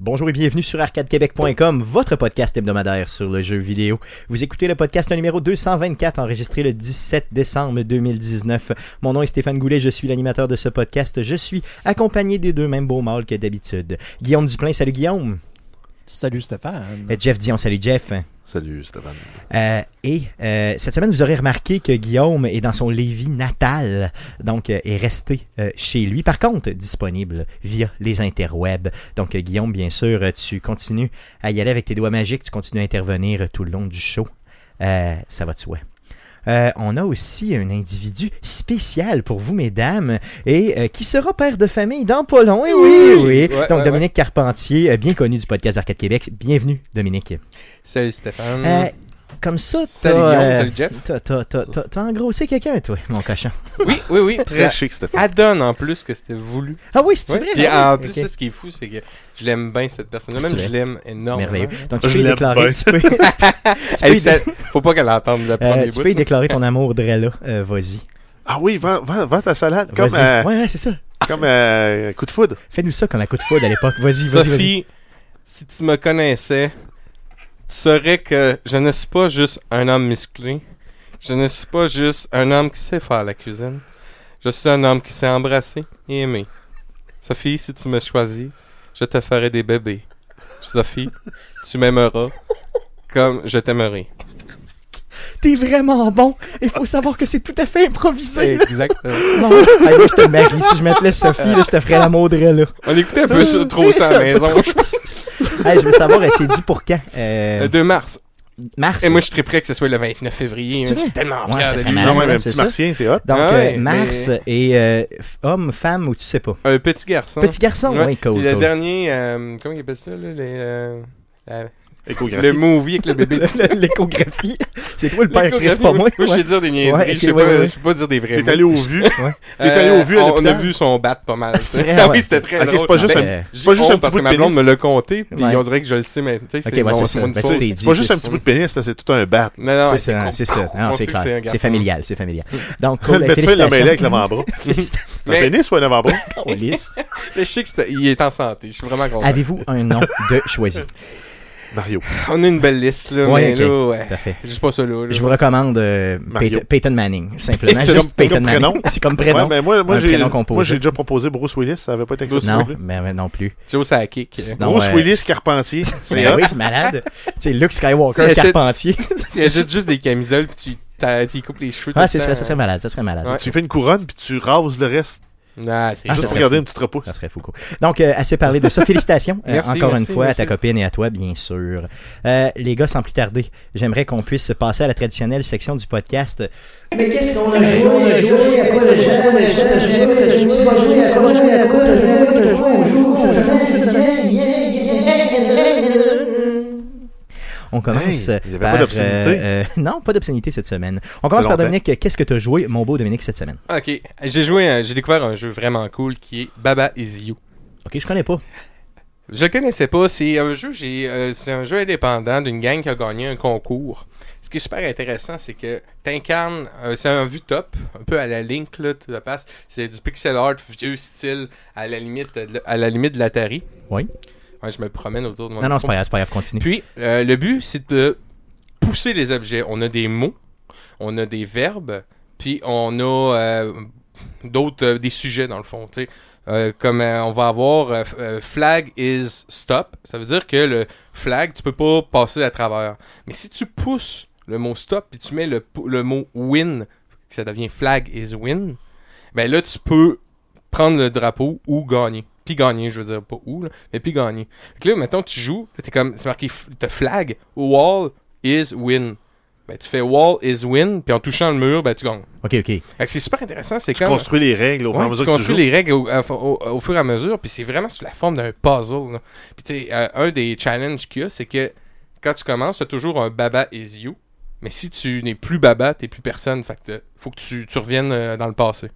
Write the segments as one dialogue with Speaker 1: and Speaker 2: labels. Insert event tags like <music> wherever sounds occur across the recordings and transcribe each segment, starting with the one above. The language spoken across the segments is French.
Speaker 1: Bonjour et bienvenue sur arcadequebec.com, votre podcast hebdomadaire sur le jeu vidéo. Vous écoutez le podcast numéro 224 enregistré le 17 décembre 2019. Mon nom est Stéphane Goulet, je suis l'animateur de ce podcast. Je suis accompagné des deux mêmes beaux mâles que d'habitude. Guillaume Duplain, salut Guillaume.
Speaker 2: Salut Stéphane.
Speaker 1: Euh, Jeff Dion, salut Jeff.
Speaker 3: Salut Stéphane.
Speaker 1: Euh, et euh, cette semaine, vous aurez remarqué que Guillaume est dans son Lévis natal, donc euh, est resté euh, chez lui. Par contre, disponible via les interwebs. Donc euh, Guillaume, bien sûr, euh, tu continues à y aller avec tes doigts magiques, tu continues à intervenir euh, tout le long du show. Euh, ça va de soi. Euh, on a aussi un individu spécial pour vous, mesdames, et euh, qui sera père de famille dans pas long. Et oui, oui.
Speaker 4: Oui. Ouais,
Speaker 1: Donc,
Speaker 4: ouais,
Speaker 1: Dominique Carpentier, euh, bien connu du podcast d'Arcade Québec. Bienvenue, Dominique.
Speaker 4: Salut Stéphane.
Speaker 1: Euh, comme ça, t'as,
Speaker 4: Mm. salut Guillaume,
Speaker 1: euh,
Speaker 4: salut Jeff.
Speaker 1: t'as, t'as- t'as- t'as- t'as engrossé quelqu'un, toi, mon cochon.
Speaker 4: Oui, oui, oui.
Speaker 3: Très chic Stéphane.
Speaker 4: Adonne en plus que c'était voulu.
Speaker 1: Ah oui, c'est
Speaker 4: Ouais.
Speaker 1: vrai.
Speaker 4: Puis
Speaker 1: ah
Speaker 4: en
Speaker 1: oui, ok.
Speaker 4: plus, ça, ce qui est fou, c'est que je l'aime bien cette personne-là.
Speaker 1: C'est
Speaker 4: Même
Speaker 1: vrai.
Speaker 4: je l'aime énormément.
Speaker 1: merveilleux. Donc, tu
Speaker 3: Je
Speaker 1: peux y
Speaker 3: l'aime
Speaker 1: déclarer,
Speaker 3: bien.
Speaker 1: tu peux, tu peux- tu peux
Speaker 4: <laughs> Hey,
Speaker 1: y
Speaker 4: ça-
Speaker 1: dé-
Speaker 4: faut pas qu'elle entende le
Speaker 1: euh,
Speaker 4: premier
Speaker 1: tu
Speaker 4: bout.
Speaker 1: peux y déclarer ton amour, Drella. Euh, vas-y.
Speaker 3: Ah oui, vends, vends- vends ta salade comme,
Speaker 1: Vas-y.
Speaker 3: euh,
Speaker 1: Ouais, ouais, c'est ça.
Speaker 3: comme euh, coup de foudre.
Speaker 1: Fais-nous ça comme la coup de foudre à l'époque. Vas-y, vas-y, vas-y.
Speaker 4: Sophie, si tu me connaissais, tu saurais que je ne suis pas juste un homme musclé. Je ne suis pas juste un homme qui sait faire la cuisine. Je suis un homme qui sait embrasser et aimer. Sophie, si tu me choisis, je te ferai des bébés. Sophie, tu m'aimeras comme je t'aimerai.
Speaker 1: T'es vraiment bon. Il faut savoir que c'est tout à fait improvisé.
Speaker 4: Exactement.
Speaker 1: Non. Ah, moi, je te marie. Si je m'appelais Sophie, là, je te ferais l'amour, Drella.
Speaker 4: On écoutait un peu ça- trop ça à la
Speaker 1: <laughs>
Speaker 4: maison.
Speaker 1: Hey, je veux savoir, elle s'est dit pour quand Euh,
Speaker 4: Le 2 mars.
Speaker 1: Mars.
Speaker 4: Euh, Et moi, je suis très prêt que ce soit le 29 février.
Speaker 1: C'est
Speaker 4: hein. Je suis
Speaker 1: vrai?
Speaker 4: tellement
Speaker 1: Ouais, ça
Speaker 4: fier de
Speaker 1: serait
Speaker 4: lui.
Speaker 1: malade.
Speaker 3: non, ouais, mais un
Speaker 1: c'est
Speaker 3: petit
Speaker 1: ça.
Speaker 3: martien, c'est hot.
Speaker 1: Donc,
Speaker 4: Ah ouais,
Speaker 1: euh, Mars et euh, f- homme, femme ou tu sais pas.
Speaker 4: Un petit garçon.
Speaker 1: Petit garçon,
Speaker 4: Ouais.
Speaker 1: oui, cool.
Speaker 4: Puis le
Speaker 1: <laughs> cool.
Speaker 4: dernier, euh, comment il appelle ça, là, les, euh, la-
Speaker 3: Échographie.
Speaker 4: le movie avec
Speaker 1: <laughs>
Speaker 4: le bébé.
Speaker 1: L'échographie. C'est toi le père Chris,
Speaker 4: L'échographie,
Speaker 1: pas moi.
Speaker 4: Moi, je
Speaker 1: Ouais.
Speaker 4: sais dire des niaiseries.
Speaker 1: Ouais, ok,
Speaker 4: je, sais
Speaker 1: ouais,
Speaker 4: pas,
Speaker 1: ouais.
Speaker 4: je peux pas dire des vrais
Speaker 3: T'es
Speaker 4: mots. Euh,
Speaker 3: allé au vu. T'es allé au vu
Speaker 4: on,
Speaker 3: à
Speaker 4: on a
Speaker 3: l'hôpital?
Speaker 4: vu son bat
Speaker 1: <laughs>
Speaker 4: pas mal.
Speaker 1: C'est
Speaker 4: tu sais.
Speaker 1: vrai,
Speaker 4: ah
Speaker 1: ouais.
Speaker 4: oui, c'était très
Speaker 3: Ok,
Speaker 4: drôle.
Speaker 3: c'est pas juste
Speaker 4: Ben,
Speaker 1: un-
Speaker 4: j'ai
Speaker 3: c'est pas juste
Speaker 4: honte
Speaker 3: un petit
Speaker 4: parce
Speaker 3: bout
Speaker 4: que
Speaker 3: de
Speaker 4: ma blonde
Speaker 3: pénis.
Speaker 4: me l'a conté, puis
Speaker 1: Ouais.
Speaker 4: on dirait que je le sais maintenant. tu sais,
Speaker 1: Ok,
Speaker 4: c'est
Speaker 1: ouais, <laughs>
Speaker 4: mon-
Speaker 1: c'est ça.
Speaker 4: mon
Speaker 1: Ben,
Speaker 4: histoire.
Speaker 1: tu t'es dit.
Speaker 3: C'est pas juste
Speaker 1: que
Speaker 3: un petit bout de pénis, là, c'est tout un bat.
Speaker 4: Non,
Speaker 1: C'est
Speaker 4: non, Ah, c'est
Speaker 1: ça,
Speaker 4: con-
Speaker 1: c'est ça.
Speaker 4: on
Speaker 1: Non,
Speaker 4: sait
Speaker 1: c'est
Speaker 4: que c'est un
Speaker 1: clair.
Speaker 4: garçon.
Speaker 1: C'est familial, c'est
Speaker 4: <laughs>
Speaker 1: familial. Donc, cool. ben,
Speaker 3: Le médecin l'a mêlé ben, avec
Speaker 1: félicitations.
Speaker 3: l'avant-bras.
Speaker 1: Félicitations,
Speaker 3: Un
Speaker 4: Mais-
Speaker 3: pénis ou un avant-bras
Speaker 4: <laughs>
Speaker 1: Alice.
Speaker 4: Je sais qu'il est en santé. Je suis vraiment content.
Speaker 1: Avez-vous un nom de
Speaker 4: <laughs>
Speaker 1: choisi?
Speaker 3: Mario.
Speaker 4: On a une belle liste, là,
Speaker 1: Ouais,
Speaker 4: mais
Speaker 1: ok.
Speaker 4: là, ouais.
Speaker 1: Parfait.
Speaker 4: Juste pas ça, là. là.
Speaker 1: Je vous recommande euh,
Speaker 3: Mario.
Speaker 1: Peyton, Peyton Manning,
Speaker 3: <laughs>
Speaker 1: simplement.
Speaker 3: Peyton-
Speaker 1: Juste Peyton
Speaker 3: comme
Speaker 1: Manning.
Speaker 3: prénom?
Speaker 1: C'est comme
Speaker 3: Ouais,
Speaker 1: prénom.
Speaker 3: mais moi, moi
Speaker 1: Un
Speaker 3: j'ai
Speaker 1: prénom composé.
Speaker 3: moi, j'ai déjà proposé Bruce Willis, ça avait pas été accepté.
Speaker 1: Non, mais, mais non plus. <laughs>
Speaker 4: Joe Sakic. euh,
Speaker 1: Non,
Speaker 3: Bruce
Speaker 1: euh,
Speaker 3: Willis
Speaker 1: <laughs>
Speaker 3: Carpentier, c'est
Speaker 1: Ben
Speaker 3: hot.
Speaker 1: oui, c'est
Speaker 3: <laughs>
Speaker 1: malade. tu sais, Luke Skywalker,
Speaker 4: <laughs> C'est-
Speaker 1: Carpentier.
Speaker 4: Tu achètes juste des camisoles, puis tu, t'as- tu y coupes les cheveux.
Speaker 1: Ah,
Speaker 4: tout
Speaker 1: c'est
Speaker 4: le
Speaker 1: ça,
Speaker 4: temps,
Speaker 1: ça serait malade, ça serait malade.
Speaker 4: Ouais.
Speaker 3: Tu fais une couronne puis tu rases le reste.
Speaker 4: Non, c'est
Speaker 1: Ah,
Speaker 4: juste
Speaker 1: ça
Speaker 3: Juste
Speaker 1: serait
Speaker 3: regarder
Speaker 1: fou.
Speaker 3: une petite repousse.
Speaker 1: Ça serait fou. quoi. Donc, euh, assez parlé
Speaker 4: <laughs>
Speaker 1: de ça. Félicitations euh,
Speaker 4: Merci,
Speaker 1: encore
Speaker 4: merci,
Speaker 1: une fois à ta
Speaker 4: merci.
Speaker 1: copine et à toi, bien sûr. Euh, les gars, sans plus tarder, j'aimerais qu'on puisse passer à la traditionnelle section du podcast.
Speaker 5: Mais qu'est-ce qu'on a joué, on a joué, à quoi le jeu, on a joué, on a joué, on a joué, on a joué, à quoi, on a joué, à quoi, on a joué, on a joué, on joue, ça se fait, ça se fait, yeah, yeah, yeah, yeah, yeah.
Speaker 1: On commence
Speaker 3: Hey, il y avait
Speaker 1: par...
Speaker 3: pas d'obscénité.
Speaker 1: euh, euh, non, pas d'obscénité cette semaine. On commence
Speaker 3: Ça fait
Speaker 1: par
Speaker 3: longtemps.
Speaker 1: Dominique. Qu'est-ce que tu as joué, mon beau Dominique, cette semaine?
Speaker 4: Ok, j'ai joué, un- j'ai découvert un jeu vraiment cool qui est Baba Is You.
Speaker 1: OK, je connais pas.
Speaker 4: Je le connaissais pas, c'est un jeu, j'ai, euh, c'est un jeu indépendant d'une gang qui a gagné un concours. Ce qui est super intéressant, c'est que t'incarnes, euh, c'est un vue top, un peu à la Link là, tu la passes. C'est du pixel art vieux style à la limite, de l- à la limite de l'Atari.
Speaker 1: Oui.
Speaker 4: Ouais, je me promène autour de mon.
Speaker 1: Non, non, c'est
Speaker 4: micro.
Speaker 1: pas grave, c'est pas grave, continue.
Speaker 4: Puis, euh, le but, c'est de pousser les objets. On a des mots, on a des verbes, puis on a euh, d'autres, euh, des sujets, dans le fond. tu sais. Euh, comme euh, on va avoir euh, f- euh, flag is stop, ça veut dire que le flag, tu peux pas passer à travers. Mais si tu pousses le mot stop, puis tu mets le, p- le mot win, que ça devient flag is win, ben là, tu peux prendre le drapeau ou gagner. Puis gagner, je veux dire, pas où, là, mais puis gagner. Fait que là, mettons, tu joues, là, t'es comme, c'est marqué, f- t'as flag, wall is win. Ben, tu fais wall is win, puis en touchant le mur, ben, tu gagnes.
Speaker 1: OK, OK.
Speaker 4: Fait que c'est super intéressant, c'est
Speaker 3: Tu
Speaker 4: comme...
Speaker 3: construis les règles au fur et à
Speaker 4: Ouais, tu
Speaker 3: mesure que tu joues.
Speaker 4: construis les règles au, au- au- au fur et à mesure, puis c'est vraiment sous la forme d'un puzzle. là. Puis tu sais, euh, un des challenges qu'il y a, c'est que quand tu commences, t'as toujours un Baba is you, mais si tu n'es plus Baba, t'es plus personne, fait que t'as- faut que tu, tu reviennes euh, dans le passé.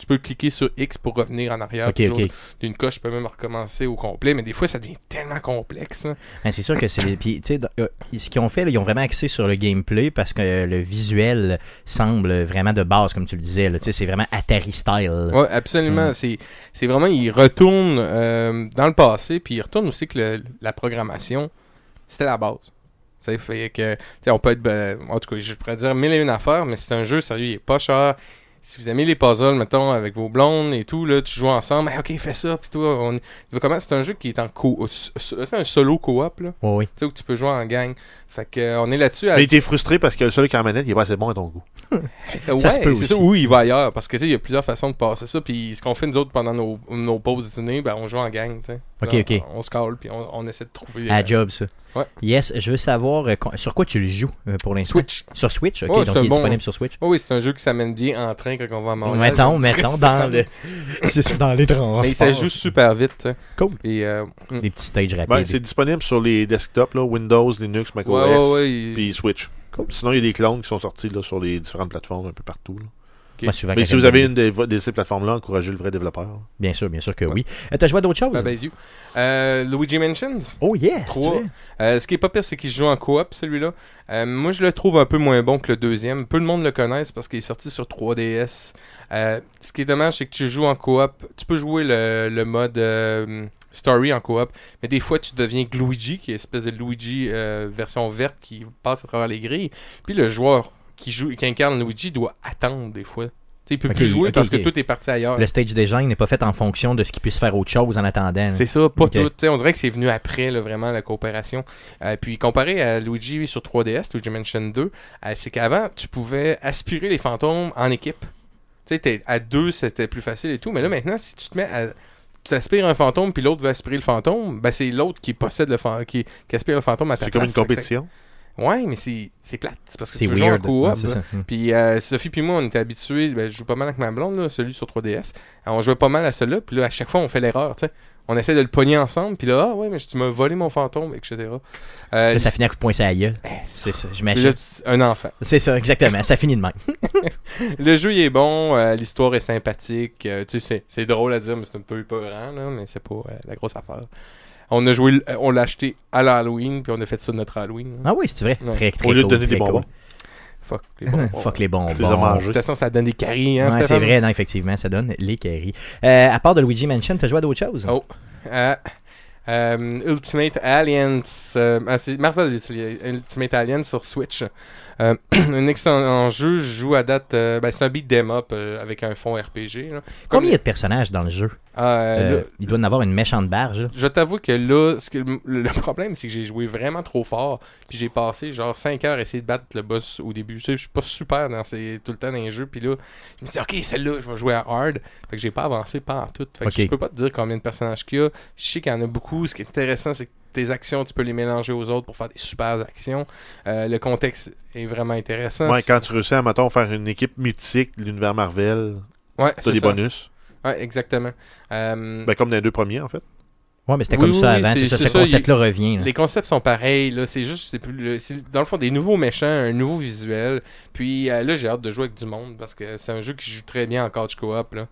Speaker 4: Tu peux cliquer sur X pour revenir en arrière.
Speaker 1: Ok,
Speaker 4: ah, toujours
Speaker 1: ok.
Speaker 4: D'une coche, tu peux même recommencer au complet, mais des fois, ça devient tellement complexe. hein.
Speaker 1: Ben, c'est sûr que c'est les. Puis, tu sais, dans- euh, ce qu'ils ont fait, là, ils ont vraiment axé sur le gameplay parce que euh, le visuel semble vraiment de base, comme tu le disais. là. Tu sais, c'est vraiment Atari style.
Speaker 4: Ouais, absolument. C'est, c'est vraiment, il retourne euh, dans le passé, puis il retourne aussi que le- la programmation, c'était la base. Ça fait que, tu sais, on peut être, ben, en tout cas, je pourrais dire mille et une affaires, mais c'est un jeu sérieux, il est pas cher. Si vous aimez les puzzles, mettons, avec vos blondes et tout, là, tu joues ensemble, Ah, ok, fais ça, puis toi, on... tu vois comment, c'est un jeu qui est en co... euh, c'est un solo co-op, là, tu
Speaker 1: Ouais, oui.
Speaker 4: sais, où tu peux jouer en gang. Fait que, euh, on est là-dessus à
Speaker 3: Mais t'es frustré parce que le seul qui a la manette, il est pas assez bon à ton goût.
Speaker 4: Euh,
Speaker 1: Ça
Speaker 4: ouais,
Speaker 1: se peut
Speaker 4: c'est
Speaker 1: aussi.
Speaker 4: ça. Oui, il va ailleurs. Parce que, tu sais, il y a plusieurs façons de passer ça. Puis, ce qu'on fait, nous autres, pendant nos, nos pauses dîner, ben, on joue en gang, tu sais.
Speaker 1: Ok,
Speaker 4: Là,
Speaker 1: ok.
Speaker 4: On, on se cale, puis on, on essaie de trouver.
Speaker 1: À
Speaker 4: euh,
Speaker 1: job, ça.
Speaker 4: Ouais.
Speaker 1: Yes, je veux savoir euh, con- sur quoi tu le joues euh, pour l'instant.
Speaker 4: Switch.
Speaker 1: Sur Switch, ok.
Speaker 4: Ouais,
Speaker 1: donc,
Speaker 4: c'est
Speaker 1: il est
Speaker 4: bon.
Speaker 1: disponible sur Switch.
Speaker 4: Oh oui, c'est un jeu qui s'amène bien en train quand on va à Montréal.
Speaker 1: mettons,
Speaker 4: <laughs> Donc,
Speaker 1: mettons,
Speaker 4: c'est-
Speaker 1: dans, le... <laughs> c'est dans les transports.
Speaker 4: Mais ça joue super vite, tu sais.
Speaker 1: Cool.
Speaker 4: Et, euh, mm.
Speaker 1: Des petits stages rapides.
Speaker 3: Ben, c'est disponible sur les desktops, là, Windows, Linux, Mac
Speaker 4: Ouais,
Speaker 3: OS,
Speaker 4: ouais, ouais, il-
Speaker 3: puis Switch. Sinon, il y a des clones qui sont sortis là, sur les différentes plateformes un peu partout. là.
Speaker 1: Moi, souvent,
Speaker 3: Mais
Speaker 1: quand
Speaker 3: si vous
Speaker 1: j'aime
Speaker 3: avez
Speaker 1: bien-
Speaker 3: une des- de, ces plateformes-là, encouragez le vrai développeur. là.
Speaker 1: Bien sûr, bien sûr que oui. Euh, T'as joué à d'autres choses?
Speaker 4: Bye bye, you. Euh, Luigi Mansions.
Speaker 1: Oh yes! tu
Speaker 4: Trois.
Speaker 1: vois.
Speaker 4: Euh, ce qui est pas pire, c'est qu'il se joue en coop, celui-là. Euh, moi, je le trouve un peu moins bon que le deuxième. Peu de monde le connaisse parce qu'il est sorti sur 3DS. Euh, ce qui est dommage, c'est que tu joues en coop. Tu peux jouer le, le mode euh, story en coop, mais des fois, tu deviens Luigi, qui est une espèce de Luigi euh, version verte qui passe à travers les grilles. Puis le joueur qui joue, qui incarne Luigi doit attendre des fois. Tu sais, il peut
Speaker 1: Ok,
Speaker 4: plus jouer
Speaker 1: ok,
Speaker 4: parce
Speaker 1: ok.
Speaker 4: que tout est parti ailleurs.
Speaker 1: Le stage design n'est pas fait en fonction de ce qu'il puisse faire autre chose en attendant. hein. là.
Speaker 4: C'est ça, pas
Speaker 1: Ok.
Speaker 4: tout. T'sais, on dirait que c'est venu après, là, vraiment, la coopération. Euh, puis comparé à Luigi sur 3DS, Luigi Mansion 2, euh, c'est qu'avant, tu pouvais aspirer les fantômes en équipe. Tu sais, t'es- à deux, c'était plus facile et tout. Mais là, maintenant, si tu te mets à. Tu aspires un fantôme, puis l'autre veut aspirer le fantôme, ben c'est l'autre qui possède le fantôme, qui, qui aspire le fantôme à ta
Speaker 3: C'est comme une
Speaker 4: place. Fait que
Speaker 3: compétition.
Speaker 4: c'est- Ouais, mais c'est c'est plate. C'est parce que
Speaker 1: C'est
Speaker 4: tu veux jouer en
Speaker 1: weird.
Speaker 4: coop.
Speaker 1: Ouais, c'est
Speaker 4: là.
Speaker 1: ça. Mm.
Speaker 4: Puis euh, Sophie puis moi, on était habitués, ben, je joue pas mal avec ma blonde, là, celui sur 3DS. Alors, on jouait pas mal à celui-là, puis là, à chaque fois, on fait l'erreur, tu sais. On essaie de le pogner ensemble, puis là, ah ouais, mais tu m'as volé mon fantôme, etc. Euh,
Speaker 1: Là, ça finit à coup de poing sur la gueule.
Speaker 4: <laughs> eh,
Speaker 1: C'est ça, je
Speaker 4: le-
Speaker 1: m'achète.
Speaker 4: un enfant.
Speaker 1: C'est ça, exactement. Ça finit de même.
Speaker 4: Le jeu, il est bon, euh, l'histoire est sympathique. euh, tu sais, c'est- c'est drôle à dire, mais c'est un peu épeurant, là, mais c'est pas euh, la grosse affaire. On a joué, l- euh, on l'a acheté à l'Halloween, puis on a fait ça notre Halloween. là.
Speaker 1: Ah oui, c'est vrai.
Speaker 4: Ouais.
Speaker 1: Très, très
Speaker 3: Au lieu de
Speaker 1: cool,
Speaker 3: donner des
Speaker 1: très
Speaker 3: bonbons.
Speaker 4: Fuck les
Speaker 1: <laughs>
Speaker 4: bonbons.
Speaker 1: cool. Fuck les bonbons.
Speaker 3: Tu les as
Speaker 4: De
Speaker 3: mangés.
Speaker 4: toute façon, ça donne des caries, hein,
Speaker 1: Ouais, c'est
Speaker 4: Stéphane?
Speaker 1: vrai, non, effectivement, ça donne les caries. Euh, à part de Luigi Mansion, t'as joué à d'autres choses?
Speaker 4: Oh. Euh, euh, Ultimate Alliance. euh, ah, c'est Marvel Ulti- Ultimate Alliance sur Switch. Euh, <clears throat> un excellent jeu. Je joue à date. euh, ben, c'est un beat them up euh, avec un fond RPG. là. Comme
Speaker 1: Combien il y a de personnages dans le jeu?
Speaker 4: euh,
Speaker 1: Euh,
Speaker 4: là,
Speaker 1: il doit en avoir une méchante barge. là.
Speaker 4: je t'avoue que là, ce que, le- le problème, c'est que j'ai joué vraiment trop fort. Puis j'ai passé genre 5 heures à essayer de battre le boss au début. Tu sais, je suis pas super dans ces, tout le temps dans les jeux. Puis là, je me suis dit, OK, celle-là, je vais jouer à hard. Fait que j'ai pas avancé pas en tout. Fait que
Speaker 1: Ok.
Speaker 4: je peux pas te dire combien de personnages qu'il y a. Je sais qu'il y en a beaucoup. Ce qui est intéressant, c'est que tes actions, tu peux les mélanger aux autres pour faire des super actions. Euh, le contexte est vraiment intéressant.
Speaker 3: Ouais, quand tu réussis à mettons, faire une équipe mythique de l'univers Marvel,
Speaker 4: Ouais,
Speaker 3: t'as
Speaker 4: c'est
Speaker 3: des
Speaker 4: ça.
Speaker 3: bonus.
Speaker 4: Ouais, exactement. Euh,
Speaker 3: Ben, comme dans les deux premiers, en fait.
Speaker 1: Ouais, mais c'était
Speaker 4: Oui,
Speaker 1: comme
Speaker 4: oui,
Speaker 1: ça
Speaker 4: oui,
Speaker 1: avant.
Speaker 4: c'est-
Speaker 1: C'est ça,
Speaker 4: c'est
Speaker 1: ce
Speaker 4: ça,
Speaker 1: concept-là revient. là.
Speaker 4: Les concepts sont pareils, là. C'est juste, c'est plus, le- c'est dans le fond des nouveaux méchants, un nouveau visuel. Puis euh, là, j'ai hâte de jouer avec du monde parce que c'est un jeu qui joue très bien en couch co-op, là.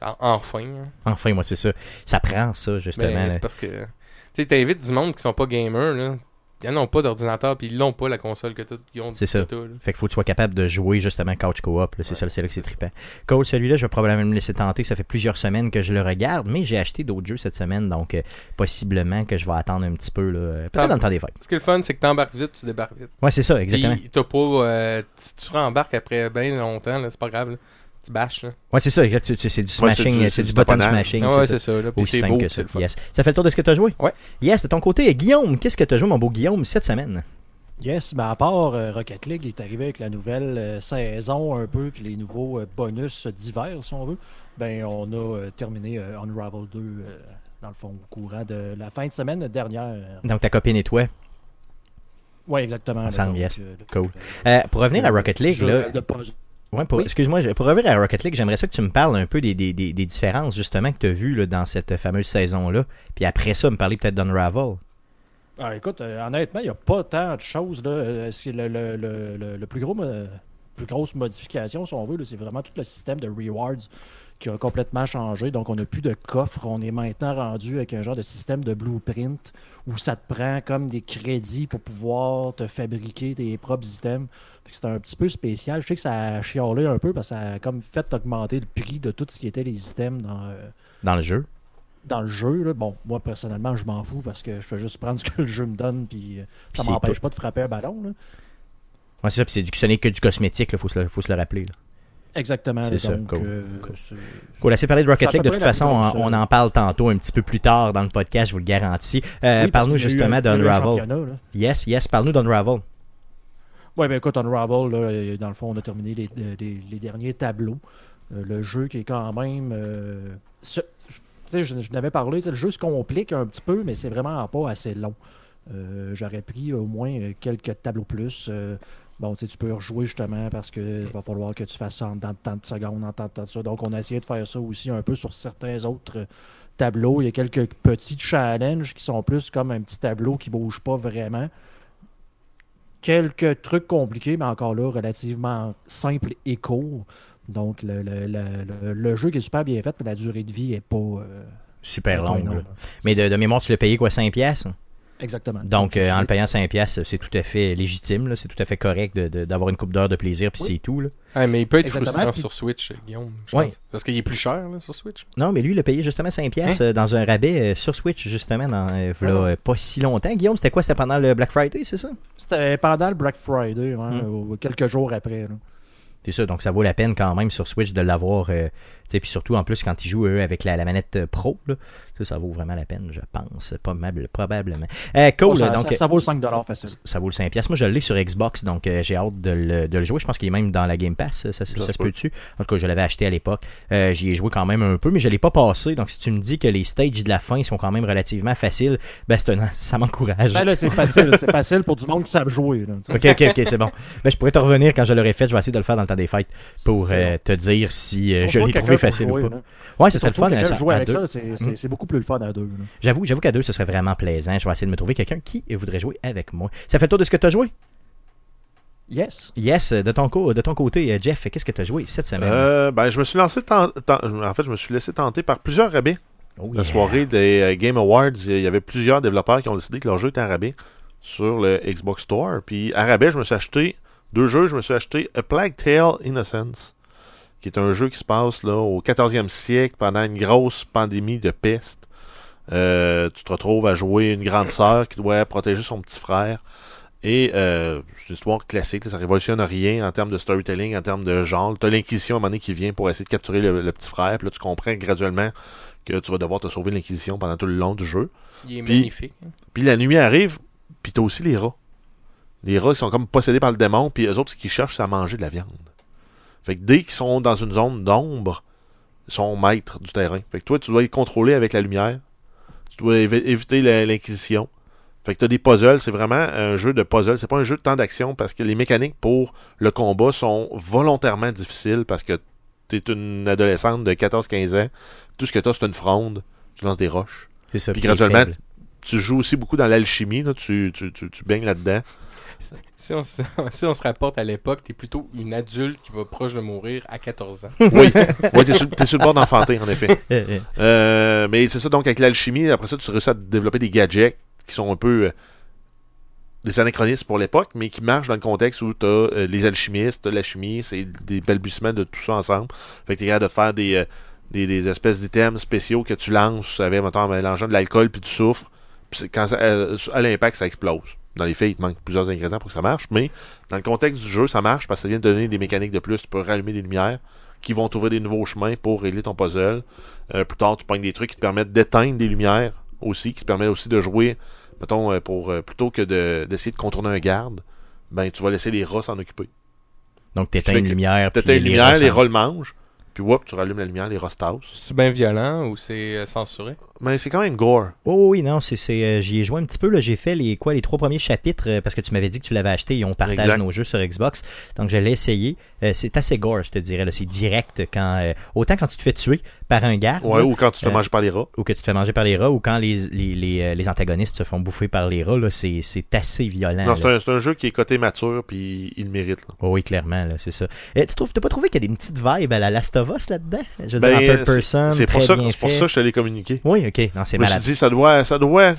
Speaker 4: En- enfin. là.
Speaker 1: Enfin, moi, c'est ça. Ça prend ça, justement.
Speaker 4: Mais
Speaker 1: là.
Speaker 4: c'est parce que. Tu sais, t'invites du monde qui sont pas gamers, là. Ils n'ont pas d'ordinateur, puis ils l'ont pas la console que t'as- ils ont.
Speaker 1: C'est ça.
Speaker 4: que t'as, là.
Speaker 1: Fait qu'il faut que tu sois capable de jouer justement couch co-op. là. C'est ça, c'est là que c'est trippant. Cool, celui-là, je vais probablement me laisser tenter. Ça fait plusieurs semaines que je le regarde, mais j'ai acheté d'autres jeux cette semaine, donc euh, possiblement que je vais attendre un petit peu. là. Euh, Peut-être
Speaker 4: Ah.
Speaker 1: dans le temps des fêtes.
Speaker 4: Ce qui est le fun, c'est que t'embarques vite, tu débarques vite.
Speaker 1: Ouais, c'est ça, exactement.
Speaker 4: Puis t'as pas. euh, si tu rembarques après bien longtemps, là, c'est pas grave, là. Tu bâches, là.
Speaker 1: Ouais, c'est ça, exact. Tu- tu- C'est du
Speaker 3: Ouais, c'est
Speaker 1: smashing, euh,
Speaker 3: du-
Speaker 1: c'est
Speaker 3: c'est
Speaker 1: du
Speaker 3: du
Speaker 1: button
Speaker 3: taponnage.
Speaker 1: smashing.
Speaker 4: Ah
Speaker 1: c'est
Speaker 4: ouais,
Speaker 1: ça.
Speaker 4: c'est ça, là. Puis
Speaker 1: Aussi
Speaker 4: c'est
Speaker 1: simple
Speaker 4: beau,
Speaker 1: que
Speaker 4: puis
Speaker 1: ça.
Speaker 4: c'est le fun.
Speaker 1: Yes. Ça fait le tour de ce que tu as joué?
Speaker 4: Ouais.
Speaker 1: Yes, de ton côté, Guillaume, qu'est-ce que tu as joué, mon beau Guillaume, cette semaine?
Speaker 2: Yes, mais à part euh, Rocket League, il est arrivé avec la nouvelle euh, saison un peu, puis les nouveaux euh, bonus divers, si on veut. Ben, on a euh, terminé euh, Unravel 2, euh, dans le fond, au courant de la fin de semaine dernière.
Speaker 1: Donc, ta copine et toi.
Speaker 2: Oui, exactement. là,
Speaker 1: Ensemble,
Speaker 2: donc,
Speaker 1: yes.
Speaker 2: euh, le-
Speaker 1: Cool. Euh, pour revenir à Rocket
Speaker 2: petit
Speaker 1: League,
Speaker 2: jeu
Speaker 1: là,
Speaker 2: de puzzle.
Speaker 1: Ouais, pour-
Speaker 2: Oui.
Speaker 1: excuse-moi, je- pour revenir à Rocket League, j'aimerais ça que tu me parles un peu des, des, des, des différences justement que tu as vues là, dans cette fameuse saison-là. Puis après ça, me parler peut-être d'Unravel.
Speaker 2: Ah, écoute, euh, honnêtement, il n'y a pas tant de choses. Là. Euh, c'est le, le- le- le- le plus gros, mo- plus grosse modification, si on veut, là, c'est vraiment tout le système de rewards qui a complètement changé. Donc, on n'a plus de coffre. On est maintenant rendu avec un genre de système de blueprint où ça te prend comme des crédits pour pouvoir te fabriquer tes propres items. Fait que C'était un petit peu spécial. Je sais que ça a chialé un peu parce que ça a comme fait augmenter le prix de tout ce qui était les items dans, euh,
Speaker 1: dans le jeu.
Speaker 2: dans le jeu. là. Bon, moi, personnellement, je m'en fous parce que je fais juste prendre ce que le jeu me donne puis euh,
Speaker 1: Puis
Speaker 2: ça
Speaker 1: c'est
Speaker 2: m'empêche
Speaker 1: tout.
Speaker 2: pas de frapper un ballon. là.
Speaker 1: Ouais, c'est ça, puis c'est du, ce n'est que du cosmétique, il faut, se le- faut se le rappeler. là.
Speaker 2: Exactement.
Speaker 1: C'est
Speaker 2: là,
Speaker 1: ça,
Speaker 2: donc,
Speaker 1: cool,
Speaker 2: euh,
Speaker 1: cool.
Speaker 2: c'est-
Speaker 1: Cool, assez parlé de
Speaker 2: C'est
Speaker 1: Rocket
Speaker 2: à peu
Speaker 1: League. De
Speaker 2: près
Speaker 1: toute
Speaker 2: la
Speaker 1: façon, on,
Speaker 2: plus
Speaker 1: on
Speaker 2: grosse,
Speaker 1: en parle tantôt un petit peu plus tard dans le podcast, je vous le garantis. Euh,
Speaker 2: Oui, parce
Speaker 1: parle-nous
Speaker 2: qu'il y a eu
Speaker 1: justement
Speaker 2: un- il y a eu un
Speaker 1: d'Unravel.
Speaker 2: championnat, là.
Speaker 1: Yes, yes, parle-nous d'Unravel.
Speaker 2: Ouais, ben écoute, Unravel, là, euh, dans le fond, on a terminé les, euh, les- les derniers tableaux. Euh, le jeu qui est quand même. euh, ce- je- tu sais, je, je n'avais parlé, tu sais, le jeu se complique un petit peu, mais c'est vraiment pas assez long. Euh, J'aurais pris au moins euh, quelques tableaux plus. Euh, bon, tu sais, tu peux rejouer justement parce que va falloir que tu fasses ça en dedans de tant de secondes, en tant de temps de ça. Donc, on a essayé de faire ça aussi un peu sur certains autres euh, tableaux. Il y a quelques petits challenges qui sont plus comme un petit tableau qui bouge pas vraiment quelques trucs compliqués, mais encore là, relativement simple et court. Donc, le, le- le- le- le jeu qui est super bien fait, mais la durée de vie est pas. euh,
Speaker 1: Super
Speaker 2: pas
Speaker 1: long.
Speaker 2: énorme.
Speaker 1: là. Mais de, de mémoire, tu l'as payé quoi, 5 piastres?
Speaker 2: Exactement.
Speaker 1: Donc, euh,
Speaker 2: c'est-
Speaker 1: en le payant 5 piastres, c'est tout à fait légitime, là, c'est tout à fait correct de- de- d'avoir une coupe d'heure de plaisir, puis
Speaker 2: Oui.
Speaker 1: c'est tout. là.
Speaker 4: Ah, mais il peut être
Speaker 2: Exactement,
Speaker 4: frustrant
Speaker 2: puis-
Speaker 4: sur Switch, Guillaume. je
Speaker 1: Ouais.
Speaker 4: pense. Parce qu'il est plus cher là, sur Switch.
Speaker 1: Non, mais lui, il a payé justement 5 piastres euh, dans un rabais euh, sur Switch, justement, dans, euh, v'là, euh, pas si longtemps. Guillaume, c'était quoi? C'était pendant le Black Friday, c'est ça?
Speaker 2: C'était pendant le Black Friday, hein,
Speaker 1: Hmm.
Speaker 2: ou quelques jours après. là.
Speaker 1: C'est ça, donc ça vaut la peine quand même sur Switch de l'avoir. euh, tu sais, puis surtout, en plus, quand ils jouent eux, avec la, la manette euh, pro, là, ça, ça vaut vraiment la peine, je pense. Probable- probablement. Euh, cool,
Speaker 2: Oh, ça,
Speaker 1: donc.
Speaker 2: ça- ça vaut le 5$ facile.
Speaker 1: ça vaut le 5 piastres. Moi, je l'ai sur Xbox, donc euh, j'ai hâte de le, de le jouer. Je pense qu'il est même dans la Game Pass, ça, ça- ça
Speaker 3: se
Speaker 1: se
Speaker 3: peut.
Speaker 1: peut dessus. En tout cas, je l'avais acheté à l'époque. Euh, J'y ai joué quand même un peu, mais je l'ai pas passé. Donc, si tu me dis que les stages de la fin sont quand même relativement faciles, ben, c'est un- <laughs> ça m'encourage.
Speaker 2: Ben là, c'est facile. c'est facile pour du monde qui savent jouer. là, tu sais.
Speaker 1: Ok, ok, ok, c'est bon. Ben, je pourrais te revenir quand je l'aurai fait. Je vais essayer de le faire dans le temps des fêtes pour
Speaker 2: C'est
Speaker 1: euh, te dire si euh,
Speaker 2: Trouve
Speaker 1: je
Speaker 2: pas
Speaker 1: l'ai
Speaker 2: quelqu'un
Speaker 1: trouvé
Speaker 2: pour
Speaker 1: facile
Speaker 2: jouer, hein.
Speaker 1: ou pas.
Speaker 2: là.
Speaker 1: Ouais, ce serait le
Speaker 2: Trouve
Speaker 1: fun à,
Speaker 2: quelqu'un jouer
Speaker 1: à
Speaker 2: avec
Speaker 1: deux. Hmm.
Speaker 2: ça, c'est- c'est c'est beaucoup plus le fun à deux. là.
Speaker 1: J'avoue, j'avoue qu'à deux, ce serait vraiment plaisant. Je vais essayer de me trouver quelqu'un qui voudrait jouer avec moi. Ça fait le tour de ce que tu as joué?
Speaker 2: Yes.
Speaker 1: Yes, de ton, co- de ton côté, euh, Jeff, qu'est-ce que tu as joué cette semaine?
Speaker 3: Euh, ben, je me suis lancé ten- ten- en fait, je me suis laissé tenter par plusieurs rabais.
Speaker 1: Oh
Speaker 3: La
Speaker 1: yeah.
Speaker 3: soirée des euh, Game Awards, il y avait plusieurs développeurs qui ont décidé que leur jeu était en rabais sur le Xbox Store. Puis à rabais, je me suis acheté deux jeux. Je me suis acheté A Plague Tale Innocence, qui est un jeu qui se passe là, au 14e siècle pendant une grosse pandémie de peste. Euh, tu te retrouves à jouer une grande sœur qui doit protéger son petit frère. Et euh, c'est une histoire classique, là, ça révolutionne rien en termes de storytelling, en termes de genre. T'as l'Inquisition à un moment donné qui vient pour essayer de capturer le, le petit frère, puis là tu comprends graduellement que tu vas devoir te sauver de l'Inquisition pendant tout le long du jeu.
Speaker 4: Il est
Speaker 3: Puis-
Speaker 4: magnifique.
Speaker 3: Puis la nuit arrive, puis t'as aussi les rats. Les rats qui sont comme possédés par le démon, puis eux autres, ce qu'ils cherchent, c'est à manger de la viande. Fait que dès qu'ils sont dans une zone d'ombre, ils sont maîtres du terrain. Fait que toi, tu dois les contrôler avec la lumière. Tu dois évi- éviter la- l'inquisition. Fait que t'as des puzzles, c'est vraiment un jeu de puzzle. C'est pas un jeu de temps d'action parce que les mécaniques pour le combat sont volontairement difficiles parce que t'es une adolescente de 14-15 ans. Tout ce que t'as, c'est une fronde. Tu lances des roches
Speaker 1: C'est ça.
Speaker 3: Puis
Speaker 1: t'es
Speaker 3: graduellement,
Speaker 1: faible.
Speaker 3: tu joues aussi beaucoup dans l'alchimie, là, tu, tu, tu, tu baignes là-dedans.
Speaker 4: Si on, se, <laughs> si on se rapporte à l'époque, t'es plutôt une adulte qui va proche de mourir à 14 ans.
Speaker 3: Oui, oui t'es, sur, t'es sur le bord d'enfanter, en effet.
Speaker 1: Eh, eh.
Speaker 3: Euh, mais c'est ça, donc avec l'alchimie, après ça, tu réussis à développer des gadgets qui sont un peu euh, des anachronismes pour l'époque, mais qui marchent dans le contexte où t'as euh, les alchimistes, t'as la chimie, c'est des balbutiements de tout ça ensemble. Fait que t'es capable de faire des, euh, des, des espèces d'items spéciaux que tu lances avec, mettons, en mélangeant de l'alcool puis du soufre. Puis c'est- quand ça, euh, à l'impact, ça explose. Dans les faits, il te manque plusieurs ingrédients pour que ça marche, mais dans le contexte du jeu, ça marche parce que ça vient te donner des mécaniques de plus. Tu peux rallumer des lumières qui vont t'ouvrir des nouveaux chemins pour régler ton puzzle. Euh, plus tard, tu pognes des trucs qui te permettent d'éteindre des lumières aussi, qui te permettent aussi de jouer, mettons, euh, pour, euh, plutôt que de- d'essayer de, contourner un garde, ben tu vas laisser les rats s'en occuper.
Speaker 1: <laughs> Donc,
Speaker 3: Tu
Speaker 1: t'éteins
Speaker 3: fais
Speaker 1: une
Speaker 3: que-
Speaker 1: lumière.
Speaker 3: Tu
Speaker 1: puis
Speaker 3: une lumière,
Speaker 1: rats
Speaker 3: les
Speaker 1: s'en-
Speaker 3: rats le mangent, puis whoop, tu rallumes la lumière, les rats se tassent.
Speaker 4: C'est-tu bien violent ou c'est euh, censuré?
Speaker 3: Mais c'est quand même gore.
Speaker 1: Oh oui, non, c'est, c'est, euh, j'y ai joué un petit peu. Là, j'ai fait les, quoi, les trois premiers chapitres euh, parce que tu m'avais dit que tu l'avais acheté et on partage
Speaker 3: Exact.
Speaker 1: nos jeux sur Xbox. Donc, je l'ai essayé. Euh, c'est assez gore, je te dirais. Là. C'est direct. quand euh, Autant quand tu te fais tuer, par un garde.
Speaker 3: Ouais,
Speaker 1: là,
Speaker 3: ou quand tu te fais
Speaker 1: Euh,
Speaker 3: manger par les rats.
Speaker 1: ou que tu te fais manger par les rats, ou quand les, les, les, euh, les antagonistes se font bouffer par les rats, là, c'est, c'est assez violent.
Speaker 3: Non,
Speaker 1: là.
Speaker 3: c'est un, c'est un jeu qui est côté mature, puis il le mérite. là.
Speaker 1: Oh oui, clairement, là, c'est ça. Et tu trouves, t'as pas trouvé qu'il y a des petites vibes à la Last of Us là-dedans? Je veux
Speaker 3: Ben,
Speaker 1: dire, en third
Speaker 3: c'est-
Speaker 1: person,
Speaker 3: C'est pour,
Speaker 1: très
Speaker 3: ça que-
Speaker 1: bien
Speaker 3: c'est pour
Speaker 1: fait.
Speaker 3: ça que je te l'ai communiqué.
Speaker 1: Oui, ok. Non, c'est
Speaker 3: Je me suis
Speaker 1: malade.
Speaker 3: dit, ça doit, ça doit,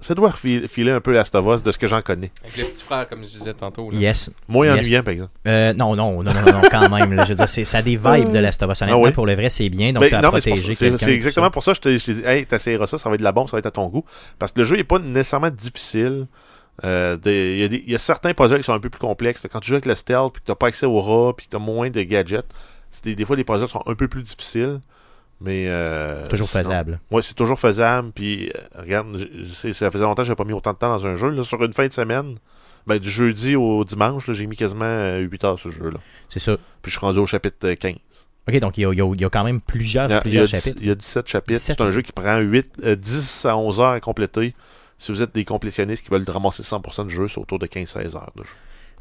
Speaker 3: ça doit fil- filer un peu Last of Us de ce que j'en connais.
Speaker 4: Avec le petit frère, comme je disais tantôt. là.
Speaker 1: Yes.
Speaker 3: Moins
Speaker 1: Yes.
Speaker 3: ennuyant, par exemple.
Speaker 1: Euh, non, non, non, non, non, quand même. là. je veux dire, c'est, ça a
Speaker 3: <laughs>
Speaker 1: des vibes de Last of Us. Honnêtement,
Speaker 3: Ah oui.
Speaker 1: pour le vrai, c'est bien. Donc,
Speaker 3: Ben,
Speaker 1: t'as à
Speaker 3: non, mais c'est pour ça-
Speaker 1: protéger
Speaker 3: c'est
Speaker 1: quelqu'un,
Speaker 3: c'est
Speaker 1: tout
Speaker 3: exactement
Speaker 1: ça.
Speaker 3: pour ça que je t'ai je t'ai dit, hey, t'essayeras ça, ça va être de la bombe, ça va être à ton goût. Parce que le jeu n'est pas nécessairement difficile. Euh, des- Il y, a des- il y a certains puzzles qui sont un peu plus complexes. Quand tu joues avec le stealth, puis que t'as pas accès au rats, puis que t'as moins de gadgets, c'est des, des fois les puzzles sont un peu plus difficiles. Mais. euh,
Speaker 1: Toujours
Speaker 3: sinon-
Speaker 1: faisable.
Speaker 3: Ouais, c'est toujours faisable. Puis, euh, regarde, j- c'est- ça faisait longtemps que j'ai pas mis autant de temps dans un jeu. Là, sur une fin de semaine, ben, du jeudi au dimanche, là, j'ai mis quasiment 8 heures sur ce jeu-là.
Speaker 1: C'est ça.
Speaker 3: Puis, je suis rendu au chapitre euh, 15.
Speaker 1: Ok, donc il y a, il y a- il y a quand même plusieurs,
Speaker 3: Il y a- Ah, il y, a
Speaker 1: Ah, plusieurs
Speaker 3: dix-
Speaker 1: chapitres.
Speaker 3: il y a 17 chapitres.
Speaker 1: 17,
Speaker 3: C'est un jeu qui prend 8, euh, 10 à 11 heures à compléter. Si vous êtes des complétionnistes qui veulent ramasser 100% de jeu, c'est autour de 15-16 heures de jeu.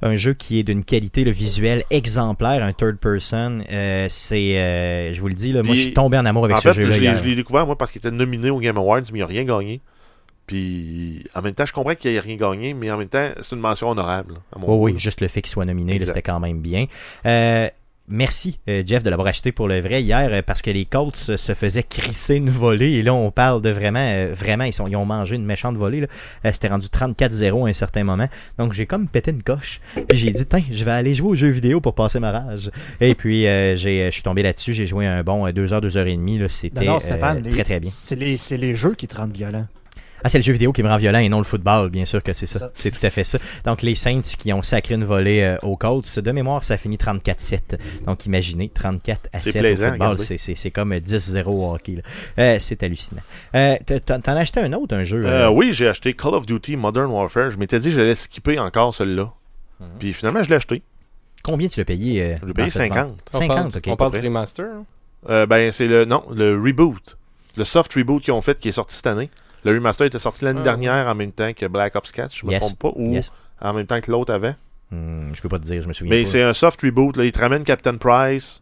Speaker 1: un jeu qui est d'une qualité le visuel exemplaire, un third person. euh, c'est, euh, je vous le dis, là, moi,
Speaker 3: Puis,
Speaker 1: je suis tombé en amour avec
Speaker 3: en
Speaker 1: ce
Speaker 3: fait,
Speaker 1: jeu-là.
Speaker 3: je l'ai-
Speaker 1: hier.
Speaker 3: je l'ai découvert, moi, parce qu'il était nominé au Game Awards, mais il n'a rien gagné. Puis, en même temps, je comprends qu'il n'ait rien gagné, mais en même temps, c'est une mention honorable. là, à mon
Speaker 1: Oui,
Speaker 3: goût,
Speaker 1: oui,
Speaker 3: là.
Speaker 1: juste le fait qu'il soit nominé, là,
Speaker 3: Exact.
Speaker 1: c'était quand même bien. Euh, merci, euh, Jeff, de l'avoir acheté pour le vrai hier, euh, parce que les Colts se, se faisaient crisser une volée. Et là, on parle de vraiment, euh, vraiment, ils, sont, ils ont mangé une méchante volée. là. Euh, C'était rendu 34-0 à un certain moment. Donc, j'ai comme pété une coche. Puis j'ai dit, tiens, je vais aller jouer aux jeux vidéo pour passer ma rage. Et puis, euh, j'ai- je suis tombé là-dessus. J'ai joué un bon euh, 2h, 2h30. Là, c'était
Speaker 2: Non, non,
Speaker 1: euh,
Speaker 2: Stéphane, les-
Speaker 1: très, très bien.
Speaker 2: C'est les, c'est les jeux qui te rendent violent.
Speaker 1: Ah, c'est le jeu vidéo qui me rend violent et non le football, bien sûr que c'est ça.
Speaker 2: Ça.
Speaker 1: C'est tout à fait ça. Donc, les Saints qui ont sacré une volée euh, aux Colts, de mémoire, ça finit 34-7. Donc, imaginez, 34 à
Speaker 3: C'est
Speaker 1: 7
Speaker 3: plaisant
Speaker 1: au
Speaker 3: à
Speaker 1: football,
Speaker 3: regarder.
Speaker 1: c'est- c'est c'est comme 10-0 au hockey. là. Euh, c'est hallucinant. Euh, t'as- t'en t'en as acheté un autre, un jeu.
Speaker 3: Euh,
Speaker 1: euh,
Speaker 3: oui, j'ai acheté Call of Duty Modern Warfare. Je m'étais dit que j'allais skipper encore celui-là.
Speaker 1: Mhm.
Speaker 3: Puis finalement, je l'ai acheté.
Speaker 1: Combien tu l'as payé euh,
Speaker 3: Je l'ai
Speaker 1: dans
Speaker 3: payé
Speaker 1: cette vente?
Speaker 3: 50.
Speaker 4: On parle,
Speaker 1: 50, ok.
Speaker 4: on parle
Speaker 3: Pas
Speaker 4: du
Speaker 3: près.
Speaker 4: remaster. hein.
Speaker 3: Euh, ben, c'est le. Non, le reboot. Le soft reboot qu'ils ont fait qui est sorti cette année. Le remaster était sorti l'année
Speaker 4: Ah,
Speaker 3: dernière en même temps que Black Ops 4, je me
Speaker 1: Yes.
Speaker 3: trompe pas, ou
Speaker 1: Yes.
Speaker 3: en même temps que l'autre avant.
Speaker 1: Hum, je peux pas te dire, je me souviens
Speaker 3: Mais
Speaker 1: pas.
Speaker 3: c'est un soft reboot. Là. Ils te ramènent Captain Price.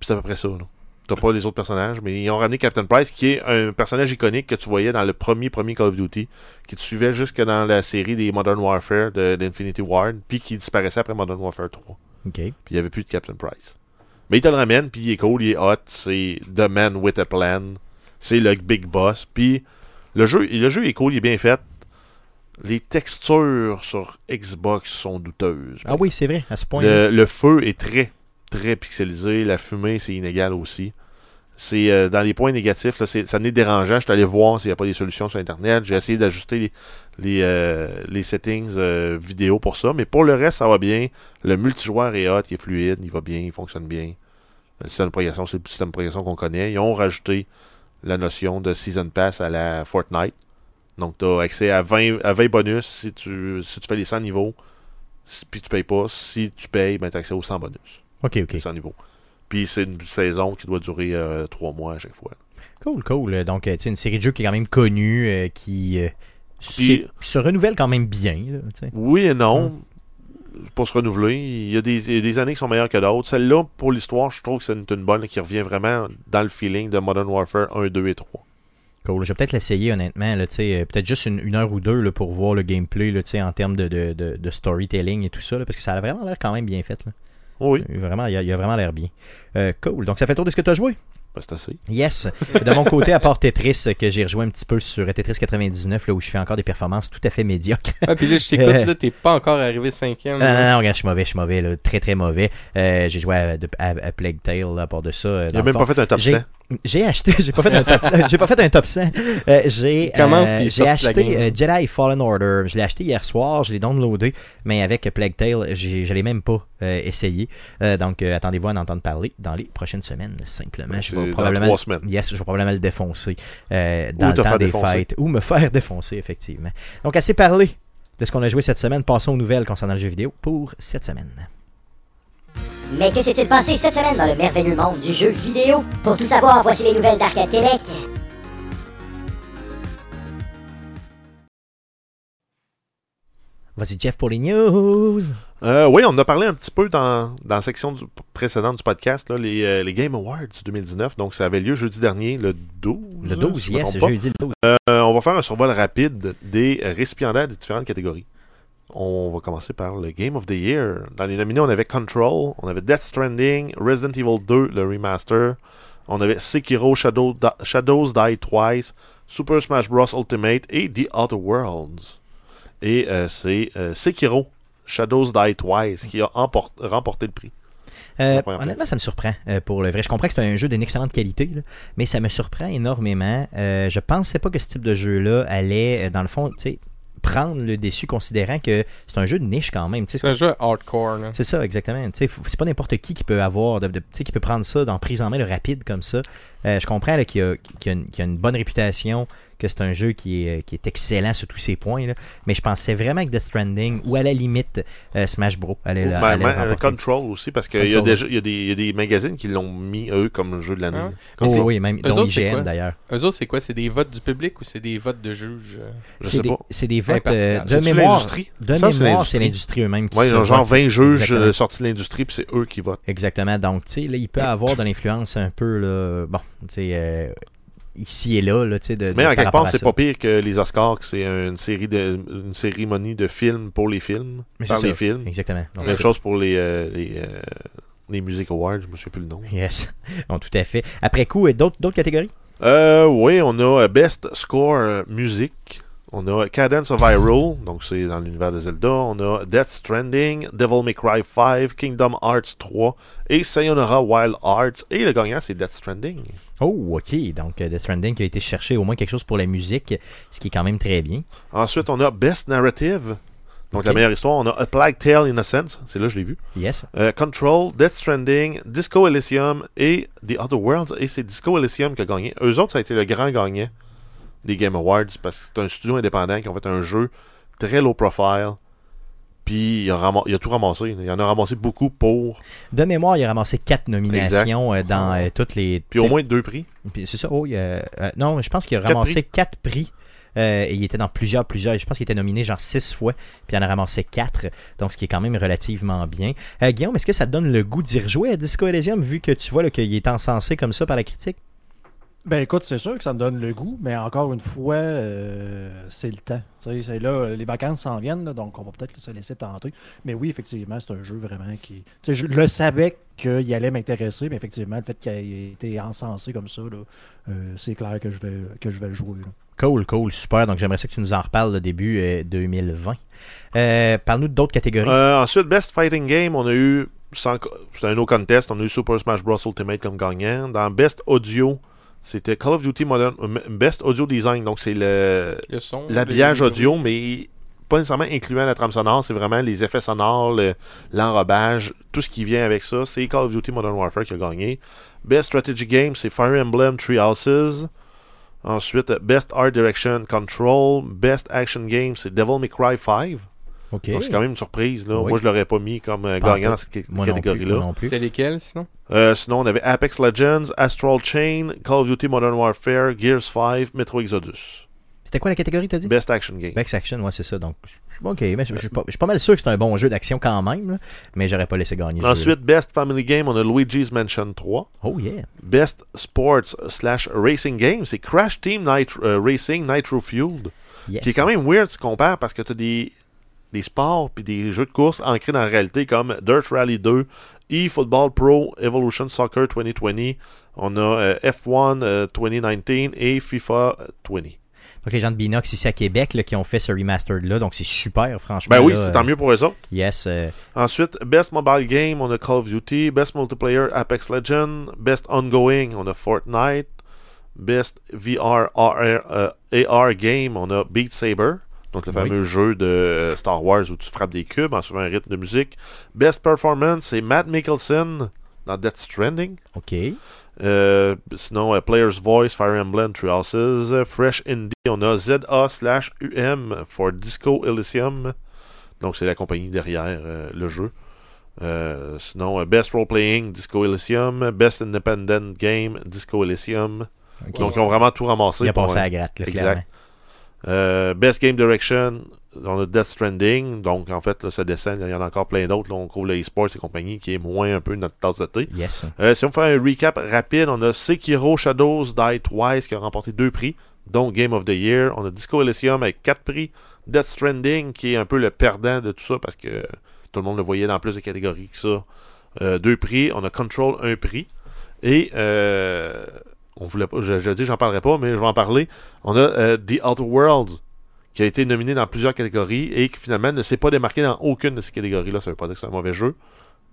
Speaker 3: Puis c'est à peu près ça. là. T'as pas les autres personnages, mais ils ont ramené Captain Price, qui est un personnage iconique que tu voyais dans le premier premier Call of Duty, qui te suivait jusque dans la série des Modern Warfare de- d'Infinity Ward, puis qui disparaissait après Modern Warfare 3.
Speaker 1: Ok.
Speaker 3: Puis il n'y avait plus de Captain Price. Mais il te le ramène, puis il est cool, il est hot, c'est The Man with a Plan, c'est le Big Boss, puis le jeu, le jeu est cool, il est bien fait. Les textures sur Xbox sont douteuses.
Speaker 1: Ah oui, c'est vrai, à ce point.
Speaker 3: Le, le feu est très, très pixelisé. La fumée, c'est inégal aussi. C'est euh, dans les points négatifs, là, c'est- ça n'est dérangeant. Je suis allé voir s'il n'y a pas des solutions sur Internet. J'ai essayé d'ajuster les, les, euh, les settings euh, vidéo pour ça. Mais pour le reste, ça va bien. Le multijoueur est hot, il est fluide, il va bien, il fonctionne bien. Le système de progression, c'est le système de progression qu'on connaît. Ils ont rajouté la notion de Season Pass à la Fortnite. Donc, tu as accès à 20, à 20 bonus si tu, si tu fais les 100 niveaux. Si- puis tu payes pas. Si tu payes, ben, tu as accès aux 100 bonus,
Speaker 1: Ok, ok.
Speaker 3: les 100 niveaux. Puis c'est une saison qui doit durer 3 mois à chaque fois.
Speaker 1: Cool, cool. Donc, euh, tu sais, une série de jeux qui est quand même connue, euh, qui euh,
Speaker 3: Puis-
Speaker 1: se- se renouvelle quand même bien. là, tu sais.
Speaker 3: Oui et non.
Speaker 1: Hmm.
Speaker 3: Pour se renouveler, il y, a des, il y a des années qui sont meilleures que d'autres. Celle-là, pour l'histoire, je trouve que c'est une, une bonne qui revient vraiment dans le feeling de Modern Warfare 1, 2 et 3.
Speaker 1: Cool. Je vais peut-être l'essayer honnêtement, là, tu sais, euh, peut-être juste une, une heure ou deux là, pour voir le gameplay là, tu sais, en termes de, de- de- de storytelling et tout ça, là, parce que ça a vraiment l'air quand même bien fait. Là.
Speaker 3: Oui,
Speaker 1: Euh, Vraiment, il a, il a vraiment l'air bien. Euh, cool. Donc ça fait le tour de ce que tu as joué.
Speaker 3: ben, c'est assez.
Speaker 1: Yes. De mon côté, à part Tetris, euh, que j'ai rejoué un petit peu sur euh, Tetris 99, là, où je fais encore des performances tout à fait médiocres.
Speaker 3: <laughs>
Speaker 4: Ah, puis là, je t'écoute, là, t'es pas encore arrivé cinquième.
Speaker 1: Non, non,
Speaker 4: là.
Speaker 1: non, regarde, je suis mauvais, je suis mauvais, là, très très mauvais. Euh, j'ai joué à, de- à- à Plague Tale là, à part de ça. euh,
Speaker 3: Il
Speaker 1: dans
Speaker 3: n'a
Speaker 1: le
Speaker 3: même
Speaker 1: fond.
Speaker 3: pas fait un top
Speaker 1: j'ai-
Speaker 3: 100.
Speaker 1: J'ai acheté, <laughs> j'ai pas fait un top, j'ai pas fait un top 100. Euh, j'ai
Speaker 4: Il commence,
Speaker 1: euh,
Speaker 4: puis il
Speaker 1: j'ai
Speaker 4: sorti la
Speaker 1: acheté
Speaker 4: game.
Speaker 1: euh, Jedi Fallen Order. Je l'ai acheté hier soir, je l'ai downloadé, mais avec Plague Tale, j'ai- je l'ai même pas euh, essayé. Euh, donc euh, attendez-vous à en entendre parler dans les prochaines semaines simplement. Je
Speaker 3: Ben, C'est
Speaker 1: vais
Speaker 3: dans
Speaker 1: probablement
Speaker 3: trois semaines.
Speaker 1: Yes, je vais probablement le défoncer euh, dans
Speaker 3: Ou
Speaker 1: le
Speaker 3: te
Speaker 1: temps
Speaker 3: faire
Speaker 1: des
Speaker 3: défoncer.
Speaker 1: fêtes ou me faire défoncer effectivement. Donc assez parlé de ce qu'on a joué cette semaine, passons aux nouvelles concernant le jeu vidéo pour cette semaine.
Speaker 6: Mais que s'est-il passé cette semaine dans le merveilleux monde du jeu vidéo Pour tout savoir, voici les nouvelles d'Arcade Québec.
Speaker 1: Vas-y, Jeff, pour les news.
Speaker 3: Euh, oui, on en a parlé un petit peu dans, dans la section du- précédente du podcast, là, les, euh, les Game Awards 2019. Donc, ça avait lieu jeudi dernier, le 12.
Speaker 1: Le 12,
Speaker 3: si je me
Speaker 1: yes,
Speaker 3: trompe pas.
Speaker 1: jeudi le 12.
Speaker 3: Euh, on va faire un survol rapide des récipiendaires des différentes catégories. On va commencer par le Game of the Year. Dans les nominés, on avait Control, on avait Death Stranding, Resident Evil 2, le remaster, on avait Sekiro Shadow Di- Shadows Die Twice, Super Smash Bros. Ultimate et The Outer Worlds. Et euh, c'est euh, Sekiro Shadows Die Twice qui a emport- remporté le prix.
Speaker 1: Euh,
Speaker 3: La première
Speaker 1: honnêtement, ça me surprend euh, pour le vrai. Je comprends que c'est un jeu d'une excellente qualité, là, mais ça me surprend énormément. Euh, je pensais pas que ce type de jeu-là allait, euh, dans le fond, tu sais, prendre le déçu, considérant que c'est un jeu de niche quand même. tu sais,
Speaker 4: C'est un jeu hardcore. Là.
Speaker 1: C'est ça, exactement. Tu sais, faut- C'est pas n'importe qui qui peut avoir, de, de- tu sais, qui peut prendre ça dans prise en main le rapide comme ça. Euh, je comprends là, qu'il y, a- qu'il y a une- qu'il y a une bonne réputation, que c'est un jeu qui est, euh, qui est excellent sur tous ses points, là. mais je pensais vraiment que Death Stranding ou à la limite euh, Smash Bros. allait,
Speaker 3: Ou
Speaker 4: ben,
Speaker 1: la-
Speaker 3: même,
Speaker 1: allait
Speaker 3: euh,
Speaker 1: remporter.
Speaker 3: Control aussi, parce qu'il y, a
Speaker 1: Control.
Speaker 3: déjà- il y, a des- il y a des magazines qui l'ont mis, eux, comme jeu de l'année.
Speaker 4: Hein?
Speaker 1: Oh,
Speaker 4: Mais c'est-
Speaker 1: oui, même
Speaker 4: Eux
Speaker 1: dont
Speaker 4: autres, c'est
Speaker 1: IGN
Speaker 4: quoi?
Speaker 1: d'ailleurs.
Speaker 4: Eux autres, c'est quoi C'est des votes du public ou c'est des votes de juges euh?
Speaker 3: Je
Speaker 1: C'est
Speaker 3: sais
Speaker 1: des,
Speaker 3: pas.
Speaker 1: c'est des votes
Speaker 4: Impartial.
Speaker 1: euh, de
Speaker 4: C'est-tu
Speaker 1: mémoire.
Speaker 3: l'industrie?
Speaker 1: De
Speaker 3: Il me semble que c'est
Speaker 1: mémoire, c'est
Speaker 3: l'industrie.
Speaker 1: l'industrie eux-mêmes qui
Speaker 3: Oui,
Speaker 1: se
Speaker 3: ils ont genre
Speaker 1: votent.
Speaker 3: 20 juges
Speaker 1: Exactement.
Speaker 3: euh, sortis de l'industrie, puis c'est eux qui votent.
Speaker 1: Exactement. Donc, tu sais, là, il
Speaker 3: <coughs>
Speaker 1: peut avoir de l'influence un peu, là, bon, tu sais, euh, ici et là, là tu sais, de.
Speaker 3: Mais
Speaker 1: de-
Speaker 3: en
Speaker 1: par
Speaker 3: quelque
Speaker 1: rapport
Speaker 3: part,
Speaker 1: à
Speaker 3: c'est
Speaker 1: ça.
Speaker 3: pas pire que les Oscars, que c'est une série de une cérémonie de films pour les films,
Speaker 1: Mais
Speaker 3: par
Speaker 1: c'est
Speaker 3: les
Speaker 1: ça.
Speaker 3: films.
Speaker 1: Exactement. Donc, <laughs>
Speaker 3: Même
Speaker 1: c'est-
Speaker 3: chose pour les, euh, les, euh, les Music Awards, je me souviens plus le nom.
Speaker 1: Yes. Bon, tout à fait. Après coup, et d'autres d'autres catégories
Speaker 3: Euh, oui, on a euh, Best Score euh, Music. On a euh, Cadence of Hyrule, donc c'est dans l'univers de Zelda. On a Death Stranding, Devil May Cry 5, Kingdom Hearts 3 et Sayonara Wild Hearts. Et le gagnant, c'est Death Stranding.
Speaker 1: Oh, ok. Donc, euh, Death Stranding qui a été chercher au moins quelque chose pour la musique, ce qui est quand même très bien.
Speaker 3: Ensuite, on a Best Narrative. Donc,
Speaker 1: Ok.
Speaker 3: la meilleure histoire, on a A Plague Tale Innocence. C'est là que je l'ai vu.
Speaker 1: Yes.
Speaker 3: Euh, Control, Death Stranding, Disco Elysium et The Other Worlds. Et c'est Disco Elysium qui a gagné. Eux autres, ça a été le grand gagnant des Game Awards parce que c'est un studio indépendant qui a fait un jeu très low profile. Puis il a, ram- il a tout ramassé. Il en a ramassé beaucoup pour.
Speaker 1: De mémoire, il a ramassé quatre nominations euh, dans
Speaker 3: Ah.
Speaker 1: euh, toutes les. tu
Speaker 3: Puis au
Speaker 1: sais,
Speaker 3: moins deux prix.
Speaker 1: Puis c'est ça. Oh, il, euh, euh, non, je pense qu'il a
Speaker 3: Quatre
Speaker 1: ramassé quatre prix. Euh, et il était dans plusieurs, plusieurs. Je pense qu'il était nominé genre six fois, puis il en a ramassé quatre. Donc, ce qui est quand même relativement bien. Euh, Guillaume, est-ce que ça te donne le goût d'y rejouer à Disco Elysium, vu que tu vois là, qu'il est encensé comme ça par la critique
Speaker 2: Ben écoute, c'est sûr que ça me donne le goût, mais encore une fois, euh, c'est le temps. Tu sais, c'est là, euh, les vacances s'en viennent, là, donc on va peut-être se laisser tenter. Mais oui, effectivement, c'est un jeu vraiment qui. Tu sais, je le savais qu'il allait m'intéresser, mais effectivement, le fait qu'il ait été encensé comme ça, là, euh, c'est clair que je vais que je vais le jouer. là.
Speaker 1: Cool, cool, super. Donc, j'aimerais ça que tu nous en reparles le début euh, 2020. Euh, Parle-nous d'autres catégories.
Speaker 3: Euh, ensuite, Best Fighting Game, on a eu. sans co- C'est un no contest. On a eu Super Smash Bros. Ultimate comme gagnant. Dans Best Audio, c'était Call of Duty Modern. euh, Best Audio Design. Donc c'est le,
Speaker 4: Le son
Speaker 3: l'habillage
Speaker 4: les-
Speaker 3: audio, mais pas nécessairement incluant la trame sonore, c'est vraiment les effets sonores, le- l'enrobage, tout ce qui vient avec ça. C'est Call of Duty Modern Warfare qui a gagné. Best Strategy Game, c'est Fire Emblem Three Houses. Ensuite, Best Art Direction Control. Best Action Game, c'est Devil May Cry 5.
Speaker 1: ok.
Speaker 3: Donc, c'est quand même une surprise. Là.
Speaker 1: Oui.
Speaker 3: Moi, je l'aurais pas mis comme euh,
Speaker 1: Pas en
Speaker 3: gagnant dans
Speaker 1: tout.
Speaker 3: cette ca-
Speaker 1: Moi non plus.
Speaker 3: catégorie-là.
Speaker 1: moi non plus.
Speaker 4: C'était lesquels sinon
Speaker 3: Euh, sinon, on avait Apex Legends, Astral Chain, Call of Duty Modern Warfare, Gears 5, Metro Exodus.
Speaker 1: C'était quoi la catégorie, t'as dit
Speaker 3: Best Action Game.
Speaker 1: Back Action, ouais, c'est ça. Donc, ok, mais je, je suis pas, je suis pas mal sûr que c'est un bon jeu d'action quand même, là, mais j'aurais pas laissé gagner. ce jeu-là.
Speaker 3: Ensuite, Best Family Game, on a Luigi's Mansion 3.
Speaker 1: oh yeah.
Speaker 3: Best Sports slash Racing Game, c'est Crash Team Nit- euh, Racing Nitro Fueled.
Speaker 1: Yes.
Speaker 3: Qui est quand même weird si tu compares parce que tu as des, des sports puis des jeux de course ancrés dans la réalité comme Dirt Rally 2, eFootball Pro, Evolution Soccer 2020. On a euh, F1 euh, 2019 et FIFA 20.
Speaker 1: Donc, les gens de Binox ici à Québec là, qui ont fait ce remastered-là, donc c'est super, franchement.
Speaker 3: Ben oui,
Speaker 1: là,
Speaker 3: c'est
Speaker 1: euh,
Speaker 3: tant mieux pour eux autres.
Speaker 1: Yes. euh,
Speaker 3: Ensuite, Best Mobile Game, on a Call of Duty. Best Multiplayer, Apex Legends. Best Ongoing, on a Fortnite. Best VR AR, euh, AR Game, on a Beat Saber. Donc le
Speaker 1: Oui.
Speaker 3: fameux jeu de euh, Star Wars où tu frappes des cubes en suivant un rythme de musique. Best Performance, c'est Matt Mickelson dans Death Stranding.
Speaker 1: ok.
Speaker 3: Euh, sinon, euh, Player's Voice, Fire Emblem, Three Houses, euh, Fresh Indie, on a ZA slash UM for Disco Elysium. Donc, c'est la compagnie derrière euh, le jeu. Euh, sinon, euh, Best Role Playing, Disco Elysium, Best Independent Game, Disco Elysium.
Speaker 1: ok.
Speaker 3: Donc, ils ont vraiment tout ramassé.
Speaker 1: il a
Speaker 3: pour,
Speaker 1: passé à
Speaker 3: euh,
Speaker 1: la gratte, là,
Speaker 3: exact.
Speaker 1: clairement.
Speaker 3: Euh, Best Game Direction, on a Death Stranding. Donc, en fait, là, ça descend. Il y en a encore plein d'autres. Là, on couvre le e-sports et compagnie, qui est moins un peu notre tasse de thé.
Speaker 1: Yes.
Speaker 3: Euh, si on fait un recap rapide, on a Sekiro Shadows Die Twice qui a remporté deux prix, dont Game of the Year. On a Disco Elysium avec quatre prix. Death Stranding qui est un peu le perdant de tout ça parce que tout le monde le voyait dans plus de catégories que ça. Euh, deux prix. On a Control un prix. Et euh, on voulait pas, je, je dis j'en parlerai pas, mais je vais en parler. On a euh, The Outer Worlds qui a été nominé dans plusieurs catégories et qui finalement ne s'est pas démarqué dans aucune de ces catégories-là. Ça veut pas dire que c'est un mauvais jeu.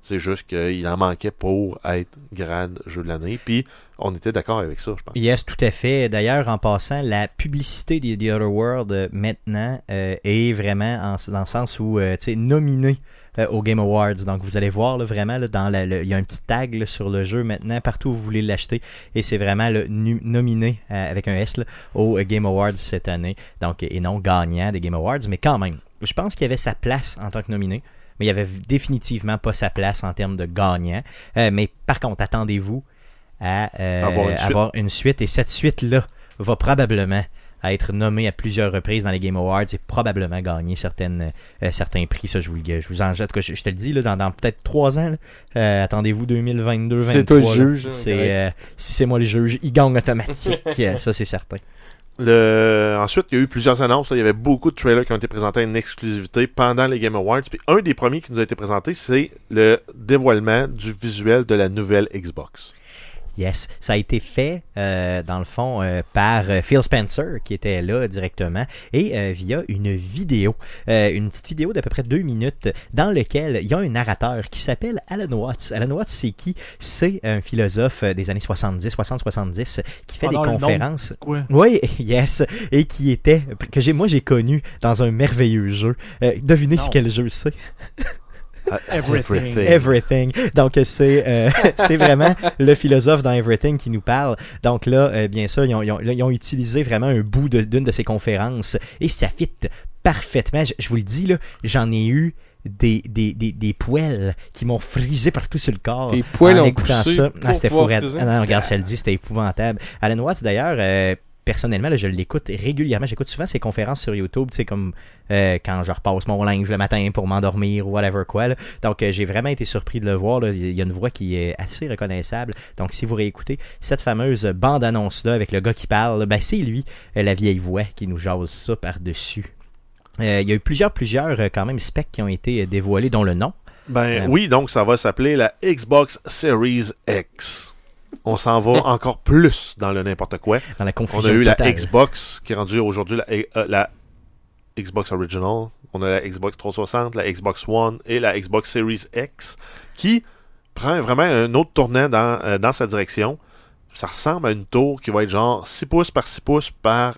Speaker 3: C'est juste qu'il en manquait pour être grade jeu de l'année. Puis on était d'accord avec ça, je pense.
Speaker 1: Yes, tout à fait. D'ailleurs, en passant, la publicité des The Other World euh, maintenant euh, est vraiment en- dans le sens où, euh, tu sais, nominée euh, aux Game Awards. Donc, vous allez voir là, vraiment, là, dans la- le- il y a un petit tag là, sur le jeu maintenant, partout où vous voulez l'acheter. Et c'est vraiment le nominé euh, avec un S là, aux euh, Game Awards cette année. Donc, et non gagnant des Game Awards, mais quand même, je pense qu'il y avait sa place en tant que nominé. Mais il n'y avait définitivement pas sa place en termes de gagnant. Euh, mais par contre, attendez-vous à euh,
Speaker 3: Avoir une suite.
Speaker 1: avoir une suite. Et cette suite-là va probablement être nommée à plusieurs reprises dans les Game Awards et probablement gagner certaines, euh, certains prix. Ça, je vous, le- je vous en jette. Je, je te le dis, là, dans, dans peut-être trois ans, là, euh, attendez-vous 2022
Speaker 7: C'est toi le
Speaker 1: 2023, là.
Speaker 7: juge, hein,
Speaker 1: C'est,
Speaker 7: correct.
Speaker 1: euh, si c'est moi le juge, il gagne automatique.
Speaker 7: <laughs>
Speaker 1: Euh, ça, c'est certain.
Speaker 3: Le... Ensuite, il y a eu plusieurs annonces. là. Il y avait beaucoup de trailers qui ont été présentés en exclusivité pendant les Game Awards. Puis un des premiers qui nous a été présenté, c'est le dévoilement du visuel de la nouvelle Xbox.
Speaker 1: Yes, ça a été fait euh, dans le fond euh, par euh, Phil Spencer qui était là directement et euh, via une vidéo, Euh, une petite vidéo d'à peu près deux minutes dans laquelle il y a un narrateur qui s'appelle Alan Watts. Alan Watts, c'est qui C'est un philosophe euh, des années 70, 60-70 qui fait
Speaker 2: Ah,
Speaker 1: des
Speaker 2: non, le nom.
Speaker 1: conférences.
Speaker 2: Quoi?
Speaker 1: Oui, <laughs> yes, et qui était que j'ai moi j'ai connu dans un merveilleux jeu. Euh, devinez
Speaker 2: Non.
Speaker 1: quel jeu c'est.
Speaker 2: Everything.
Speaker 1: Everything. Donc, c'est euh, <laughs> c'est vraiment le philosophe dans Everything qui nous parle. Donc là, euh, bien sûr, ils ont, ils ont- là, ils ont utilisé vraiment un bout de- d'une de, ses conférences et ça fit parfaitement. Je, je vous le dis, là, j'en ai eu des, des, des, des poêles qui m'ont frisé partout sur le corps.
Speaker 4: Tes poils
Speaker 1: Ah. en
Speaker 4: ont
Speaker 1: écoutant
Speaker 4: poussé
Speaker 1: ça.
Speaker 4: pour
Speaker 1: Ah, c'était fou,
Speaker 4: pouvoir
Speaker 1: raide.
Speaker 4: friser.
Speaker 1: Ah non, regarde, ça le dit, c'était épouvantable. Alan Watts, d'ailleurs, euh, personnellement, là, je l'écoute régulièrement. J'écoute souvent ses conférences sur YouTube, tu sais, comme euh, quand je repasse mon linge le matin pour m'endormir ou whatever quoi. là. Donc, euh, j'ai vraiment été surpris de le voir. là. Il y a une voix qui est assez reconnaissable. Donc, si vous réécoutez cette fameuse bande-annonce-là avec le gars qui parle, ben, c'est lui, euh, la vieille voix, qui nous jase ça par-dessus. Euh, il y a eu plusieurs, plusieurs, euh, quand même, specs qui ont été euh, dévoilés, dont le nom.
Speaker 3: Ben
Speaker 1: Ouais.
Speaker 3: oui, donc ça va s'appeler la Xbox Series X. On s'en va encore plus dans le n'importe quoi.
Speaker 1: Dans la
Speaker 3: On a
Speaker 1: confusion
Speaker 3: eu la
Speaker 1: totale.
Speaker 3: Xbox qui est rendue aujourd'hui la, euh, la Xbox Original. On a la Xbox 360, la Xbox One et la Xbox Series X qui prend vraiment un autre tournant dans, euh, dans sa direction. Ça ressemble à une tour qui va être genre 6 pouces par 6 pouces par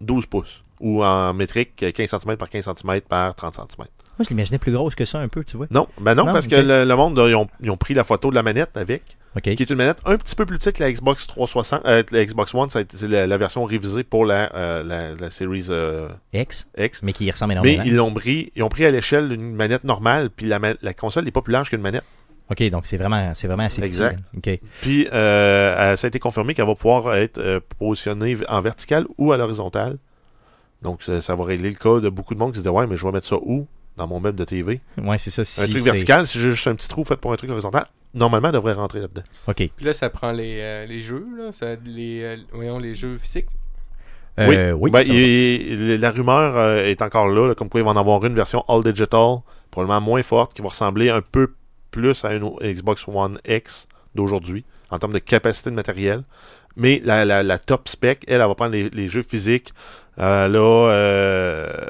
Speaker 3: 12 pouces. Ou en métrique, euh, 15 cm par 15 cm par 30 cm.
Speaker 1: Moi, je l'imaginais plus grosse que ça un peu, tu vois.
Speaker 3: Non, ben non,
Speaker 1: Non,
Speaker 3: parce
Speaker 1: ok.
Speaker 3: que le, le monde, euh, ils ont, ils ont pris la photo de la manette avec
Speaker 1: OK.
Speaker 3: qui est une manette un petit peu plus petite que la Xbox 360, euh, la Xbox One, ça a été- c'est la, la version révisée pour la, euh, la, la Series euh,
Speaker 1: X,
Speaker 3: X.
Speaker 1: mais qui ressemble
Speaker 3: Mais
Speaker 1: énormément.
Speaker 3: ils l'ont pris, ils ont pris à l'échelle d'une manette normale, puis la, ma- la console n'est pas plus large qu'une manette.
Speaker 1: OK, donc c'est vraiment, c'est vraiment assez petit,
Speaker 3: Exact.
Speaker 1: hein. OK.
Speaker 3: Puis euh, euh, ça a été confirmé qu'elle va pouvoir être euh, positionnée en verticale ou à l'horizontale. Donc ça, ça va régler le cas de beaucoup de monde qui se dit ouais mais je vais mettre ça où dans mon meuble de TV.
Speaker 1: Ouais, c'est ça. Si
Speaker 3: un truc
Speaker 1: c'est-
Speaker 3: vertical, si j'ai juste un petit trou fait pour un truc horizontal, normalement elle devrait rentrer là-dedans.
Speaker 1: OK.
Speaker 4: Puis là, ça prend les, euh, les jeux, là, ça, les, euh, voyons, les jeux physiques.
Speaker 1: Euh, oui.
Speaker 3: Ben,
Speaker 1: ça va.
Speaker 3: il- il- la rumeur euh, est encore là, là, Comme quoi, il va en avoir une version all digital, probablement moins forte, qui va ressembler un peu plus à une o- Xbox One X d'aujourd'hui, en termes de capacité de matériel. Mais la, la- la top spec, elle, elle va prendre les, les jeux physiques. Euh, là, euh,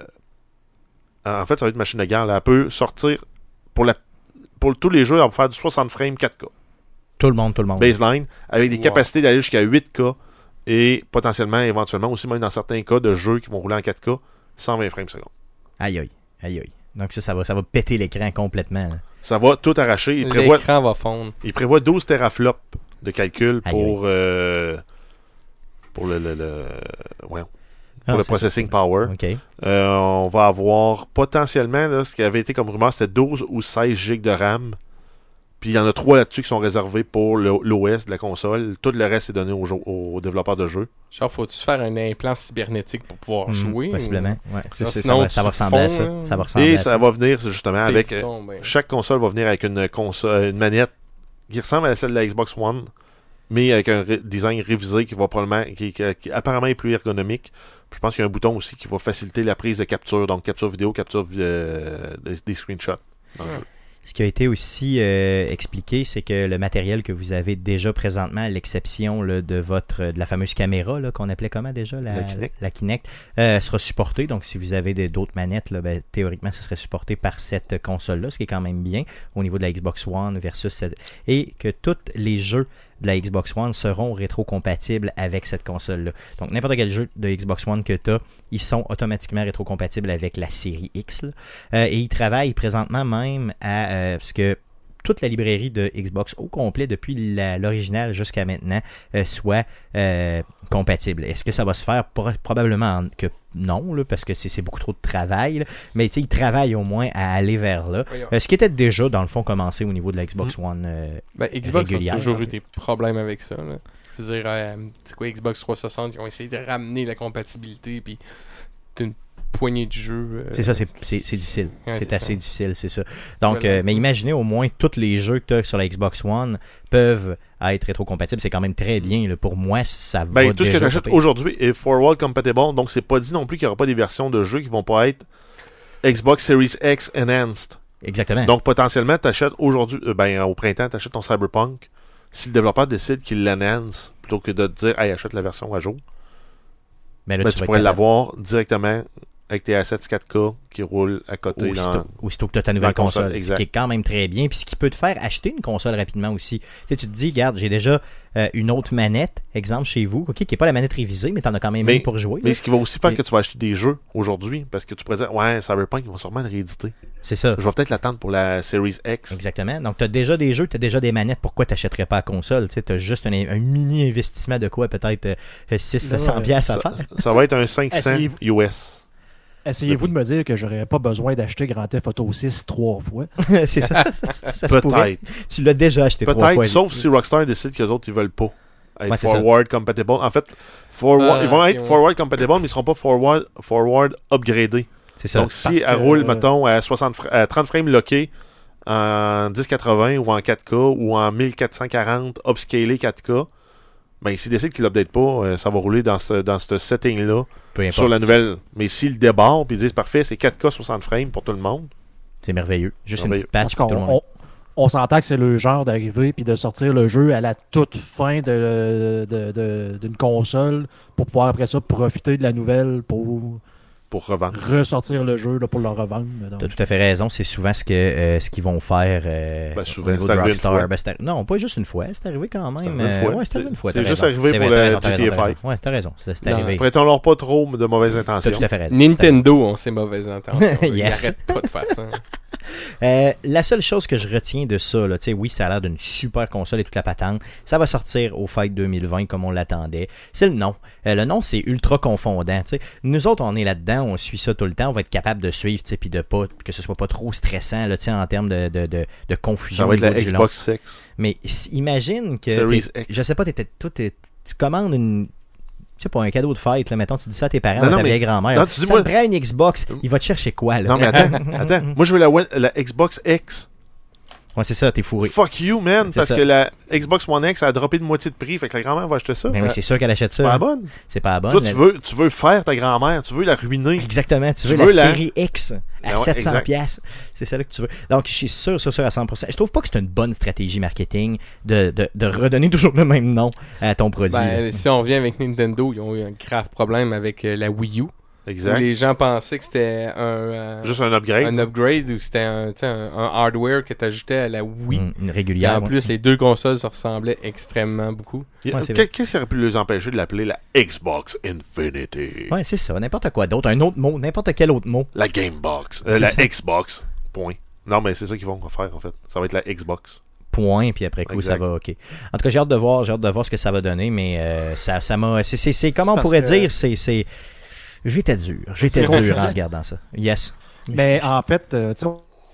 Speaker 3: en fait, ça va être une machine de guerre. là. Elle peut sortir pour la pour tous les jeux, elle va faire du 60 frames 4K
Speaker 1: Tout le monde, tout le monde.
Speaker 3: baseline, avec des
Speaker 4: Wow.
Speaker 3: capacités d'aller jusqu'à 8K et potentiellement, éventuellement, aussi même dans certains cas de jeux qui vont rouler en 4K, 120 frames seconde.
Speaker 1: Aïe, aïe. Aïe, aïe. Donc ça, ça va, ça va péter l'écran complètement. là.
Speaker 3: Ça va tout arracher. Il prévoit,
Speaker 4: L'écran va fondre.
Speaker 3: il prévoit 12 teraflops de calcul
Speaker 1: Aïe,
Speaker 3: pour, euh, pour le, le- le- voyons, pour
Speaker 1: Ah,
Speaker 3: le
Speaker 1: c'est
Speaker 3: processing
Speaker 1: ça.
Speaker 3: power.
Speaker 1: OK.
Speaker 3: Euh, on va avoir potentiellement, là, ce qui avait été comme rumeur, c'était 12 ou 16 gigs de RAM. Puis il y en a trois là-dessus qui sont réservés pour le- l'OS de la console. Tout le reste est donné aux, jo- aux développeurs de jeux.
Speaker 4: Genre, faut-tu faire un implant cybernétique pour pouvoir
Speaker 1: Mhm,
Speaker 4: jouer?
Speaker 1: Possiblement. Ouais, c'est- c'est-
Speaker 4: Ça,
Speaker 3: Ah,
Speaker 1: ça,
Speaker 4: sinon,
Speaker 1: va, ça
Speaker 4: tu
Speaker 1: va ressembler à
Speaker 4: fonds,
Speaker 1: ça.
Speaker 4: là.
Speaker 1: Ça va ressembler
Speaker 3: euh, Et
Speaker 1: à
Speaker 3: ça va venir c'est
Speaker 1: Hein,
Speaker 3: justement
Speaker 4: C'est ben,
Speaker 3: avec. euh,
Speaker 4: donc bien-
Speaker 3: Chaque console va venir avec une, console, une manette qui ressemble à celle de la Xbox One, mais avec un ré- design révisé qui va probablement. qui, qui- qui apparemment est plus ergonomique. Puis je pense qu'il y a un bouton aussi qui va faciliter la prise de capture, donc capture vidéo, capture euh, des, des screenshots. dans le jeu.
Speaker 1: Ce qui a été aussi euh, expliqué, c'est que le matériel que vous avez déjà présentement, à l'exception là, de votre de la fameuse caméra là, qu'on appelait comment déjà la,
Speaker 3: La Kinect.
Speaker 1: la Kinect, euh, sera supportée. Donc, si vous avez des- d'autres manettes, là, ben, théoriquement, ce serait supporté par cette console-là, ce qui est quand même bien au niveau de la Xbox One versus cette... et que tous les jeux de la Xbox One seront rétrocompatibles avec cette console-là. Donc, n'importe quel jeu de Xbox One que tu as, ils sont automatiquement rétrocompatibles avec la série X. là. Euh, et ils travaillent présentement même à euh, parce que toute la librairie de Xbox au complet depuis la- l'original jusqu'à maintenant euh, soit euh, compatible. Est-ce que ça va se faire Pro- probablement que non là, parce que c'est c'est beaucoup trop de travail. là. Mais tu sais, ils travaillent au moins à aller vers là.
Speaker 4: Voyons.
Speaker 1: Euh, ce qui était déjà dans le fond commencé au niveau de la Xbox One. euh,
Speaker 4: Ben, Xbox
Speaker 1: régulière. hein.
Speaker 4: a toujours eu des problèmes avec ça. là. Je veux dire, euh, c'est quoi, Xbox 360, ils ont essayé de ramener la compatibilité, puis t'as une poignée de jeux. euh,
Speaker 1: C'est ça, c'est c'est- c'est difficile.
Speaker 4: Ouais,
Speaker 1: c'est
Speaker 4: c'est
Speaker 1: assez
Speaker 4: ça.
Speaker 1: difficile, c'est ça. Donc,
Speaker 4: Voilà.
Speaker 1: euh, mais imaginez au moins tous les jeux que tu as sur la Xbox One peuvent être rétrocompatibles. C'est quand même très bien. là. Pour moi, ça va.
Speaker 3: Ben, tout ce que
Speaker 1: déjà
Speaker 3: tu achètes
Speaker 1: pas pire.
Speaker 3: aujourd'hui est forward compatible, donc c'est pas dit non plus qu'il n'y aura pas des versions de jeux qui vont pas être Xbox Series X Enhanced.
Speaker 1: Exactement.
Speaker 3: Donc potentiellement, tu achètes aujourd'hui, euh, ben au printemps, tu achètes ton Cyberpunk. Si le développeur décide qu'il l'enhance, plutôt que de te dire Hey, achète la version à jour,
Speaker 1: mais là,
Speaker 3: ben,
Speaker 1: tu,
Speaker 3: tu,
Speaker 1: vas être
Speaker 3: pourrais
Speaker 1: capable.
Speaker 3: l'avoir directement avec tes assets 4K qui roulent à côté.
Speaker 1: Aussitôt,
Speaker 3: dans-
Speaker 1: aussitôt que tu as ta nouvelle
Speaker 3: la console,
Speaker 1: console, ce
Speaker 3: exact.
Speaker 1: qui est quand même très bien. Puis ce qui peut te faire acheter une console rapidement aussi. Tu, sais, tu te dis, regarde, j'ai déjà euh, une autre manette, exemple chez vous, ok, qui n'est pas la manette révisée, mais tu en as quand même
Speaker 3: Mais-
Speaker 1: une pour jouer. là.
Speaker 3: Mais ce qui va aussi faire
Speaker 1: Mais-
Speaker 3: que tu vas acheter des jeux aujourd'hui, parce que tu pourrais dire Ouais, Cyberpunk, ils vont sûrement le rééditer.
Speaker 1: C'est ça.
Speaker 3: Je vais peut-être l'attendre pour la Series X.
Speaker 1: Exactement. Donc, tu as déjà des jeux, tu as déjà des manettes. Pourquoi tu n'achèterais pas la console? Tu as juste un, un mini investissement de quoi? Peut-être euh, 600
Speaker 2: Non,
Speaker 1: 100
Speaker 2: ouais.
Speaker 1: piastres à
Speaker 3: Ben Ça,
Speaker 1: faire.
Speaker 3: ça va être un 500
Speaker 2: Asseyez-vous.
Speaker 3: US.
Speaker 2: Essayez-vous de me dire que j'aurais pas besoin d'acheter Grand Theft Auto 6 trois fois.
Speaker 1: <laughs> c'est
Speaker 3: <laughs>
Speaker 1: ça. ça, ça se pourrait.
Speaker 3: Peut-être.
Speaker 1: Tu l'as déjà acheté trois
Speaker 3: Peut-être,
Speaker 1: fois.
Speaker 3: sauf si Rockstar décide que les autres, ils veulent pas être
Speaker 1: Ouais, c'est ça.
Speaker 3: forward compatible. En fait, forward-
Speaker 4: Ah,
Speaker 3: ils vont
Speaker 4: ok,
Speaker 3: être
Speaker 4: ouais.
Speaker 3: forward compatible, mais ils seront pas forward, forward upgradés.
Speaker 1: C'est ça. euh,
Speaker 3: Donc, si
Speaker 2: parce
Speaker 3: elle
Speaker 2: que-
Speaker 3: roule, mettons, à, 60 fra- à 30 frames loqués en 1080 ou en 4K ou en 1440 upscalé 4K, ben, s'ils décident qu'ils l'update pas, euh, ça va rouler dans ce, dans ce setting-là
Speaker 1: Peu importe.
Speaker 3: sur la nouvelle. Mais s'ils débordent et disent parfait, c'est 4K 60 frames pour tout le monde,
Speaker 1: C'est merveilleux. Juste une
Speaker 3: Merveilleux.
Speaker 1: petite patch
Speaker 2: Parce
Speaker 1: pour
Speaker 2: qu'on
Speaker 1: tout le monde.
Speaker 2: on- on s'entend que c'est le genre d'arriver puis de sortir le jeu à la toute fin de- de- de- d'une console pour pouvoir après ça profiter de la nouvelle pour
Speaker 3: pour revendre.
Speaker 2: ressortir le jeu là, pour le revendre. Donc,
Speaker 1: T'as tout à fait raison, c'est souvent ce que euh, ce qu'ils vont faire euh,
Speaker 3: Ben, souvent,
Speaker 1: au niveau
Speaker 3: c'est
Speaker 1: de
Speaker 3: arrivé une fois.
Speaker 1: Rockstar. Ben, c'est arri- non, pas juste une fois, c'est arrivé quand
Speaker 3: C'est
Speaker 1: même.
Speaker 3: arrivé une
Speaker 1: euh,
Speaker 3: fois.
Speaker 1: ouais, c'est arrivé une fois.
Speaker 3: C'est
Speaker 1: t'as
Speaker 3: juste
Speaker 1: raison.
Speaker 3: arrivé
Speaker 1: C'est
Speaker 3: pour
Speaker 1: vrai,
Speaker 3: le
Speaker 1: t'as raison, t'as raison,
Speaker 3: GTA
Speaker 1: t'as raison.
Speaker 3: V.
Speaker 1: Ouais, t'as raison, c'est c'est
Speaker 4: Non,
Speaker 1: arrivé.
Speaker 3: Prêtons-leur pas trop de mauvaises
Speaker 1: T'as
Speaker 3: intentions.
Speaker 1: tout à fait raison. c'est arrivé.
Speaker 4: Nintendo ont ses mauvaises intentions. Ils
Speaker 1: <laughs> Yes.
Speaker 4: arrêtent pas de faire
Speaker 1: <laughs>
Speaker 4: ça.
Speaker 1: Euh, la seule chose que je retiens de ça, là, tu sais, oui, ça a l'air d'une super console et toute la patente. Ça va sortir au Fight 2020 comme on l'attendait. C'est le nom. Euh, le nom, c'est ultra confondant. tu sais. Nous autres, on est là-dedans, on suit ça tout le temps, on va être capable de suivre, tu sais, puis de pas que ce soit pas trop stressant là, tu sais, en termes de, de, de, de confusion.
Speaker 3: Ça va
Speaker 1: au
Speaker 3: être la
Speaker 1: niveau du long.
Speaker 3: Xbox 6.
Speaker 1: Mais s- imagine que.
Speaker 3: Series
Speaker 1: t'es-
Speaker 3: X.
Speaker 1: Je sais pas, t'étais, toi, t'es- tu commandes une. Je sais pas, un cadeau de fête, là, mettons, tu dis ça à tes parents
Speaker 3: Non,
Speaker 1: ou à
Speaker 3: non,
Speaker 1: ta
Speaker 3: mais-
Speaker 1: vieille grand-mère.
Speaker 3: non, tu dis,
Speaker 1: ça
Speaker 3: moi-
Speaker 1: te prend une Xbox, il va te chercher quoi, là?
Speaker 3: Non, mais attends,
Speaker 1: <laughs>
Speaker 3: attends. Moi, je veux la, One- la Xbox X.
Speaker 1: Ouais, c'est ça, t'es fourré.
Speaker 3: Fuck you, man.
Speaker 1: C'est
Speaker 3: Parce
Speaker 1: ça.
Speaker 3: que la Xbox One X a droppé de moitié de prix. Fait que la grand-mère va acheter ça.
Speaker 1: Mais Ben oui, c'est sûr qu'elle achète
Speaker 3: C'est
Speaker 1: ça.
Speaker 3: Euh, pas la
Speaker 1: hein.
Speaker 3: bonne.
Speaker 1: C'est pas la bonne.
Speaker 3: Toi, tu
Speaker 1: Elle-
Speaker 3: veux, tu veux faire ta grand-mère. Tu veux la ruiner.
Speaker 1: Exactement, tu
Speaker 3: Tu
Speaker 1: veux,
Speaker 3: veux
Speaker 1: la
Speaker 3: la-
Speaker 1: série X à
Speaker 3: Ben ouais,
Speaker 1: 700
Speaker 3: exact.
Speaker 1: pièces. C'est celle que tu veux. Donc je suis sûr sûr sûr à 100%. Je trouve pas que c'est une bonne stratégie marketing de, de, de redonner <laughs> toujours le même nom à ton produit. là.
Speaker 4: Ben, si on revient avec Nintendo, ils ont eu un grave problème avec euh, la Wii U. où
Speaker 3: Exact.
Speaker 4: les gens pensaient que c'était un, euh,
Speaker 3: Juste un upgrade.
Speaker 4: un upgrade ou que c'était un, tu sais, un- un hardware que tu ajoutais à la Wii.
Speaker 1: Mm, une
Speaker 4: Et
Speaker 1: régulière.
Speaker 4: en
Speaker 1: ouais.
Speaker 4: plus, les deux consoles se ressemblaient extrêmement beaucoup.
Speaker 3: Il y a-
Speaker 1: Ouais, c'est
Speaker 3: Qu'est- Qu'est-ce qui aurait pu les empêcher de l'appeler la Xbox Infinity?
Speaker 1: Ouais, c'est ça, n'importe quoi d'autre, un autre mot, n'importe quel autre mot.
Speaker 3: La Gamebox. Euh,
Speaker 1: C'est
Speaker 3: la
Speaker 1: ça.
Speaker 3: Xbox. Point. Non, mais c'est ça qu'ils vont faire, en fait. Ça va être la Xbox.
Speaker 1: point, puis après coup, ça
Speaker 3: Exact.
Speaker 1: va OK. En tout cas, j'ai hâte de voir, j'ai hâte de voir ce que ça va donner, mais euh, ça, ça m'a. c'est- C'est c'est- comment on
Speaker 4: C'est
Speaker 1: pourrait
Speaker 4: parce que-
Speaker 1: dire, c'est. c'est- J'étais dur, j'étais
Speaker 4: C'est
Speaker 1: dur en
Speaker 4: confusant.
Speaker 1: regardant ça. Yes.
Speaker 2: Mais en Ben, fait, euh, tu sais,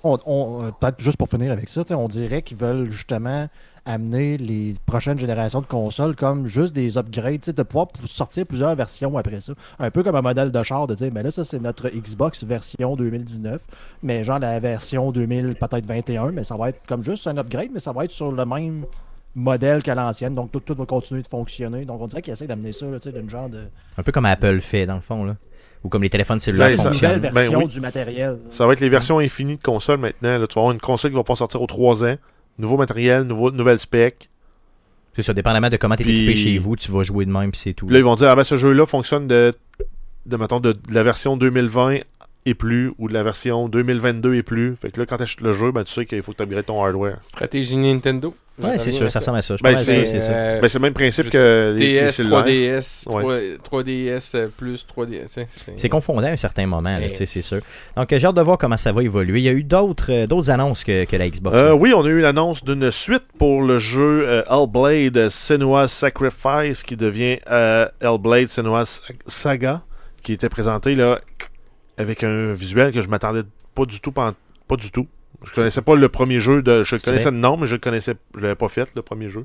Speaker 2: on, on- euh, peut-être juste pour finir avec ça, tu sais, on dirait qu'ils veulent justement amener les prochaines générations de consoles comme juste des upgrades, tu sais, de pouvoir pou- sortir plusieurs versions après ça. Un peu comme un modèle de char de dire, mais là, ça, c'est notre Xbox version 2019, mais genre la version 2000, peut-être 21, mais ça va être comme juste un upgrade, mais ça va être sur le même modèle qu'à l'ancienne, donc tout, tout va continuer de fonctionner. Donc on dirait qu'ils essaient d'amener ça, là, tu sais, d'une genre de
Speaker 1: Un peu comme Apple fait, dans le fond, là. Ou comme les téléphones
Speaker 3: Ben,
Speaker 1: cellulaires
Speaker 3: Ouais, ça-
Speaker 2: une nouvelle
Speaker 1: fonctionnent.
Speaker 3: ben
Speaker 2: version
Speaker 3: oui.
Speaker 2: du matériel.
Speaker 3: Ça va être les versions infinies de consoles maintenant. là. Tu vas avoir une console qui va pas sortir aux 3 ans. Nouveau matériel, nouveau, nouvelle spec.
Speaker 1: C'est ça, dépendamment de comment t'es
Speaker 3: Puis-
Speaker 1: équipé chez vous, tu vas jouer de même, puis c'est tout.
Speaker 3: Puis là, ils vont dire, ah ben ce jeu-là fonctionne de, de, mettons, de, de la version 2020 et plus, ou de la version 2022 et plus. Fait que là, quand t'achètes le jeu, ben tu sais qu'il faut que t'upgrades ton hardware.
Speaker 4: Stratégie Nintendo. Je
Speaker 1: Ouais, c'est
Speaker 4: reviens
Speaker 1: sûr,
Speaker 4: à
Speaker 1: ça ressemble à ça. Je
Speaker 3: Ben,
Speaker 1: pense que
Speaker 3: c'est-
Speaker 1: c'est ça.
Speaker 4: Euh,
Speaker 3: Ben c'est le même principe
Speaker 4: je-
Speaker 3: que les, les
Speaker 4: DS,
Speaker 3: cellulaires.
Speaker 4: 3DS,
Speaker 3: Ouais.
Speaker 4: 3, ds euh, plus 3DS. tu sais,
Speaker 1: C'est confondant à un certain moment, là,
Speaker 4: Eh,
Speaker 1: tu sais, c'est sûr. Donc, euh, j'ai hâte de voir comment ça va évoluer. Il y a eu d'autres euh, d'autres annonces que, que la Xbox.
Speaker 3: Euh, oui, on a eu l'annonce d'une suite pour le jeu euh, Hellblade Senua Sacrifice qui devient euh, Hellblade Senua Sa- Saga qui était présenté là avec un visuel que je m'attendais pas du tout pan- pas du tout. Je connaissais pas le premier jeu de je
Speaker 1: C'est
Speaker 3: connaissais
Speaker 1: vrai.
Speaker 3: le nom mais je le connaissais je l'avais pas fait le premier jeu.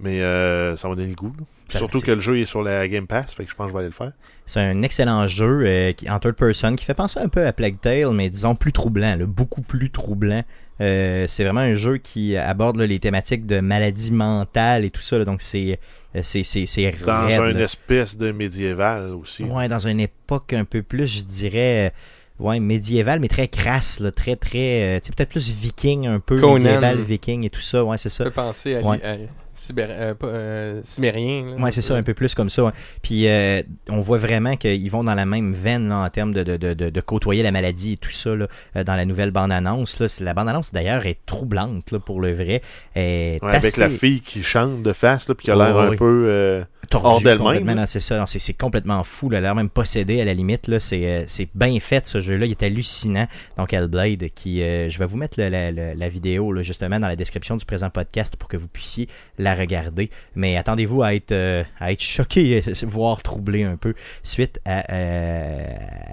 Speaker 3: Mais euh, ça m'a donné le goût. là.
Speaker 1: Ça-
Speaker 3: Surtout
Speaker 1: c'est-
Speaker 3: que le jeu est sur la Game Pass, fait que je pense que je vais aller le faire.
Speaker 1: C'est un excellent jeu euh, qui, en third person qui fait penser un peu à Plague Tale, mais disons plus troublant, là, beaucoup plus troublant. Euh, c'est vraiment un jeu qui aborde là, les thématiques de maladies mentales et tout ça. là. donc, c'est euh, c'est c'est- c'est
Speaker 3: Dans
Speaker 1: raide,
Speaker 3: une
Speaker 1: là.
Speaker 3: espèce de médiéval aussi.
Speaker 1: Ouais, dans une époque un peu plus, je dirais, euh, ouais, médiévale, mais très crasse, là, très, très, euh, tu sais, peut-être plus viking un peu,
Speaker 4: Conan.
Speaker 1: médiéval, viking et tout ça, ouais, c'est
Speaker 4: Ça
Speaker 1: ça.
Speaker 4: fait penser à,
Speaker 1: Ouais.
Speaker 4: à Sibéri- euh, pas, euh, Sibérien. là.
Speaker 1: Ouais, c'est ça, un peu plus comme ça. ouais. Puis euh, on voit vraiment qu'ils vont dans la même veine là, en termes de, de, de, de- de côtoyer la maladie et tout ça là, euh, dans la nouvelle bande-annonce. là. C'est- La bande-annonce d'ailleurs est troublante là, pour le vrai. Elle est
Speaker 3: Ouais, avec
Speaker 1: assez
Speaker 3: la fille qui chante de face là, puis qui a l'air
Speaker 1: Ouais,
Speaker 3: un
Speaker 1: ouais.
Speaker 3: peu euh,
Speaker 1: tordue
Speaker 3: hors d'elle-même,
Speaker 1: complètement.
Speaker 3: là.
Speaker 1: Non, C'est ça, Non, c'est c'est complètement fou. là. Elle a l'air même possédée à la limite. là. C'est euh, c'est bien fait ce jeu-là. Il est hallucinant. Donc Hellblade, qui, euh, je vais vous mettre le- la, la- la vidéo là, justement dans la description du présent podcast pour que vous puissiez la regarder. Mais attendez-vous à être, euh, à être choqué, <laughs> voire troublé un peu suite à, euh,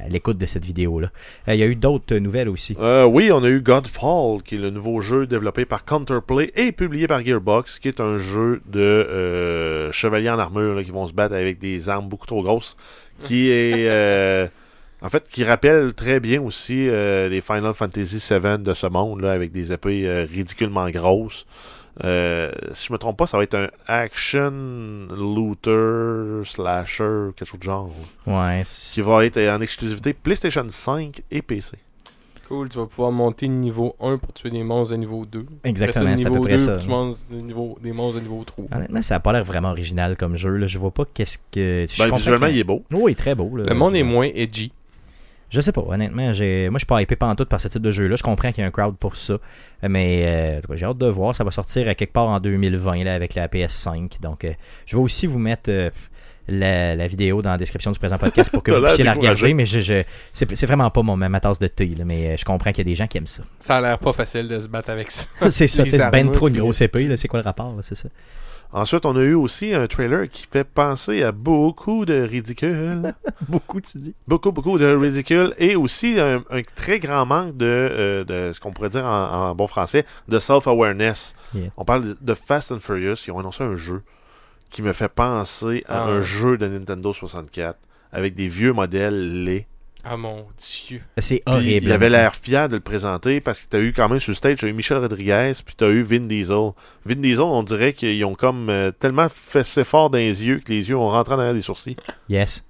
Speaker 1: à l'écoute de cette vidéo-là. Euh, Il y a eu d'autres nouvelles aussi.
Speaker 3: Euh, oui, on a eu Godfall, qui est le nouveau jeu développé par Counterplay et publié par Gearbox, qui est un jeu de euh, chevaliers en armure là, qui vont se battre avec des armes beaucoup trop grosses, qui
Speaker 1: <laughs>
Speaker 3: est euh, en fait qui rappelle très bien aussi euh, les Final Fantasy VII de ce monde, là, avec des épées euh, ridiculement grosses. Euh, si je me trompe pas, ça va être un action looter slasher quelque chose de genre,
Speaker 1: Ouais,
Speaker 3: qui
Speaker 1: c'est-
Speaker 3: va être en exclusivité PlayStation 5 et PC.
Speaker 4: Cool, tu vas pouvoir monter de niveau 1 pour tuer des monstres de niveau 2.
Speaker 1: exactement,
Speaker 4: Après
Speaker 1: c'est
Speaker 4: ça,
Speaker 1: à
Speaker 4: niveau
Speaker 1: peu près
Speaker 4: 2,
Speaker 1: ça.
Speaker 4: Tu manges des, niveaux- des monstres de niveau 3.
Speaker 1: Honnêtement, ça n'a pas l'air vraiment original comme jeu. Là. Je vois pas qu'est-ce que. je
Speaker 3: Ben,
Speaker 1: comprends
Speaker 3: visuellement,
Speaker 1: que-
Speaker 3: il est beau.
Speaker 1: Oh, il est très beau. là.
Speaker 4: Le monde est
Speaker 1: Je-
Speaker 4: moins edgy.
Speaker 1: Je sais pas, honnêtement, j'ai moi je suis pas hypé pantoute par ce type de jeu-là. Je comprends qu'il y a un crowd pour ça. Mais euh, en tout cas, j'ai hâte de voir. Ça va sortir à quelque part en 2020 là, avec la PS5. Donc euh, je vais aussi vous mettre euh, la, la vidéo dans la description du présent podcast pour que
Speaker 3: T'as
Speaker 1: vous
Speaker 3: l'air
Speaker 1: puissiez la
Speaker 3: découragé.
Speaker 1: regarder. Mais je, je- c'est c'est vraiment pas mon, ma tasse de thé. là, mais euh, je comprends qu'il y a des gens qui aiment ça.
Speaker 4: Ça a l'air pas facile de se battre avec ça.
Speaker 1: <laughs> c'est ça,
Speaker 4: Les
Speaker 1: c'est ben
Speaker 4: armures,
Speaker 1: trop une
Speaker 4: puis-
Speaker 1: grosse épée. là. C'est quoi le rapport là, C'est ça.
Speaker 3: Ensuite, on a eu aussi un trailer qui fait penser à beaucoup de ridicule.
Speaker 1: Beaucoup, tu dis.
Speaker 3: beaucoup, beaucoup de ridicule. Et aussi un, un très grand manque de, euh, de ce qu'on pourrait dire en, en bon français, de self-awareness.
Speaker 1: Yes.
Speaker 3: On parle de- de Fast and Furious. Ils ont annoncé un jeu qui me fait penser à
Speaker 4: Ah.
Speaker 3: un jeu de Nintendo 64 avec des vieux modèles laids.
Speaker 4: Ah mon dieu.
Speaker 1: C'est
Speaker 3: Puis,
Speaker 1: horrible.
Speaker 3: Il avait l'air fier de le présenter parce que t'as eu quand même sur le stage, t'as eu Michel Rodriguez, puis t'as eu Vin Diesel. Vin Diesel, on dirait qu'ils ont comme euh, tellement fessé fort dans les yeux que les yeux ont rentré en arrière des sourcils.
Speaker 1: Yes.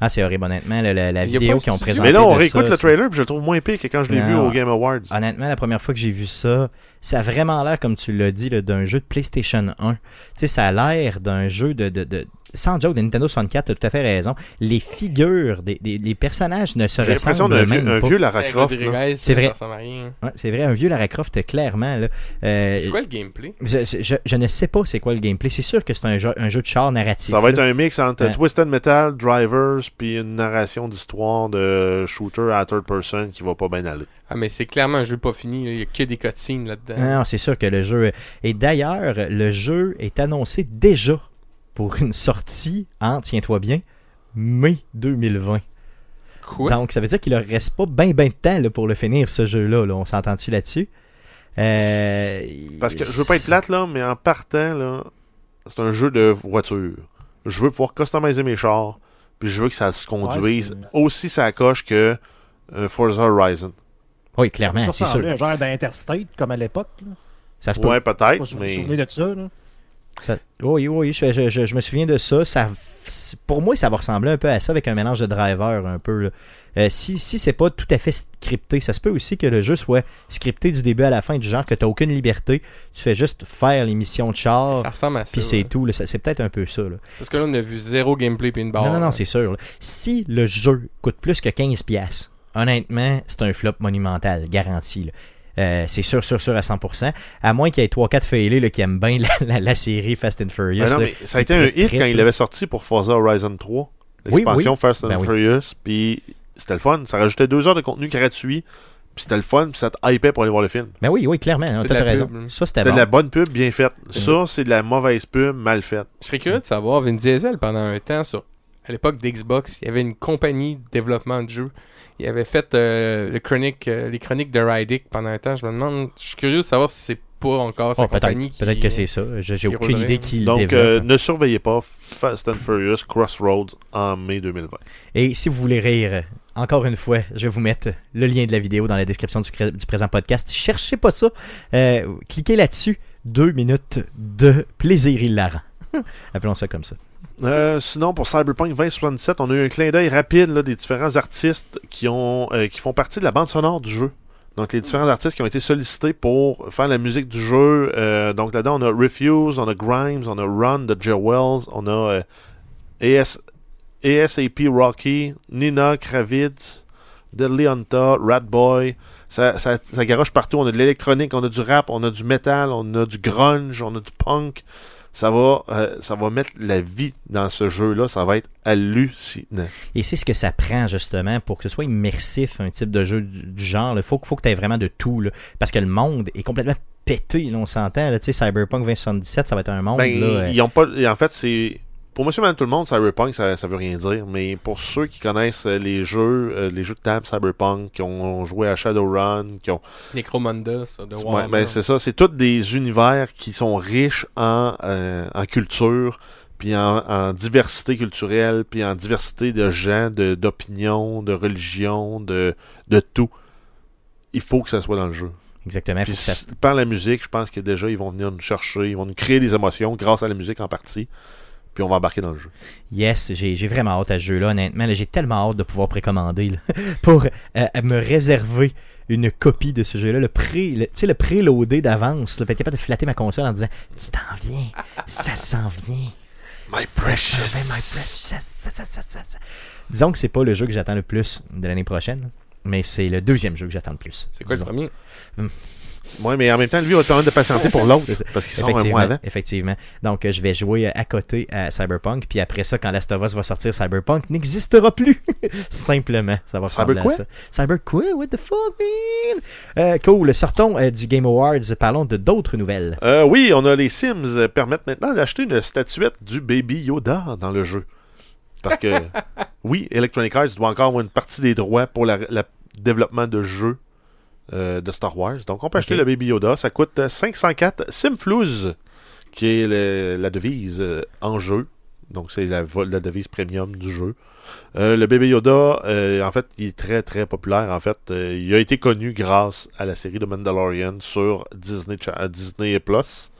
Speaker 1: Ah, c'est horrible, honnêtement. là, la la
Speaker 4: Il y a
Speaker 1: vidéo
Speaker 4: pas
Speaker 1: qu'ils ont
Speaker 4: de-
Speaker 1: présentée.
Speaker 3: Mais là, on
Speaker 1: de
Speaker 3: réécoute
Speaker 1: ça,
Speaker 3: le
Speaker 1: c'est- ah,
Speaker 3: trailer, puis je le trouve moins pire que quand je l'ai
Speaker 1: Non.
Speaker 3: vu au Game Awards.
Speaker 1: Honnêtement, la première fois que j'ai vu ça, ça a vraiment l'air, comme tu l'as dit, là, d'un jeu de PlayStation 1. Tu sais, ça a l'air d'un jeu de, de, de- Sans joke, de Nintendo 64, t'as tout à fait raison. Les figures, des, des- les personnages ne se
Speaker 3: J'ai l'impression
Speaker 1: ressemblent
Speaker 3: d'un
Speaker 1: même
Speaker 3: vieux, un
Speaker 1: pas.
Speaker 3: vieux Lara
Speaker 4: Avec
Speaker 3: Croft. là.
Speaker 4: Rodriguez,
Speaker 1: C'est
Speaker 4: ça
Speaker 1: vrai.
Speaker 4: ressemble à rien.
Speaker 1: Ouais, c'est vrai, un vieux Lara Croft, clairement. là. Euh,
Speaker 4: C'est quoi le gameplay
Speaker 1: je, je- je- je ne sais pas c'est quoi le gameplay. C'est sûr que c'est un jeu, un jeu de char narratif.
Speaker 3: Ça va
Speaker 1: là.
Speaker 3: être un mix entre
Speaker 1: Ouais.
Speaker 3: Twisted Metal, Drivers, puis une narration d'histoire de shooter à third person qui va pas bien aller.
Speaker 4: Ah, mais c'est clairement un jeu pas fini. là. Il y a que des cutscenes là-dedans.
Speaker 1: Non, non, c'est sûr que le jeu. Et d'ailleurs, le jeu est annoncé déjà hein, pour une sortie en, tiens-toi bien, mai 2020.
Speaker 4: Quoi?
Speaker 1: Donc, ça veut dire qu'il leur reste pas bien, ben de temps là, pour le finir, ce jeu-là. là. On s'entend-tu là-dessus? Euh,
Speaker 3: Parce que je veux pas être plate, là, mais en partant, là, c'est un jeu de voiture. Je veux pouvoir customiser mes chars, puis je veux que ça se conduise
Speaker 2: Ouais,
Speaker 3: aussi ça coche que euh, Forza Horizon.
Speaker 1: Oui, clairement, Hein, c'est
Speaker 2: ça
Speaker 1: sûr.
Speaker 2: ressemblait à un genre d'interstate, comme à l'époque. là.
Speaker 1: Ça se peut.
Speaker 3: Ouais,
Speaker 2: Je sais pas
Speaker 3: peut-être,
Speaker 2: si vous vous
Speaker 3: mais Ah
Speaker 2: souvenez de ça. là.
Speaker 1: Ça- oui, oui, je, je- je- je me souviens de ça. ça. f- Pour moi, ça va ressembler un peu à ça avec un mélange de driver un peu. là. Euh, si si c'est pas tout à fait scripté, ça se peut aussi que le jeu soit scripté du début à la fin, du genre que t'as aucune liberté, tu fais juste faire les missions de char,
Speaker 4: Ça ressemble à ça.
Speaker 1: puis c'est
Speaker 4: ouais.
Speaker 1: tout. là. Ça- C'est peut-être un peu ça. là.
Speaker 4: Parce que là, on a vu zéro gameplay puis une barre.
Speaker 1: non, non, non,
Speaker 4: là.
Speaker 1: c'est sûr. là. Si le jeu coûte plus que 15$, piastres, honnêtement, c'est un flop monumental, garanti. là. Euh, c'est sûr, sûr, sûr à 100%. À moins qu'il y ait 3-4 failés là, qui aiment bien la, la- la série Fast and Furious.
Speaker 3: Ben non,
Speaker 1: là.
Speaker 3: mais ça a
Speaker 1: qui
Speaker 3: été un
Speaker 1: tripe,
Speaker 3: hit
Speaker 1: tripe,
Speaker 3: quand il
Speaker 1: là.
Speaker 3: avait sorti pour Forza Horizon 3.
Speaker 1: Oui,
Speaker 3: L'expansion Fast and
Speaker 1: Ben oui.
Speaker 3: Furious. Puis c'était le fun. Ça rajoutait deux heures de contenu gratuit. Puis c'était le fun. Puis ça te hypait pour aller voir le film.
Speaker 1: Ben oui, oui, clairement. hein,
Speaker 4: C'est de
Speaker 1: T'as
Speaker 4: la
Speaker 1: t'as raison.
Speaker 4: pub, là.
Speaker 1: Ça, c'était bon.
Speaker 3: C'était
Speaker 1: Oh,
Speaker 3: de la bonne pub bien faite. Ça, c'est de la mauvaise pub mal faite.
Speaker 4: Je serais curieux de savoir, Vin Diesel, pendant un temps, sur, à l'époque d'Xbox, il y avait une compagnie de développement de jeux. Il avait fait euh, le chronique, euh, les chroniques de Rydick pendant un temps. Je me demande, je suis curieux de savoir si c'est pas encore sa
Speaker 1: Oh, peut-être
Speaker 4: compagnie qui...
Speaker 1: peut-être que c'est ça. Je- J'ai
Speaker 4: qui
Speaker 1: aucune
Speaker 4: roulerait,
Speaker 1: idée
Speaker 4: hein.
Speaker 1: qui le
Speaker 3: Donc, euh,
Speaker 1: développe.
Speaker 3: ne surveillez pas Fast and Furious Crossroads en mai 2020.
Speaker 1: Et si vous voulez rire, encore une fois, je vais vous mettre le lien de la vidéo dans la description du, cré- du présent podcast. Cherchez pas ça. Euh, cliquez là-dessus. Deux minutes de plaisir hilarant. <laughs> Appelons ça comme ça.
Speaker 3: Euh, sinon, pour Cyberpunk 2077, on a eu un clin d'œil rapide là, des différents artistes qui, ont, euh, qui font partie de la bande sonore du jeu. Donc, les différents artistes qui ont été sollicités pour faire la musique du jeu. Euh, donc, là-dedans, on a Refuse, on a Grimes, on a Ron de Joe Wells, on a euh, AS, ASAP Rocky, Nina Kravitz, Deadly Hunter, Ratboy. Ça, ça, ça garoche partout. On a de l'électronique, on a du rap, on a du metal, on a du grunge, on a du punk. Ça va, euh, ça va mettre la vie dans ce jeu-là. Ça va être hallucinant.
Speaker 1: Et c'est ce que ça prend justement pour que ce soit immersif, un type de jeu du, du genre. Il faut, faut que tu aies vraiment de tout. là. parce que le monde est complètement pété, là, on s'entend. là. Tu sais, Cyberpunk 2077, ça va être un monde.
Speaker 3: Ben,
Speaker 1: là, euh,
Speaker 3: ils ont pas, et en fait, c'est pour Monsieur Madame Tout le Monde, Cyberpunk, ça, ça veut rien dire. Mais pour ceux qui connaissent euh, les jeux, euh, les jeux de table Cyberpunk, qui ont, ont joué à Shadowrun, qui ont,
Speaker 4: Necromunda, ça, de
Speaker 3: ouais,
Speaker 4: Warhammer.
Speaker 3: ben, c'est ça, c'est tous des univers qui sont riches en, euh, en culture, puis en, en diversité culturelle, puis en diversité de gens, de- d'opinions, de, religions, de, de tout. Il faut que ça soit dans le jeu.
Speaker 1: Exactement. faut
Speaker 3: Puis
Speaker 1: que ça-
Speaker 3: s- par la musique, je pense que déjà, ils vont venir nous chercher, ils vont nous créer des émotions grâce à la musique en partie. Puis on va embarquer dans le jeu.
Speaker 1: Yes, j'ai j'ai vraiment hâte à ce jeu-là, honnêtement. là. J'ai tellement hâte de pouvoir précommander là, <laughs> pour euh, me réserver une copie de ce jeu-là, le pré, le, tu sais, le préloader d'avance, là, peut-être capable de flatter ma console en disant Tu t'en viens, ça s'en
Speaker 4: <laughs>
Speaker 1: vient.
Speaker 3: My
Speaker 1: Ça
Speaker 3: precious.
Speaker 1: s'en vient, my precious. Ça, ça, ça, ça, ça. Disons que c'est pas le jeu que j'attends le plus de l'année prochaine, mais c'est le deuxième jeu que j'attends le plus.
Speaker 4: C'est quoi le
Speaker 1: disons.
Speaker 4: premier?
Speaker 3: Ouais, mais en même temps, lui, il a tendance de patienter pour l'autre.
Speaker 1: C'est ça.
Speaker 3: Parce qu'il sort un mois
Speaker 1: Effectivement,
Speaker 3: avant.
Speaker 1: effectivement. Donc, euh, je vais jouer euh, à côté à Cyberpunk, puis après ça, quand Last of Us va sortir, Cyberpunk n'existera plus. <laughs> Simplement, ça va ressembler
Speaker 3: Cyber
Speaker 1: à ça.
Speaker 3: quoi?
Speaker 1: Cyber quoi? What the fuck, man? Euh, cool, sortons euh, du Game Awards, parlons de d'autres nouvelles.
Speaker 3: Euh, oui, on a les Sims euh, permettent maintenant d'acheter une statuette du Baby Yoda dans le jeu. Parce que, oui, Electronic Arts doit encore avoir une partie des droits pour la- le développement de jeux euh, de Star Wars. Donc, on peut acheter
Speaker 1: Ok.
Speaker 3: le Baby Yoda. Ça coûte euh, 504 Simflouz, qui est le- la devise euh, en jeu. Donc, c'est la, vol- la devise premium du jeu. Euh, le Baby Yoda, euh, en fait, il est très, très populaire. En fait, Euh, il a été connu grâce à la série de Mandalorian sur Disney, Cha- euh, Disney Plus.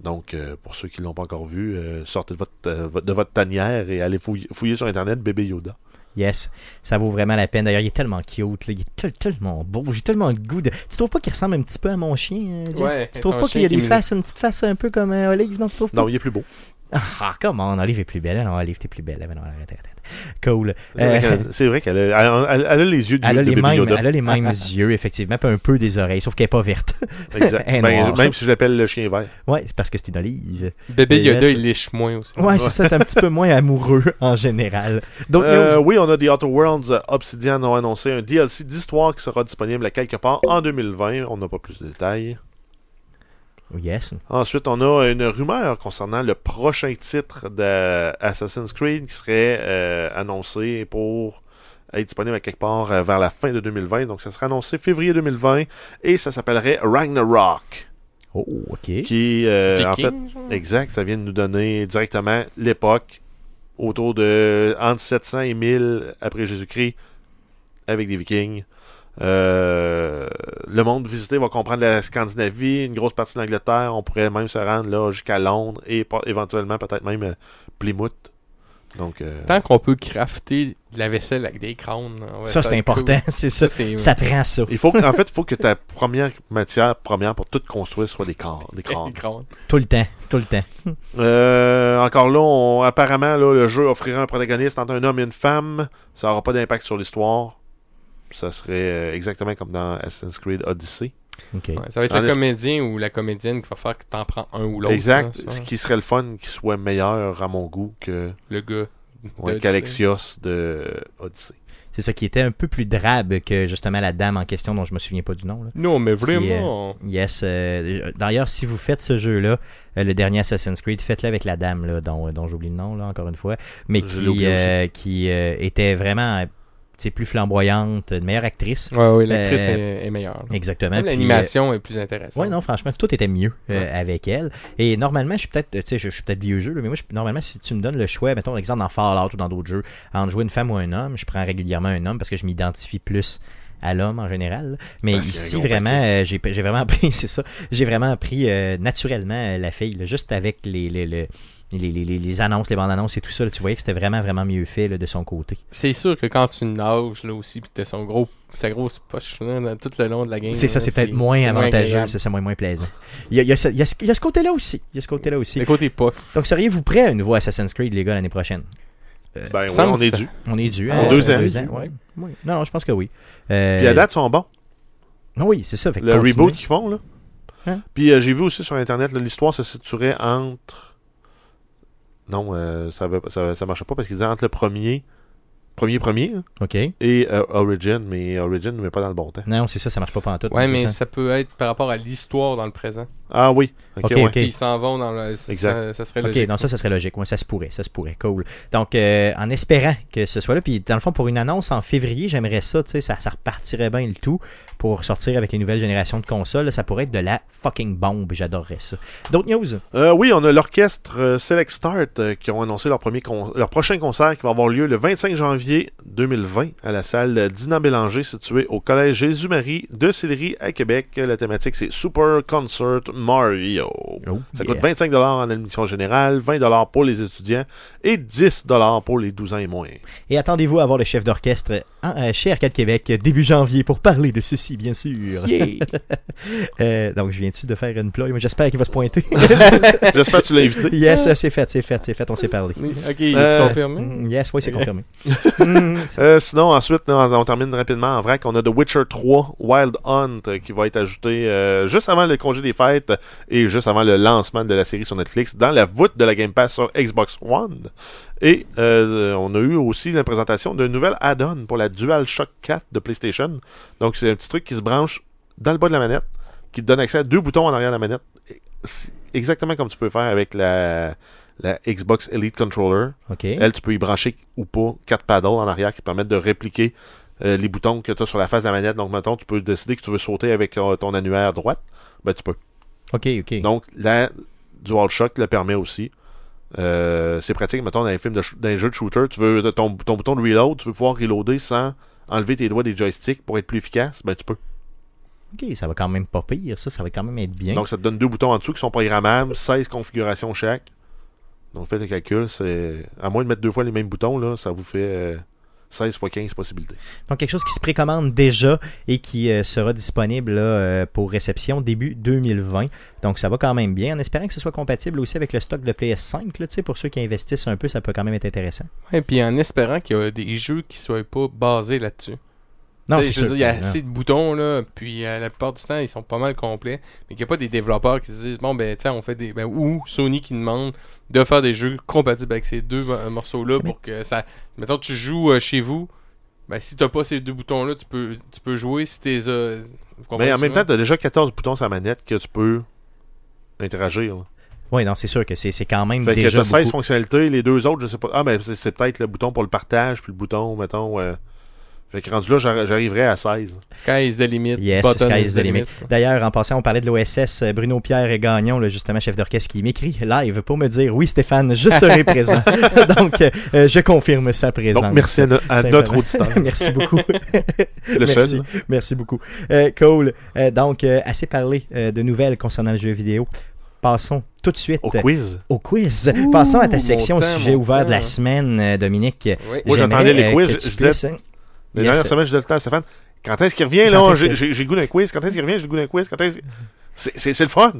Speaker 3: Donc, euh, pour ceux qui ne l'ont pas encore vu, euh, sortez de votre, euh, vo- de votre tanière et allez fouiller, fouiller sur Internet Bébé Yoda.
Speaker 1: Yes, ça vaut vraiment la peine. D'ailleurs, il est tellement cute, là. il est tel- tellement beau, j'ai tellement le goût de... Tu trouves pas qu'il ressemble un petit peu à mon chien, euh, Jeff?
Speaker 4: Ouais,
Speaker 1: Tu trouves
Speaker 4: ton
Speaker 1: pas
Speaker 4: chien
Speaker 1: qu'il y a
Speaker 4: qui
Speaker 1: des
Speaker 4: me-
Speaker 1: faces, une petite face un peu comme euh, Olive, non? Tu trouves pas?
Speaker 3: Non, il est plus beau.
Speaker 1: Ah, comment? Olive est plus belle. Non, Olive, t'es plus belle. Mais non, arrête, arrête, arrête. Cool.
Speaker 3: C'est vrai
Speaker 1: Euh,
Speaker 3: qu'elle- C'est vrai qu'elle a, elle- elle- elle a les yeux de,
Speaker 1: Elle a,
Speaker 3: de
Speaker 1: les
Speaker 3: Baby
Speaker 1: mêmes,
Speaker 3: Yoda.
Speaker 1: elle a les <laughs> mêmes yeux, effectivement, puis un peu des oreilles, sauf qu'elle n'est pas verte. <laughs>
Speaker 3: Exact.
Speaker 1: Elle est
Speaker 3: Ben,
Speaker 1: noire.
Speaker 3: même si je l'appelle le chien vert.
Speaker 1: Ouais, c'est parce que c'est une olive.
Speaker 4: Bébé
Speaker 1: Et
Speaker 4: Yoda,
Speaker 1: là,
Speaker 4: il liche moins aussi.
Speaker 1: Ouais, c'est ça, t'es un petit peu moins amoureux <laughs> en général. Donc,
Speaker 3: Euh, oui, on a The Outer Worlds. euh, Obsidian ont annoncé un DLC d'histoire qui sera disponible à quelque part en 2020. On n'a pas plus de détails.
Speaker 1: oh, yes.
Speaker 3: Ensuite, on a une rumeur concernant le prochain titre d'Assassin's Creed qui serait euh, annoncé pour être disponible à quelque part euh, vers la fin de 2020. Donc, ça sera annoncé février 2020 et ça s'appellerait Ragnarok.
Speaker 1: Oh, ok.
Speaker 3: Qui, euh, en fait,
Speaker 4: Viking, genre?
Speaker 3: exact, ça vient de nous donner directement l'époque autour de entre 700 et 1000 après Jésus-Christ avec des Vikings. Euh, le monde visité va comprendre la Scandinavie, une grosse partie de l'Angleterre. On pourrait même se rendre là jusqu'à Londres et pas- éventuellement peut-être même euh, Plymouth. Donc, euh,
Speaker 4: Tant qu'on peut crafter de la vaisselle avec des crânes. on va
Speaker 1: ça,
Speaker 4: faire
Speaker 1: c'est important, <laughs> c'est
Speaker 4: cool.
Speaker 1: ça.
Speaker 4: <laughs> Ça, c'est-
Speaker 1: Ça prend ça.
Speaker 3: il faut que- en fait, il faut que ta première matière première pour tout construire soit des corps, des crânes.
Speaker 4: des crânes.
Speaker 1: Tout le temps, tout le temps.
Speaker 3: Euh, encore là, on- apparemment, là, le jeu offrira un protagoniste entre un homme et une femme. Ça n'aura pas d'impact sur l'histoire. Ça serait euh, exactement comme dans Assassin's Creed Odyssey.
Speaker 1: OK.
Speaker 4: Ouais, ça va être
Speaker 3: Dans
Speaker 4: le
Speaker 3: l'es-
Speaker 4: comédien ou la comédienne qui va faire que t'en prends un ou l'autre.
Speaker 3: Exact.
Speaker 4: là,
Speaker 3: ce
Speaker 4: ça.
Speaker 3: qui serait le fun qui soit meilleur à mon goût que
Speaker 4: Le gars.
Speaker 3: ouais,
Speaker 4: de-
Speaker 3: qu'Alexios de Odyssey.
Speaker 1: C'est ça qui était un peu plus drabe que justement la dame en question dont je me souviens pas du nom. là.
Speaker 4: Non, mais
Speaker 1: Qui, euh,
Speaker 4: vraiment.
Speaker 1: Yes. euh, D'ailleurs, si vous faites ce jeu-là, euh, le dernier Assassin's Creed, faites-le avec la dame là, dont, dont j'oublie le nom, là, encore une fois, mais
Speaker 3: Je l'ai
Speaker 1: qui,
Speaker 3: oublié
Speaker 1: euh, qui euh, était vraiment euh, tu sais, plus flamboyante, une meilleure actrice.
Speaker 4: Ouais, ouais, l'actrice
Speaker 1: euh,
Speaker 4: est, est meilleure. là.
Speaker 1: Exactement.
Speaker 4: Même
Speaker 1: puis,
Speaker 4: l'animation est plus
Speaker 1: euh,
Speaker 4: intéressante.
Speaker 1: ouais, non, franchement, tout était mieux euh,
Speaker 4: Ouais.
Speaker 1: avec elle. Et normalement, je suis peut-être, euh, tu sais, je, je suis peut-être vieux jeu, là, mais moi, je- normalement, si tu me donnes le choix, mettons, exemple, dans Fallout ou dans d'autres jeux, entre jouer une femme ou un homme, je prends régulièrement un homme parce que je m'identifie plus à l'homme en général. Mais
Speaker 3: Parce qu'il y a un
Speaker 1: ici,
Speaker 3: gros
Speaker 1: vraiment, euh, j'ai j'ai vraiment <laughs> appris, c'est ça, j'ai vraiment appris euh, naturellement euh, la fille, là, juste avec les, les, les, les- les- les- les annonces, les bandes annonces et tout ça. là, tu voyais que c'était vraiment, vraiment mieux fait là, de son côté.
Speaker 4: C'est sûr que quand tu nages là aussi, pis t'as son gros, sa grosse poche là, dans- tout le long de la game.
Speaker 1: C'est ça,
Speaker 4: là,
Speaker 1: c'est peut-être moins
Speaker 4: c'est
Speaker 1: avantageux,
Speaker 4: agréable.
Speaker 1: c'est ça, moins, moins plaisant. Il y a, il y a ce- il y a ce il y a ce côté-là aussi. Il y a ce côté-là aussi.
Speaker 4: Le côté poche.
Speaker 1: Donc, seriez-vous prêt à un nouveau Assassin's Creed, les gars, l'année prochaine?
Speaker 3: Ben, oui,
Speaker 4: semble
Speaker 3: on est
Speaker 4: ça.
Speaker 3: dû.
Speaker 1: On est dû.
Speaker 3: En deux ans.
Speaker 1: ouais. Oui. Non, non, je pense que oui. Euh,
Speaker 3: Puis à date, ils sont bons.
Speaker 1: non, Oui, c'est ça. fait que
Speaker 3: Le
Speaker 1: continuez.
Speaker 3: reboot qu'ils font, là.
Speaker 1: Hein?
Speaker 3: Puis euh, j'ai vu aussi sur Internet, là, l'histoire se situerait entre. Non, euh, ça ne ça, ça marchait pas parce qu'ils disaient entre le premier, premier, premier, là,
Speaker 1: OK.
Speaker 3: et euh, Origin, mais Origin ne met pas dans le bon temps.
Speaker 1: Non, c'est ça, ça marche pas en tout.
Speaker 4: Ouais, mais ça peut être par rapport à l'histoire dans le présent.
Speaker 3: Ah oui, ok,
Speaker 1: Ok,
Speaker 3: ouais.
Speaker 1: ok.
Speaker 4: Puis Ils s'en vont dans le. ça-
Speaker 3: Exact.
Speaker 4: Ça, serait
Speaker 1: OK,
Speaker 4: logique.
Speaker 1: non, ça, ça serait logique. Ouais, ça se pourrait, ça se pourrait. Cool. Donc, euh, en espérant que ce soit là, puis dans le fond, pour une annonce en février, j'aimerais ça, tu sais, ça, ça repartirait bien le tout pour sortir avec les nouvelles générations de consoles. là, Ça pourrait être de la fucking bombe. J'adorerais ça. D'autres news?
Speaker 3: Euh, oui, on a l'orchestre euh, Select Start euh, qui ont annoncé leur, premier con- leur prochain concert qui va avoir lieu le 25 janvier 2020 à la salle Dina Bélanger située au Collège Jésus-Marie de Sillery à Québec. La thématique c'est Super Concert Mario.
Speaker 1: Oh,
Speaker 3: Ça
Speaker 1: yeah.
Speaker 3: coûte 25 en admission générale, 20 pour les étudiants et 10 pour les 12 ans
Speaker 1: <laughs>
Speaker 3: et moins.
Speaker 1: Et attendez-vous à voir le chef d'orchestre en- euh, chez Arcade Québec début janvier pour parler de ceci, bien sûr. <laughs> Euh, donc, je viens-tu de faire une ploie? mais J'espère qu'il va se pointer.
Speaker 3: J'espère que tu l'as invité.
Speaker 1: yes, euh, c'est fait, c'est fait, c'est fait, on s'est parlé.
Speaker 4: Ok,
Speaker 3: Euh,
Speaker 4: tu confirmes?
Speaker 1: Mm, Yes,
Speaker 3: <laughs>
Speaker 1: oui, c'est confirmé. Mm,
Speaker 3: Euh, sinon, ensuite, on, on termine rapidement en vrac. On a The Witcher 3 Wild Hunt euh, qui va être ajouté euh, juste avant le congé des fêtes euh, et juste avant le lancement de la série sur Netflix dans la voûte de la Game Pass sur Xbox One. Et euh, on a eu aussi la présentation d'un nouvel add-on pour la DualShock 4 de PlayStation. Donc, c'est un petit truc qui se branche dans le bas de la manette qui te donne accès à deux boutons en arrière de la manette. Et- c'est Exactement comme tu peux faire avec la, la Xbox Elite Controller.
Speaker 1: OK.
Speaker 3: Elle, tu peux y brancher ou pas quatre paddles en arrière qui permettent de répliquer euh, les boutons que tu as sur la face de la manette. Donc, mettons, tu peux décider que tu veux sauter avec euh, ton annuaire droite. Ben, tu peux.
Speaker 1: OK, OK.
Speaker 3: Donc, la DualShock le permet aussi. Euh, c'est pratique, mettons, dans les, films de sh- dans les jeux de shooter, tu veux ton, ton bouton de reload, tu veux pouvoir reloader sans enlever tes doigts des joysticks pour être plus efficace. Ben, tu peux.
Speaker 1: OK, ça va quand même pas pire, ça, ça va quand même être bien.
Speaker 3: Donc, ça te donne deux boutons en dessous qui sont programmables, 16 configurations chaque. Donc, faites le calcul. c'est À moins de mettre deux fois les mêmes boutons, là, ça vous fait euh, 16 fois 15 possibilités.
Speaker 1: Donc, quelque chose qui se précommande déjà et qui euh, sera disponible là, euh, pour réception début 2020. Donc, ça va quand même bien, en espérant que ce soit compatible aussi avec le stock de PS5. Là, tu sais, pour ceux qui investissent un peu, ça peut quand même être intéressant.
Speaker 4: Et puis en espérant qu'il y a des jeux qui soient pas basés là-dessus.
Speaker 1: Non,
Speaker 4: Tu sais,
Speaker 1: c'est
Speaker 4: je veux
Speaker 1: sûr.
Speaker 4: dire, Il y a
Speaker 1: Non.
Speaker 4: assez de boutons, là, puis euh, la plupart du temps, ils sont pas mal complets, mais qu'il n'y a pas des développeurs qui se disent, bon, ben, tiens, on fait des. Ben, ou Sony qui demande de faire des jeux compatibles avec ces deux euh, morceaux-là
Speaker 1: C'est
Speaker 4: pour que ça. Mettons, tu joues euh, chez vous, ben, si t'as pas ces deux boutons-là, tu peux, tu peux jouer si t'es.
Speaker 1: Ben,
Speaker 4: euh, vous comprenez
Speaker 3: Mais en
Speaker 4: ce
Speaker 3: même
Speaker 4: que
Speaker 3: temps, tu as déjà 14 boutons sur la manette que tu peux interagir. là.
Speaker 1: Oui, non, c'est sûr que c'est c'est quand même
Speaker 3: Fait que
Speaker 1: déjà
Speaker 3: t'as 16
Speaker 1: beaucoup.
Speaker 3: fonctionnalités, les deux autres, je sais pas. Ah, mais c'est c'est peut-être le bouton pour le partage, puis le bouton, mettons, euh, Fait que rendu là, j'ar- j'arriverai à 16.
Speaker 4: Sky is the limit.
Speaker 1: Yes,
Speaker 4: button
Speaker 1: sky is the limit. D'ailleurs, en passant, on parlait de l'OSS, euh, Bruno Pierre Gagnon, le justement chef d'orchestre, qui m'écrit live pour me dire Oui, Stéphane, je serai
Speaker 3: <laughs>
Speaker 1: présent. Donc, euh, euh, je confirme sa présence.
Speaker 3: Donc, merci à, no- à
Speaker 1: Simplement.
Speaker 3: notre auditeur.
Speaker 1: <laughs> Merci beaucoup.
Speaker 3: Le
Speaker 1: merci,
Speaker 3: fun.
Speaker 1: merci beaucoup. Euh, Cole, euh, donc, euh, assez parlé euh, de nouvelles concernant le jeu vidéo. Passons tout de suite
Speaker 3: Au
Speaker 1: euh,
Speaker 3: quiz.
Speaker 1: au quiz.
Speaker 4: Ouh,
Speaker 1: Passons à ta
Speaker 4: mon
Speaker 1: section
Speaker 4: temps,
Speaker 1: sujet
Speaker 4: mon
Speaker 1: ouvert de la
Speaker 4: temps.
Speaker 1: semaine, euh, Dominique.
Speaker 4: Oui.
Speaker 3: Moi, j'attendais les
Speaker 1: J'aimerais,
Speaker 3: quiz,
Speaker 1: que tu
Speaker 3: je disais-
Speaker 1: puisses- hein?
Speaker 3: La
Speaker 1: Yes.
Speaker 3: dernière semaine, je donne le temps à Stéphane. Quand est-ce qu'il revient,
Speaker 1: Quand
Speaker 3: là?
Speaker 1: est-ce
Speaker 3: J'ai
Speaker 1: que-
Speaker 3: j'ai- j'ai le goût d'un quiz. Quand est-ce qu'il revient? J'ai le goût d'un quiz. Quand est-ce... C'est, c'est, c'est le fun.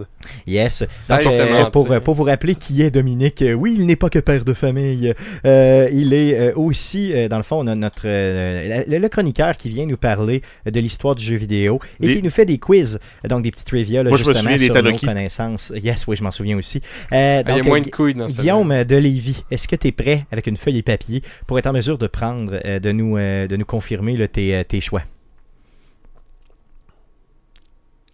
Speaker 1: Yes.
Speaker 4: Ça
Speaker 1: Donc,
Speaker 4: a été
Speaker 1: euh,
Speaker 4: menti.
Speaker 1: pour, euh, pour vous rappeler qui est Dominique, euh, oui, il n'est pas que père de famille. Euh, il est euh, aussi, euh, dans le fond, on a notre euh, le, le chroniqueur qui vient nous parler de l'histoire du jeu vidéo et
Speaker 3: Des-
Speaker 1: qui nous fait des quiz, donc des petits trivia là,
Speaker 3: Moi, je me
Speaker 1: justement
Speaker 3: souviens des
Speaker 1: sur nos
Speaker 3: Tanuki.
Speaker 1: connaissances. Yes, oui, je m'en souviens aussi. Euh,
Speaker 4: Ah, Il y a
Speaker 1: donc,
Speaker 4: moins
Speaker 1: euh,
Speaker 4: de couilles dans ça.
Speaker 1: Guillaume de Lévis, est-ce que tu es prêt avec une feuille et papier pour être en mesure de prendre, euh, de nous, euh, de nous confirmer là, tes, euh, tes choix?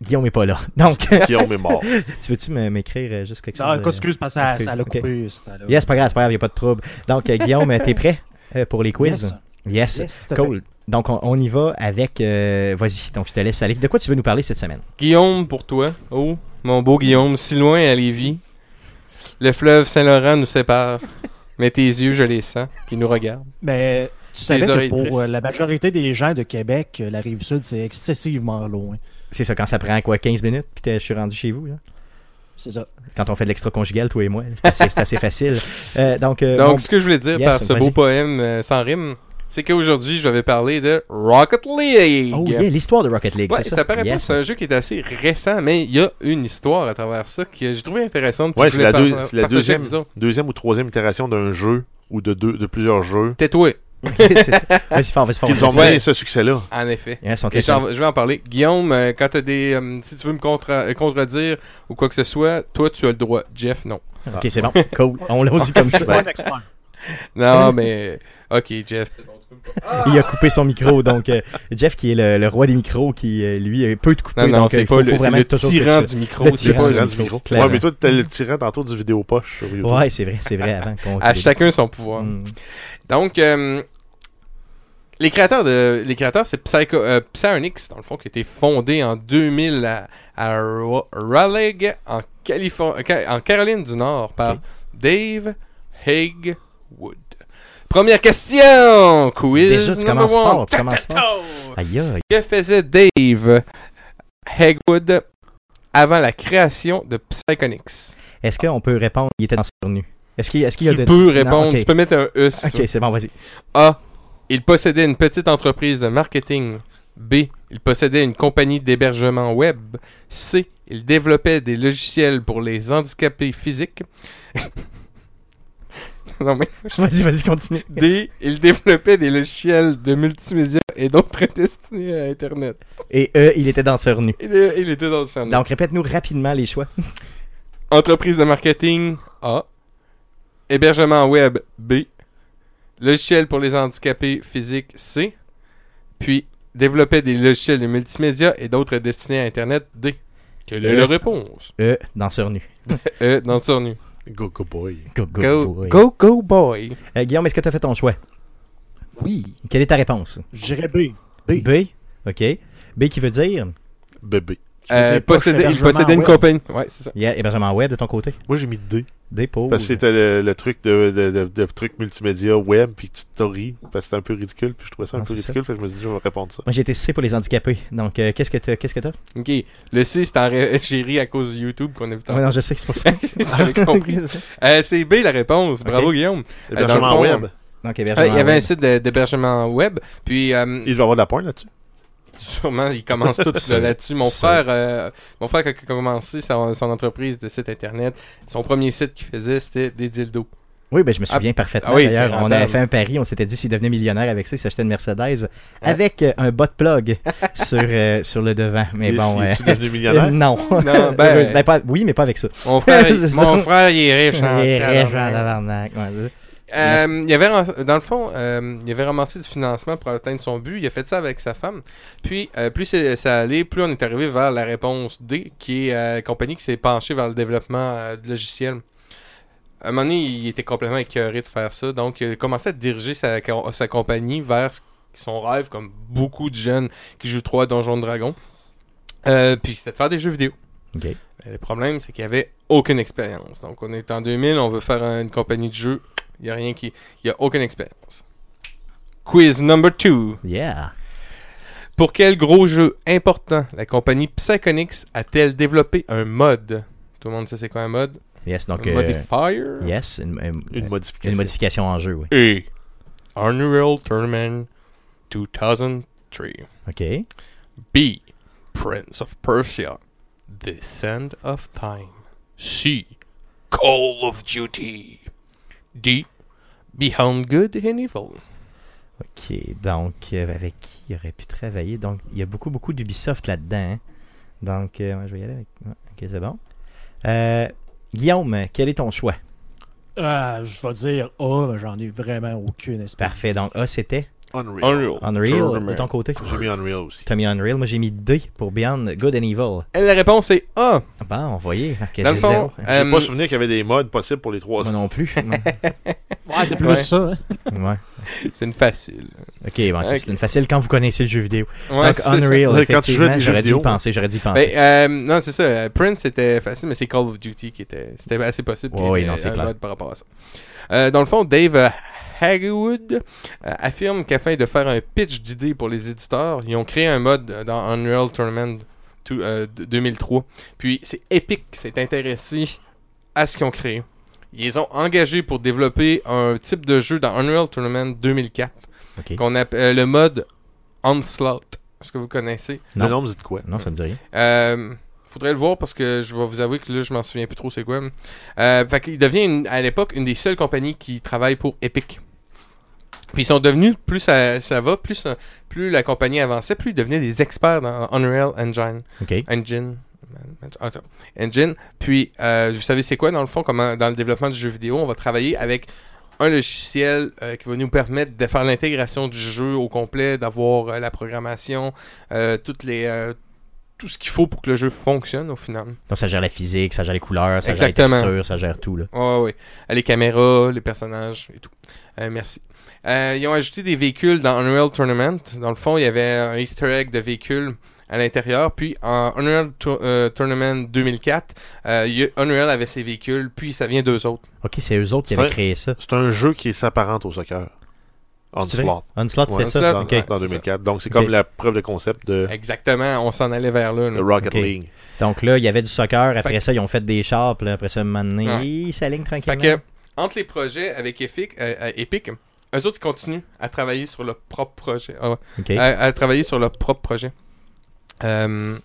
Speaker 1: Guillaume est pas là. <laughs> Donc,
Speaker 3: Guillaume est mort.
Speaker 1: tu veux-tu me- m'écrire euh, juste quelque chose?
Speaker 2: Ah,
Speaker 1: euh,
Speaker 2: excuse, parce que ça-
Speaker 1: excuse.
Speaker 2: ça l'a
Speaker 1: Ok.
Speaker 2: coupé. ça l'a-
Speaker 1: Yes, c'est pas grave, c'est pas grave, y a pas de trouble. Donc, euh, Guillaume, euh, t'es prêt euh, pour les quiz? Yes.
Speaker 2: Yes, tout à fait.
Speaker 1: Cool. Donc, on, on y va avec. euh, Vas-y, donc je te laisse aller. De quoi tu veux nous parler cette semaine?
Speaker 4: Guillaume pour toi. Oh, mon beau Guillaume, si loin à Lévis. Le fleuve Saint-Laurent nous sépare. Mais tes yeux, je les sens, qui nous regardent.
Speaker 2: Mais tu savais
Speaker 4: oreilles
Speaker 2: que
Speaker 4: tristes.
Speaker 2: pour euh, la majorité des gens de Québec, euh, la rive sud, c'est excessivement loin.
Speaker 1: C'est ça, quand ça prend quoi, 15 minutes, puis t'es- je suis rendu chez vous. Là.
Speaker 2: C'est ça.
Speaker 1: Quand on fait de l'extra-conjugal, toi et moi, là, c'est assez, c'est assez facile. Euh, donc, euh,
Speaker 4: Donc,
Speaker 1: bon,
Speaker 4: ce que je voulais dire
Speaker 1: Yes,
Speaker 4: par ce beau
Speaker 1: vas-y.
Speaker 4: poème euh, sans rime, c'est qu'aujourd'hui, je vais parler de Rocket League.
Speaker 1: oh, yeah, l'histoire de Rocket League,
Speaker 4: Ouais,
Speaker 1: c'est
Speaker 4: ça,
Speaker 1: ça?
Speaker 4: paraît pas,
Speaker 1: Yes.
Speaker 4: c'est un jeu qui est assez récent, mais il y a une histoire à travers ça que j'ai trouvé intéressante. puis
Speaker 3: Ouais,
Speaker 4: je
Speaker 3: c'est
Speaker 4: voulais
Speaker 3: la,
Speaker 4: par-
Speaker 3: deux-
Speaker 4: par-
Speaker 3: c'est la
Speaker 4: partager avec
Speaker 3: deuxième,
Speaker 4: vous autres.
Speaker 3: deuxième ou troisième itération d'un jeu ou de, deux, de plusieurs jeux
Speaker 4: Tétoué,
Speaker 1: <laughs> C'est ça. Vas-y fort, vas-y fort.
Speaker 3: qui nous ont
Speaker 1: vas-y.
Speaker 4: Ouais.
Speaker 3: donné ce succès-là.
Speaker 4: en effet.
Speaker 1: Yes, on te
Speaker 4: Et
Speaker 1: laisse-
Speaker 4: j'en- je vais en parler. Guillaume, euh, quand t'as des, euh, si tu veux me contra- euh, contredire ou quoi que ce soit, toi tu as le droit. Jeff, non.
Speaker 1: Ok, c'est bon. Cool. On l'a dit comme ça.
Speaker 3: Ben,
Speaker 1: Hein?
Speaker 4: Non, mais ok, Jeff. c'est bon, tu peux me-
Speaker 1: Il a coupé son micro. Donc, euh, Jeff, qui est le, le roi des micros, qui, euh, lui, euh, peut te couper.
Speaker 4: Non, non,
Speaker 1: donc, euh,
Speaker 4: c'est
Speaker 1: il faut,
Speaker 4: pas
Speaker 1: faut
Speaker 4: le, c'est
Speaker 1: vraiment
Speaker 4: le
Speaker 1: toujours que
Speaker 4: tyran
Speaker 1: tu-
Speaker 4: du micro.
Speaker 1: le
Speaker 4: c'est
Speaker 1: tyran
Speaker 4: pas
Speaker 1: du
Speaker 4: le-
Speaker 3: Tyran
Speaker 1: micro, clairement.
Speaker 3: Ouais, mais toi, t'as le tyran tantôt du vidéo poche sur YouTube.
Speaker 1: Ouais, c'est vrai, c'est vrai, avant qu'on...
Speaker 4: À chacun son pouvoir.
Speaker 1: Mm.
Speaker 4: Donc, euh, les créateurs de, les créateurs, c'est Psycho, euh, Psyonix, dans le fond, qui a été fondé en 2000 à, à Ra- Raleigh, en, Californ- Ca- en Caroline du Nord, par
Speaker 1: Ok.
Speaker 4: Dave Hagwood. Première question, quiz
Speaker 1: Déjà, tu
Speaker 4: number
Speaker 1: commences
Speaker 4: one.
Speaker 1: fort, tu
Speaker 4: Tac,
Speaker 1: commences
Speaker 4: tac,
Speaker 1: fort.
Speaker 4: tac.
Speaker 1: Aïe, aïe.
Speaker 4: Que faisait Dave Hagwood avant la création de Psychonix?
Speaker 1: Est-ce qu'on peut répondre Il était dans son nu. Est-ce qu'il est qu'il y a
Speaker 4: Tu
Speaker 1: de-
Speaker 4: peux
Speaker 1: Non,
Speaker 4: répondre,
Speaker 1: ok.
Speaker 4: tu peux mettre un E si tu veux.
Speaker 1: Ok, c'est bon, vas-y. <laughs>
Speaker 4: A. Il possédait une petite entreprise de marketing. B. Il possédait une compagnie d'hébergement web. C. Il développait des logiciels pour les handicapés physiques. <laughs> non mais.
Speaker 1: Vas-y, vas-y, continue.
Speaker 4: D. Il développait des logiciels de multimédia et d'autres <laughs> destinés à Internet.
Speaker 1: Et E, il était dans son nu.
Speaker 4: Il, est- il était dans le cerveau.
Speaker 1: Donc, répète-nous rapidement les choix.
Speaker 4: Entreprise de marketing A. Hébergement web B. Logiciel pour les handicapés physiques C. Puis développer des logiciels de multimédia et d'autres destinés à Internet D. Quelle est
Speaker 1: Euh.
Speaker 4: la réponse
Speaker 1: E, dans son nu.
Speaker 4: E dans le surnu.
Speaker 3: Go, go boy.
Speaker 1: Go, go,
Speaker 4: Go,
Speaker 1: boy.
Speaker 4: go, go, boy.
Speaker 1: Euh, Guillaume, est-ce que tu as fait ton choix
Speaker 2: Oui,
Speaker 1: Quelle est ta réponse
Speaker 2: je dirais B. B.
Speaker 1: B. OK. B qui veut dire
Speaker 3: Bébé.
Speaker 2: veux
Speaker 4: Euh,
Speaker 2: dire
Speaker 4: possédait-
Speaker 2: poche
Speaker 4: il possédait une
Speaker 2: hébergement
Speaker 4: compagnie. Ouais, c'est ça.
Speaker 1: Il y a hébergement web de ton côté.
Speaker 3: Moi, j'ai mis D.
Speaker 1: D pour.
Speaker 3: Parce que c'était le, le truc de, de, de- de truc multimédia web, puis tu t'en ris, parce que c'était un peu ridicule, puis je trouvais ça un
Speaker 1: Non,
Speaker 3: peu
Speaker 1: c'est ça.
Speaker 3: ridicule, fait que je me suis dit, je vais répondre ça.
Speaker 1: Moi, j'ai été C pour les handicapés. Donc, euh, qu'est-ce que t'as Qu'est-ce que t'as
Speaker 4: Ok. Le C, c'est en ré- <laughs> j'ai ri à cause de YouTube qu'on a vu
Speaker 1: Ah Ouais,
Speaker 4: tantôt.
Speaker 1: non, je sais que c'est
Speaker 4: <laughs>
Speaker 1: pour ça.
Speaker 4: T'avais
Speaker 1: <laughs>
Speaker 4: compris. Euh, c'est B la réponse. Bravo, Guillaume. Euh, dans le
Speaker 3: Hébergement
Speaker 4: fond,
Speaker 3: web.
Speaker 1: Donc,
Speaker 4: Euh,
Speaker 1: hébergement
Speaker 4: Il y avait un
Speaker 1: web.
Speaker 4: site de- d'hébergement web. Puis, euh,
Speaker 3: Il devait avoir de la pointe là-dessus.
Speaker 4: Sûrement, ils commencent
Speaker 1: <laughs>
Speaker 4: tous là- là-dessus. Mon
Speaker 1: Ça.
Speaker 4: frère, euh, mon frère, quand il a commencé son, son entreprise de site internet, son premier site qu'il faisait, c'était des dildos.
Speaker 1: Oui, ben, je me souviens parfaitement.
Speaker 4: ah oui,
Speaker 1: D'ailleurs,
Speaker 4: c'est
Speaker 1: on
Speaker 4: rentable.
Speaker 1: avait fait un pari. On s'était dit s'il devenait millionnaire avec ça, il s'achetait une Mercedes
Speaker 4: Ah.
Speaker 1: avec euh, un bas de
Speaker 4: <laughs>
Speaker 1: plug sur, euh, sur le devant. Mais
Speaker 3: Il-
Speaker 1: bon.
Speaker 3: il
Speaker 1: euh,
Speaker 3: est-tu devenu
Speaker 1: <laughs>
Speaker 3: millionnaire?
Speaker 1: non.
Speaker 4: Non, ben,
Speaker 1: <laughs> Heureusement, ben, pas- oui, mais pas avec ça. <laughs>
Speaker 4: mon frère,
Speaker 1: C'est ça.
Speaker 4: mon frère, il est riche. en
Speaker 1: Il est riche en tabarnak,
Speaker 4: tabarnak.
Speaker 1: ouais, c'est ça.
Speaker 4: Euh, il avait, ram- dans le fond, euh, il avait ramassé du financement pour atteindre son but. Il a fait ça avec sa femme. Puis, euh, plus c'est- ça allait, plus on est arrivé vers la réponse D, qui est euh, la compagnie qui s'est penchée vers le développement euh, de logiciels. À un moment donné, il était complètement écœuré de faire ça. Donc, il a commencé à diriger sa, co- sa compagnie vers ce qui son rêve, comme beaucoup de jeunes qui jouent 3 Donjons de Dragon. Euh, puis c'était de faire des jeux vidéo.
Speaker 1: OK.
Speaker 4: Mais Ben, le problème, c'est qu'il n'y avait aucune expérience. Donc, on est en 2000, on veut faire un- une compagnie de jeux. Il n'y a rien qui. Il n'y a aucune expérience. Quiz number 2.
Speaker 1: Yeah.
Speaker 4: Pour quel gros jeu important la compagnie Psychonix a-t-elle développé un mod Tout le monde sait c'est quoi un mod
Speaker 1: Yes, donc.
Speaker 4: Un
Speaker 1: euh,
Speaker 4: modifier
Speaker 1: yes, une, une-
Speaker 3: Une
Speaker 1: une
Speaker 3: modification.
Speaker 1: modification en jeu, oui.
Speaker 4: Et Unreal Tournament 2003.
Speaker 1: OK.
Speaker 4: B. Prince of Persia Descent of Time. C. Call of Duty. D. Beyond Good and Evil.
Speaker 1: OK. Donc, euh, avec qui il aurait pu travailler Donc, il y a beaucoup, beaucoup d'Ubisoft là-dedans. hein. Donc, euh, ouais, je vais y aller avec. ouais, OK, c'est bon. Euh, Guillaume, quel est ton choix
Speaker 2: Ah, je vais dire A, mais j'en ai vraiment aucune espèce.
Speaker 1: Parfait. Donc, A, c'était
Speaker 3: Unreal.
Speaker 4: Unreal.
Speaker 1: Unreal de ton côté.
Speaker 3: J'ai mis Unreal aussi.
Speaker 1: T'as mis Unreal. Moi, j'ai mis D pour Beyond Good and Evil. Ah,
Speaker 4: Et la réponse est A.
Speaker 1: Bon, voyez. ok,
Speaker 4: Dans le
Speaker 1: j'ai
Speaker 4: fond,
Speaker 1: zéro.
Speaker 4: euh,
Speaker 3: J'ai pas souvenir qu'il y avait des modes possibles pour les trois
Speaker 1: Moi
Speaker 3: ans.
Speaker 1: non plus.
Speaker 2: Ouais, c'est plus
Speaker 4: Ouais.
Speaker 2: ça. hein.
Speaker 1: ouais.
Speaker 4: c'est une facile.
Speaker 1: Ok, bon, c'est-
Speaker 4: Ok.
Speaker 1: c'est une facile quand vous connaissez le jeu vidéo.
Speaker 4: Ouais,
Speaker 1: Donc,
Speaker 4: c'est ça.
Speaker 1: Unreal,
Speaker 3: Ouais, quand tu joues
Speaker 1: effectivement,
Speaker 3: à des jeux
Speaker 1: j'aurais dû y
Speaker 3: vidéo,
Speaker 1: penser, j'aurais dû y penser.
Speaker 4: Ben, euh, non, c'est ça. euh, Prince, c'était facile, mais c'est Call of Duty qui était. C'était assez possible. qu'il y
Speaker 1: Ouais,
Speaker 4: ait
Speaker 1: non,
Speaker 4: un
Speaker 1: c'est clair.
Speaker 4: mode par rapport à ça. Euh, dans le fond, Dave euh, Hagwood euh, affirme qu'afin de faire un pitch d'idées pour les éditeurs, ils ont créé un mode euh, dans Unreal Tournament to- euh, de- 2003. Puis c'est Epic qui s'est intéressé à ce qu'ils ont créé. Ils les ont engagés pour développer un type de jeu dans Unreal Tournament 2004
Speaker 1: Ok.
Speaker 4: qu'on appelle euh, le mode Onslaught. Est-ce que vous connaissez?
Speaker 1: Non.
Speaker 3: Le nom, vous dites quoi
Speaker 1: Non, ça me dit rien.
Speaker 4: Euh, faudrait le voir parce que je vais vous avouer que là, je m'en souviens plus trop c'est quoi. mais- Euh, fait qu'il devient une- à l'époque une des seules compagnies qui travaille pour Epic. Puis ils sont devenus, plus ça, ça va, plus, euh, plus la compagnie avançait, plus ils devenaient des experts dans Unreal Engine.
Speaker 1: Ok.
Speaker 4: Engine. Attends. Engine. Puis, euh, vous savez, c'est quoi, dans le fond, comment, dans le développement du jeu vidéo, on va travailler avec un logiciel euh, qui va nous permettre de faire l'intégration du jeu au complet, d'avoir euh, la programmation, euh, toutes les, euh, tout ce qu'il faut pour que le jeu fonctionne au final.
Speaker 1: Donc, ça gère la physique, ça gère les couleurs, ça gère
Speaker 4: Exactement.
Speaker 1: les textures, ça gère tout. Là.
Speaker 4: Ouais, ouais. Euh, Les caméras, les personnages et tout. Euh, merci. Euh, ils ont ajouté des véhicules dans Unreal Tournament. Dans le fond, il y avait un easter egg de véhicules à l'intérieur. Puis en Unreal Tour- euh, Tournament 2004, euh, il y a- Unreal avait ses véhicules, puis ça vient d'eux autres.
Speaker 1: Ok, c'est eux autres qui
Speaker 3: C'est
Speaker 1: avaient
Speaker 3: vrai.
Speaker 1: créé ça.
Speaker 3: C'est un jeu qui s'apparente au soccer.
Speaker 1: C'est vrai? Onslaught,
Speaker 3: Onslaught. Ouais,
Speaker 1: Ah, c'est
Speaker 4: Onslaught,
Speaker 1: ça.
Speaker 3: dans,
Speaker 1: Ok.
Speaker 4: ouais.
Speaker 3: dans
Speaker 4: c'est
Speaker 3: 2004. Donc, c'est
Speaker 1: Ok.
Speaker 3: comme la preuve de concept de,
Speaker 4: Exactement, on s'en allait vers là. là.
Speaker 3: de Rocket
Speaker 1: Ok.
Speaker 3: League.
Speaker 1: Donc là, il y avait du soccer. Après
Speaker 4: Fait-
Speaker 1: ça, ils ont fait des chars. Puis là, après ça, maintenant,
Speaker 4: Ouais.
Speaker 1: ils s'alignent
Speaker 4: Fait
Speaker 1: tranquillement.
Speaker 4: que, entre les projets avec Epic, euh, euh, Epic, eux autres ils continuent à travailler sur leur propre projet. Ah ouais.
Speaker 1: Ok.
Speaker 4: à, à travailler sur leur propre projet. Euh,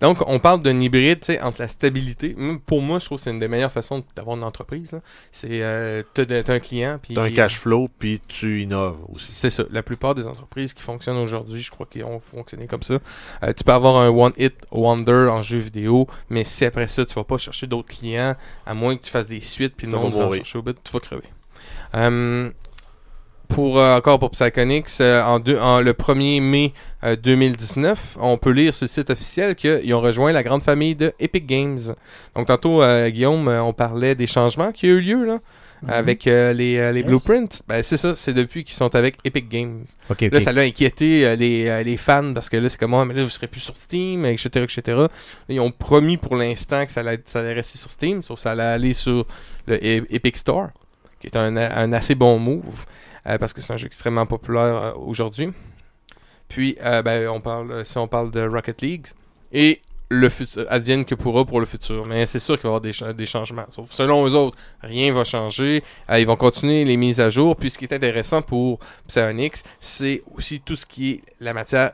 Speaker 4: donc, on parle d'un hybride tu sais, entre la stabilité. Moi, Pour moi, je trouve que c'est une des meilleures façons d'avoir une entreprise. là. C'est euh, t'as de- t'as un client. puis
Speaker 3: T'as un
Speaker 1: euh,
Speaker 3: cash flow, puis tu innoves aussi.
Speaker 4: C'est ça. La plupart des entreprises qui fonctionnent aujourd'hui, je crois qu'ils ont fonctionné comme ça. Euh, tu peux avoir un one-hit wonder en jeu vidéo, mais si après ça, tu vas pas chercher d'autres clients, à moins que tu fasses des suites, puis
Speaker 3: Ça
Speaker 4: le
Speaker 3: va
Speaker 4: monde va en
Speaker 3: mourir.
Speaker 4: chercher au bout, tu vas crever. Euh, pour, euh, encore pour Psychonix, euh, en deux- en- le 1er mai euh, 2019, on peut lire sur le site officiel qu'ils ont rejoint la grande famille de Epic Games. Donc tantôt, euh, Guillaume, euh, on parlait des changements qui ont eu lieu là, avec euh, les, euh, les
Speaker 1: Yes.
Speaker 4: blueprints. Ben, c'est ça, c'est depuis qu'ils sont avec Epic Games.
Speaker 1: Ok, ok.
Speaker 4: Là, ça l'a inquiété euh, les, euh, les fans parce que là, c'est comme, Ah, mais là, vous serez plus sur Steam, etc., etc. Là, ils ont promis pour l'instant que ça allait, ça allait rester sur Steam, sauf que ça allait aller sur le E- Epic Store, qui est un, a- un assez bon move euh, parce que c'est un jeu extrêmement populaire euh, aujourd'hui. Puis, euh, ben, on parle, euh, si on parle de Rocket League et le futur, advienne que pourra pour le futur. Mais c'est sûr qu'il va y avoir des, cha- des changements. Sauf selon eux autres, rien va changer. Euh, ils vont continuer les mises à jour. Puis ce qui est intéressant pour Psyonix, c'est aussi tout ce qui est la matière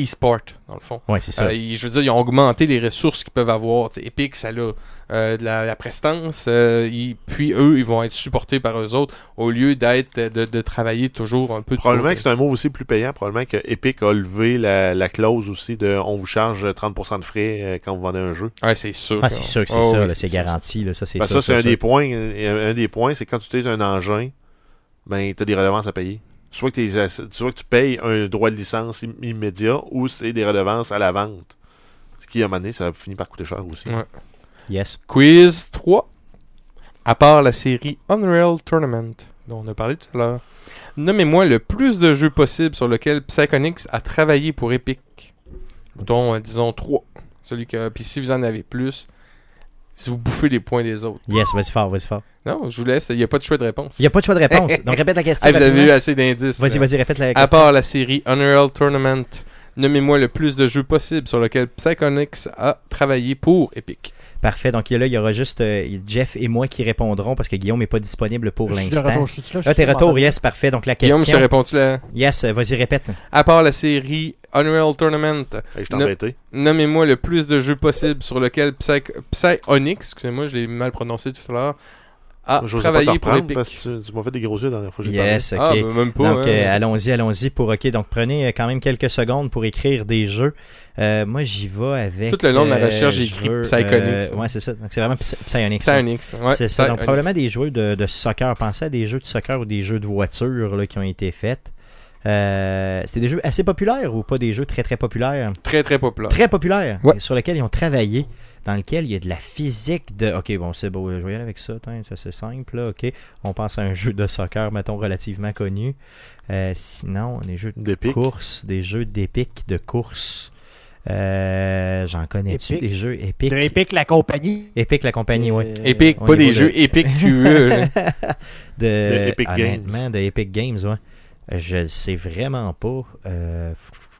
Speaker 4: e-sport, dans le fond.
Speaker 1: Ouais, c'est ça.
Speaker 4: Euh, ils- je veux dire, ils ont augmenté les ressources qu'ils peuvent avoir. Tu sais, Epic, ça a euh, de la, la prestance. euh, ils- puis eux, ils vont être supportés par eux autres au lieu d'être de, de travailler toujours un peu de
Speaker 3: Probablement
Speaker 4: côté.
Speaker 3: que c'est un move aussi plus payant. Probablement que Epic a levé la, la clause aussi de on vous charge 30% de frais euh, quand vous vendez un jeu.
Speaker 4: Ouais, c'est sûr.
Speaker 1: Ah, c'est sûr que c'est
Speaker 4: Oh,
Speaker 1: ça.
Speaker 4: oui,
Speaker 1: là, c'est
Speaker 4: sûr.
Speaker 1: garanti. Là, ça, c'est
Speaker 3: Ben,
Speaker 1: ça.
Speaker 3: ça, c'est un
Speaker 1: ça.
Speaker 3: des points. euh, Un des points, c'est quand tu utilises un engin, ben, t'as des redevances à payer. Soit que, t'es ass- soit que tu payes un droit de licence im- immédiat ou c'est des redevances à la vente. Ce qui, à un moment donné, ça finit par coûter cher aussi.
Speaker 4: Ouais.
Speaker 1: Yes.
Speaker 4: Quiz 3. À part la série Unreal Tournament, dont on a parlé tout à l'heure. Nommez-moi le plus de jeux possible sur lequel Psychonix a travaillé pour Epic. Dont, euh, disons, 3. Celui que... Puis si vous en avez plus, si vous bouffez les points des autres.
Speaker 1: Yes, vas-y fort, vas-y fort.
Speaker 4: Non, je vous laisse. Il n'y a pas de choix de réponse.
Speaker 1: Il n'y a pas de choix de réponse. Donc répète la question.
Speaker 4: Ah, vous avez eu
Speaker 1: rapidement.
Speaker 4: assez d'indices.
Speaker 1: Vas-y,
Speaker 4: là.
Speaker 1: vas-y, répète la
Speaker 4: À
Speaker 1: question.
Speaker 4: part la série Unreal Tournament, nommez-moi le plus de jeux possible sur lequel Psychonix a travaillé pour Epic.
Speaker 1: Parfait. Donc là, il y aura juste euh, Jeff et moi qui répondrons parce que Guillaume n'est pas disponible pour
Speaker 2: Je suis de
Speaker 1: l'instant.
Speaker 2: retour, je suis là, je
Speaker 1: Là,
Speaker 2: suis
Speaker 1: t'es
Speaker 2: sur ma
Speaker 1: retour,
Speaker 2: table.
Speaker 1: yes, parfait. Donc la
Speaker 4: Guillaume, je te
Speaker 1: question.
Speaker 4: réponds-tu là?
Speaker 1: Yes, vas-y, répète.
Speaker 4: À part la série Unreal Tournament,
Speaker 3: Hey, je t'ai
Speaker 4: Ne-
Speaker 3: embêté.
Speaker 4: nommez-moi le plus de jeux possible sur lequel Psy- Psyonix, excusez-moi, je l'ai mal prononcé tout à l'heure, a
Speaker 3: J'osais pas te
Speaker 4: travaillé Ah, pour
Speaker 3: reprendre
Speaker 4: Epic.
Speaker 3: parce que tu, tu m'as fait des gros yeux la dernière fois que j'ai
Speaker 1: Yes, ok.
Speaker 4: Ah, ben, même pas.
Speaker 1: Donc,
Speaker 4: hein.
Speaker 1: euh, allons-y, allons-y pour. OK, donc prenez euh, quand même quelques secondes pour écrire des jeux. Euh, moi, j'y vais avec.
Speaker 4: Tout le long de ma
Speaker 1: euh,
Speaker 4: recherche, j'ai
Speaker 1: je
Speaker 4: écrit
Speaker 1: veux,
Speaker 4: Psychonix.
Speaker 1: euh, ouais, c'est ça. Donc, c'est vraiment Psy- Psyonix. ça.
Speaker 4: Psyonix. ouais,
Speaker 1: c'est ça. Donc,
Speaker 4: Psyonix.
Speaker 1: probablement des jeux de, de soccer. Pensez à des jeux de soccer ou des jeux de voiture là, qui ont été faits. Euh, c'est des jeux assez populaires ou pas des jeux très très populaires
Speaker 4: Très, très populaire.
Speaker 1: Très populaires,
Speaker 4: Ah. Ouais.
Speaker 1: et sur lesquels ils ont travaillé, dans lequel il y a de la physique de. Ok, bon, c'est beau, je vais y aller avec ça, tiens, ça c'est simple, là, ok. On pense à un jeu de soccer, mettons, relativement connu. Euh, sinon, des jeux de
Speaker 3: D'Epic.
Speaker 1: course, des jeux d'épique de course. Euh, J'en connais-tu
Speaker 2: Epic.
Speaker 1: des jeux épiques
Speaker 2: De Epic, la compagnie.
Speaker 1: Épique, la compagnie, oui.
Speaker 2: Euh,
Speaker 4: Epic,
Speaker 1: au
Speaker 4: pas des
Speaker 1: niveau de-
Speaker 4: jeux
Speaker 1: <laughs>
Speaker 4: Epic QE. là.
Speaker 1: de,
Speaker 3: De Epic
Speaker 1: honnêtement,
Speaker 3: Games.
Speaker 1: de Epic Games, ouais. Euh, Je le sais vraiment pas. Euh,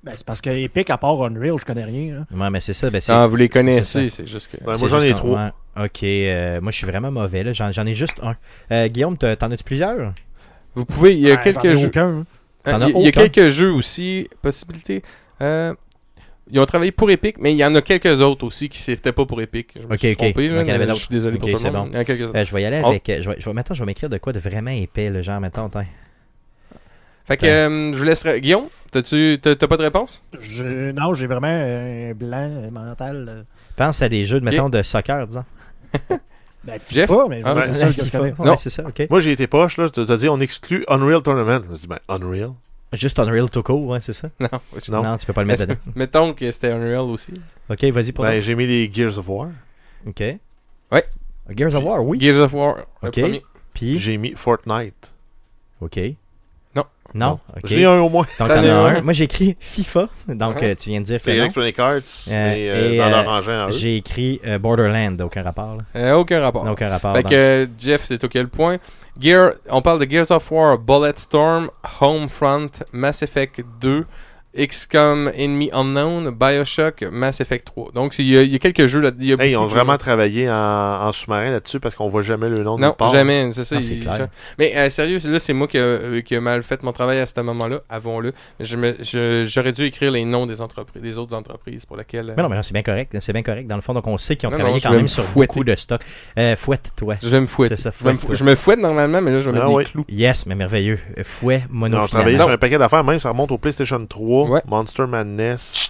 Speaker 2: ben, c'est parce que Epic, à part Unreal, je connais rien. là.
Speaker 1: ouais, mais c'est ça. ben, c'est-
Speaker 4: Ah, vous les connaissez,
Speaker 1: C'est
Speaker 4: c'est juste que.
Speaker 3: Ouais,
Speaker 1: c'est
Speaker 3: moi, j'en
Speaker 1: juste
Speaker 3: ai
Speaker 1: qu'on-
Speaker 3: trois.
Speaker 1: ouais. Ok, euh, moi je suis vraiment mauvais là. J'en, j'en ai juste un. Euh, Guillaume, t'as- t'en as-tu plusieurs
Speaker 4: Vous pouvez, il y a
Speaker 2: Ben, j'en ai
Speaker 4: quelques jeux.
Speaker 2: aucun, hein.
Speaker 1: T'en
Speaker 4: Hein,
Speaker 1: as
Speaker 4: Il y a
Speaker 1: aucun?
Speaker 4: quelques jeux aussi, possibilité. Euh, ils ont travaillé pour Epic, mais il y en a quelques autres aussi qui c'était pas pour Epic. Je me
Speaker 1: Ok,
Speaker 4: suis
Speaker 1: ok.
Speaker 4: trompé, là,
Speaker 1: Donc, il y en avait
Speaker 4: mais je
Speaker 1: d'autres.
Speaker 4: suis désolé
Speaker 1: Ok,
Speaker 4: pour tout
Speaker 1: c'est
Speaker 4: le monde.
Speaker 1: bon.
Speaker 4: Il y en a quelques autres.
Speaker 1: Euh, Je vais y aller
Speaker 4: Oh.
Speaker 1: avec. euh, Je vais, je vais- mettons, je vais m'écrire de quoi de vraiment épais, le genre, mettons, attends.
Speaker 4: Fait que
Speaker 1: Ben.
Speaker 4: euh, je vous laisserai. Guillaume, t'as-tu t'as t'as pas de réponse? <laughs>
Speaker 2: Je- Non, j'ai vraiment un blanc euh, mental. euh.
Speaker 1: Pense à des jeux, de, mettons, de soccer, disons.
Speaker 2: Ben, FIFA,
Speaker 4: Jeff?
Speaker 2: mais
Speaker 4: Ah,
Speaker 2: c'est
Speaker 3: ben,
Speaker 2: ça que je
Speaker 1: <laughs> FIFA.
Speaker 2: fais.
Speaker 1: Ouais,
Speaker 4: Non.
Speaker 1: c'est ça, ok.
Speaker 3: Moi, j'ai été poche, là. T'as t'as dit, on exclut Unreal Tournament. Je me suis dit, ben, Unreal.
Speaker 1: Juste Unreal to court, ouais, c'est ça.
Speaker 4: Non.
Speaker 3: Non.
Speaker 1: tu peux pas le mettre dedans.
Speaker 4: Mettons que c'était Unreal aussi.
Speaker 1: Ok, vas-y pour
Speaker 3: Ben,
Speaker 1: toi.
Speaker 3: j'ai mis les Gears of War.
Speaker 1: Ok.
Speaker 4: Ouais.
Speaker 1: Gears of War, oui.
Speaker 4: Gears of War, le
Speaker 1: Ok.
Speaker 4: premier.
Speaker 1: Puis.
Speaker 3: J'ai mis Fortnite.
Speaker 1: Ok.
Speaker 4: Non.
Speaker 1: Non. Ok.
Speaker 3: J'ai mis un au moins.
Speaker 1: Donc,
Speaker 4: T'en
Speaker 1: t'en
Speaker 4: as
Speaker 1: as
Speaker 4: un.
Speaker 1: un. Moi, j'ai écrit FIFA. Donc,
Speaker 4: Ouais.
Speaker 1: euh, tu viens de dire que
Speaker 3: C'est
Speaker 1: non.
Speaker 3: Electronic Arts, mais euh,
Speaker 1: et,
Speaker 3: dans leur
Speaker 1: euh,
Speaker 3: engin à eux.
Speaker 1: J'ai écrit euh, Borderland. Aucun rapport. là.
Speaker 4: Euh, aucun rapport.
Speaker 1: Aucun rapport.
Speaker 4: fait
Speaker 1: dans-
Speaker 4: que euh, Jeff, c'est au quel point? Gear, on parle de Gears of War, Bulletstorm, Homefront, Mass Effect 2, XCOM, Enemy Unknown, Bioshock, Mass Effect 3. Donc, il y, a- il y a quelques jeux là-dedans.
Speaker 3: Hey, ils ont vraiment travaillé en, en sous-marin là-dessus parce qu'on voit jamais le nom de
Speaker 4: Non,
Speaker 3: part.
Speaker 4: jamais. C'est ça.
Speaker 1: Ah, c'est
Speaker 4: il-
Speaker 1: clair.
Speaker 4: ça. Mais euh, sérieux, là, c'est moi qui a, euh, qui a mal fait mon travail à ce moment-là. Avons-le. Je me- je- J'aurais dû écrire les noms des entreprises, des autres entreprises pour lesquelles. euh,
Speaker 1: Mais non, mais non, c'est bien correct. C'est bien correct. Dans le fond, donc on sait qu'ils ont
Speaker 4: Non,
Speaker 1: travaillé
Speaker 4: non, je
Speaker 1: quand
Speaker 4: vais
Speaker 1: même
Speaker 4: me
Speaker 1: sur
Speaker 4: fouetter.
Speaker 1: beaucoup de stocks. Euh, Fouette-toi.
Speaker 4: Je vais me fouetter.
Speaker 1: C'est ça,
Speaker 4: je, vais me fou-
Speaker 1: fouette-toi.
Speaker 4: je me fouette normalement, mais là, je vais
Speaker 3: Ah
Speaker 4: mettre
Speaker 3: oui.
Speaker 4: des clous.
Speaker 1: Yes, mais merveilleux. Euh, Fouet,
Speaker 3: Ils ont
Speaker 1: mono
Speaker 3: travaillé
Speaker 1: finalement.
Speaker 3: sur un paquet d'affaires, même ça remonte au PlayStation 3,
Speaker 4: Ouais.
Speaker 3: Monster Madness.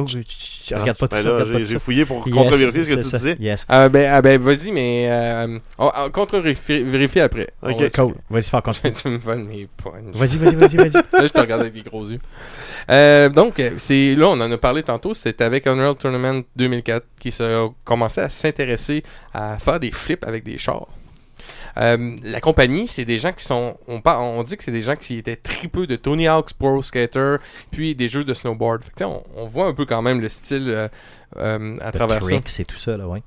Speaker 1: Oh, je- je- je regarde pas tout
Speaker 3: Ben
Speaker 1: ça.
Speaker 3: là,
Speaker 1: regarde pas
Speaker 3: j'ai-
Speaker 1: tout
Speaker 3: J'ai
Speaker 1: ça.
Speaker 3: fouillé pour
Speaker 1: Yes,
Speaker 3: contre-vérifier ce
Speaker 1: c'est
Speaker 3: que tu
Speaker 1: ça.
Speaker 3: disais.
Speaker 1: Yes.
Speaker 4: Ah, ben, ah, ben vas-y, mais. euh, on- on- Contre-vérifie vérifie après.
Speaker 3: Ok.
Speaker 4: On va-
Speaker 1: Cool. Vas-y, faire continuer.
Speaker 4: <laughs> tu me voles mes points.
Speaker 1: Vas-y, vas-y, vas-y, vas-y.
Speaker 4: Là, je te regarde avec des gros yeux. Euh, donc, euh, c'est là, on en a parlé tantôt, c'était avec Unreal Tournament 2004 qui a commencé à s'intéresser à faire des flips avec des chars. Euh, la compagnie, c'est des gens qui sont. On, par- on dit que c'est des gens qui étaient très peu de Tony Hawk's Pro Skater, puis des jeux de snowboard. Fait que, tu sais, on, on voit un peu quand même le style euh, euh, à travers ça.
Speaker 1: Tricks et tout ça, là, ouais.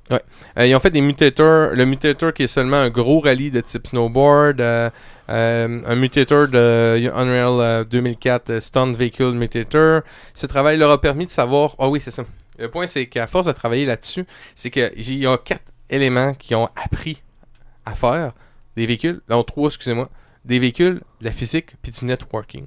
Speaker 4: Euh, ils ont fait des mutateurs. Le mutator qui est seulement un gros rallye de type snowboard. euh, euh, un mutator de Unreal euh, 2004 euh, Stunt Vehicle Mutator. Ce travail leur a permis de savoir. Ah oui, c'est ça. Le point, c'est qu'à force de travailler là-dessus, c'est qu'il y a quatre éléments qui ont appris à faire des véhicules. Non, trois, excusez-moi. Des véhicules, de la physique, puis du networking.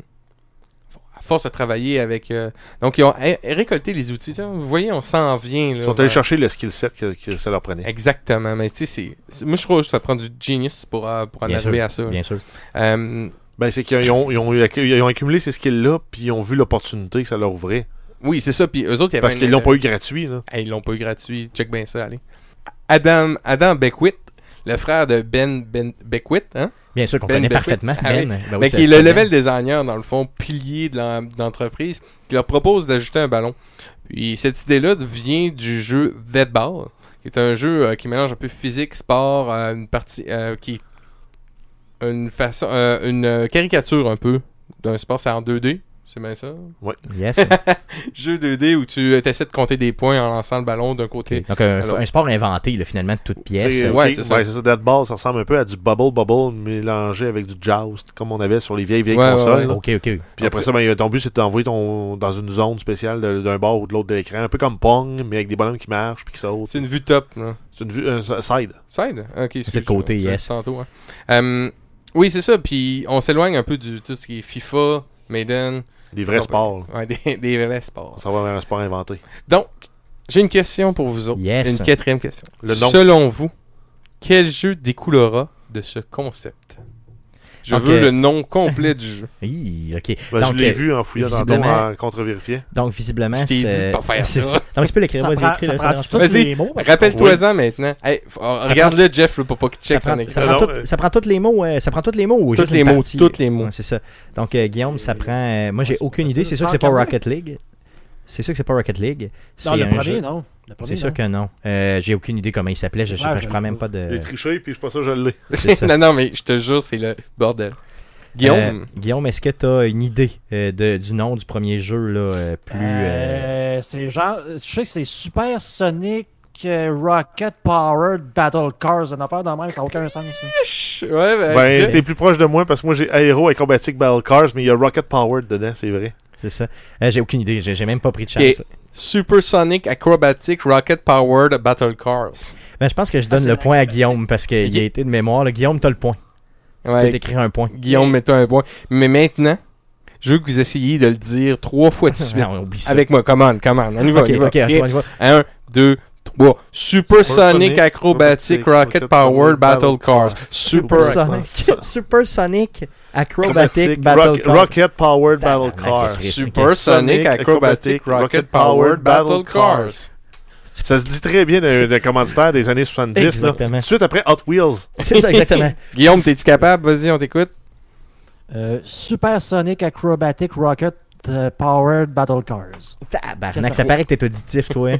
Speaker 4: À force de travailler avec. euh, donc, ils ont eh, récolté les outils. Tiens, Vous voyez, on s'en vient. Là,
Speaker 3: Ils sont allés
Speaker 4: vers-
Speaker 3: chercher le skill set que, que ça leur prenait.
Speaker 4: Exactement, mais tu sais, c'est- c'est- moi je trouve que ça prend du genius pour, euh, pour en
Speaker 1: Bien
Speaker 4: arriver
Speaker 1: sûr,
Speaker 4: à ça.
Speaker 1: Bien sûr.
Speaker 4: Euh,
Speaker 3: Ben, c'est qu'ils ont, ils ont, eu- ils ont accumulé ces skills-là, puis ils ont vu l'opportunité que ça leur ouvrait.
Speaker 4: oui, c'est ça, puis eux autres, il y avait
Speaker 3: Parce
Speaker 4: un- euh,
Speaker 3: qu'ils l'ont pas eu gratuit, là.
Speaker 4: Hey, ils l'ont pas eu gratuit, check bien ça, allez. Adam, Adam Beckwith, le frère de Ben, ben Beckwith, hein?
Speaker 1: Bien sûr qu'on
Speaker 4: Ben
Speaker 1: connaît
Speaker 4: Beckwith.
Speaker 1: parfaitement.
Speaker 4: Ah oui.
Speaker 1: Ben, ben oui,
Speaker 4: mais
Speaker 1: c'est-
Speaker 4: qui est le
Speaker 1: c'est
Speaker 4: level designer, dans le fond, pilier de l'en- de l'entreprise, qui leur propose d'ajouter un ballon. Puis cette idée-là vient du jeu Dead Ball, qui est un jeu euh, qui mélange un peu physique, sport, euh, une partie euh, qui est une façon, euh, une caricature un peu d'un sport, c'est en 2D, c'est bien ça?
Speaker 1: Yes.
Speaker 4: Jeu 2D où tu essaies de compter des points en lançant le ballon d'un côté.
Speaker 1: Donc, un,
Speaker 4: Alors-
Speaker 1: un sport inventé, là, finalement, de toutes pièces.
Speaker 4: C'est-
Speaker 3: Ok, ben,
Speaker 4: ouais, c'est ça.
Speaker 3: ça. Dead Ball, ça ressemble un peu à du Bubble Bubble mélangé avec du Joust, comme on avait sur les vieilles, vieilles
Speaker 4: Ouais,
Speaker 3: consoles.
Speaker 4: ouais,
Speaker 3: là.
Speaker 1: Ok, ok.
Speaker 3: Puis après ça, ben, ton but, c'est de t'envoyer ton, dans une zone spéciale de- d'un bord ou de l'autre de l'écran. Un peu comme Pong, mais avec des bonhommes qui marchent puis qui sautent.
Speaker 4: C'est une vue top, là.
Speaker 3: C'est une vue euh, side.
Speaker 4: Side? Ok,
Speaker 1: C'est le côté, yes.
Speaker 4: Tantôt, hein. Hum, oui, c'est ça. Puis on s'éloigne un peu du tout ce qui est FIFA, Maiden,
Speaker 3: Des vrais
Speaker 4: Non,
Speaker 3: sports.
Speaker 4: ouais, <laughs> des, des vrais
Speaker 3: On
Speaker 4: sports.
Speaker 3: s'en va vers un sport inventé.
Speaker 4: Donc, j'ai une question pour vous autres.
Speaker 1: Yes.
Speaker 4: Oh, Une quatrième question.
Speaker 3: Le nom.
Speaker 4: Selon vous, quel jeu découlera de ce concept Je
Speaker 1: Ok.
Speaker 4: veux le nom complet du
Speaker 1: <laughs>
Speaker 4: jeu.
Speaker 1: Hi, ok.
Speaker 3: Ben,
Speaker 1: donc,
Speaker 3: je l'ai
Speaker 1: euh,
Speaker 3: vu en fouillant dans ton,
Speaker 1: visiblement-
Speaker 3: en contre-vérifiant.
Speaker 1: donc, visiblement,
Speaker 4: Je t'ai dit de
Speaker 1: c'est.
Speaker 4: pas
Speaker 1: <laughs>
Speaker 4: faire
Speaker 1: c'est
Speaker 4: ça.
Speaker 1: Donc, tu peux l'écrire,
Speaker 2: Ça
Speaker 1: vas-y,
Speaker 2: prend,
Speaker 1: écris-le, ça
Speaker 2: ça prend
Speaker 1: dérange
Speaker 2: tous
Speaker 1: pas.
Speaker 4: Vas-y,
Speaker 2: les mots. parce que-
Speaker 4: Rappelle-toi-en maintenant. Hey, f- regarde-le, Jeff, là, pour pas qu'il
Speaker 1: Ça
Speaker 4: check
Speaker 1: prend,
Speaker 4: son
Speaker 1: ça
Speaker 4: écran.
Speaker 1: prend
Speaker 3: Non,
Speaker 1: tout-
Speaker 3: non, euh,
Speaker 1: ça prend toutes les mots, euh, ça prend toutes les mots. au jeu
Speaker 4: Toutes
Speaker 1: d'une
Speaker 4: les mots,
Speaker 1: partie.
Speaker 4: toutes les mots.
Speaker 1: Ouais, c'est ça. Donc euh, Guillaume, ça prend. euh, moi, j'ai
Speaker 2: c'est
Speaker 1: aucune
Speaker 2: pas
Speaker 1: idée.
Speaker 2: ça.
Speaker 1: C'est sûr que c'est pas
Speaker 2: 140.
Speaker 1: Rocket League. C'est sûr que c'est pas Rocket League.
Speaker 2: Non,
Speaker 1: C'est
Speaker 2: le
Speaker 1: un
Speaker 2: premier,
Speaker 1: jeu-
Speaker 2: non. Le premier,
Speaker 1: C'est
Speaker 2: non.
Speaker 1: sûr que non. Euh, j'ai aucune idée comment il s'appelait. Je,
Speaker 2: C'est
Speaker 1: sais
Speaker 2: vrai,
Speaker 1: pas, je
Speaker 2: je
Speaker 1: prends même pas
Speaker 3: J'ai
Speaker 1: de.
Speaker 3: triché, puis je suis pas sûr que je l'ai.
Speaker 1: c'est ça.
Speaker 4: <laughs> non, non, mais je te jure, c'est le bordel. Guillaume,
Speaker 1: Euh, Guillaume, est-ce que tu as une idée euh, de- du nom du premier jeu là, euh, plus. euh,
Speaker 2: Euh, C'est genre. Je sais que c'est Super Sonic euh, Rocket Powered Battle Cars. Une affaire dans même, ça n'a aucun sens. ça.
Speaker 4: Chut, ouais, ben,
Speaker 3: Ben,
Speaker 4: Jeff-
Speaker 3: t'es plus proche de moi parce que moi j'ai Aero Acrobatic Battle Cars, mais il y a Rocket Powered dedans, c'est vrai.
Speaker 1: C'est ça. Euh, j'ai aucune idée. J'ai j'ai même pas pris de chance.
Speaker 4: Ok. Supersonic Acrobatic Rocket Powered Battle Cars.
Speaker 1: Ben, je pense que je donne
Speaker 2: Ah, c'est
Speaker 1: le
Speaker 2: vrai.
Speaker 1: point à Guillaume parce qu'il
Speaker 4: Il-
Speaker 1: a été de mémoire. là. Guillaume, t'as le point. Tu peux
Speaker 4: Ouais,
Speaker 1: t'écrire un
Speaker 4: <laughs>
Speaker 1: point.
Speaker 4: Guillaume, mettez un point. Mais maintenant, je veux que vous essayiez de le dire trois
Speaker 1: <laughs>
Speaker 4: fois de suite.
Speaker 1: Non, oublie ça.
Speaker 4: Avec moi, commande, commande. On y va,
Speaker 1: Ah, ok,
Speaker 4: on y va.
Speaker 1: ok, on y va, on y va.
Speaker 4: 1, 2, 3. Supersonic
Speaker 3: Supersonic
Speaker 4: Acrobatic
Speaker 3: Acrobatic
Speaker 4: Rocket
Speaker 3: Rocket
Speaker 4: Powered
Speaker 3: Powered
Speaker 4: Battle
Speaker 3: Battle
Speaker 4: Cars.
Speaker 3: Cars.
Speaker 4: Super.
Speaker 1: Sonic, Supersonic Acrobatic Battle
Speaker 3: Rock-
Speaker 1: Cars.
Speaker 3: Rocket Powered Battle
Speaker 1: Tabarnak,
Speaker 3: Cars.
Speaker 1: Chris.
Speaker 4: Supersonic
Speaker 3: Sonic
Speaker 4: Acrobatic
Speaker 3: Acrobatic
Speaker 4: Rocket
Speaker 3: Rocket
Speaker 4: Powered
Speaker 3: Powered
Speaker 4: Battle
Speaker 3: Battle
Speaker 4: Cars.
Speaker 3: Ça se dit très bien d'un d'un commanditaire des années 70. Là. Tout
Speaker 1: Exactement.
Speaker 3: de suite après Hot Wheels.
Speaker 1: C'est ça,
Speaker 4: <laughs>
Speaker 1: exactement.
Speaker 4: Guillaume, t'es-tu capable? Vas-y, on t'écoute.
Speaker 2: Euh, Super Sonic Acrobatic Rocket euh, Powered Battle Cars.
Speaker 1: Tabarnak, ça paraît que t'es auditif, toi. hein.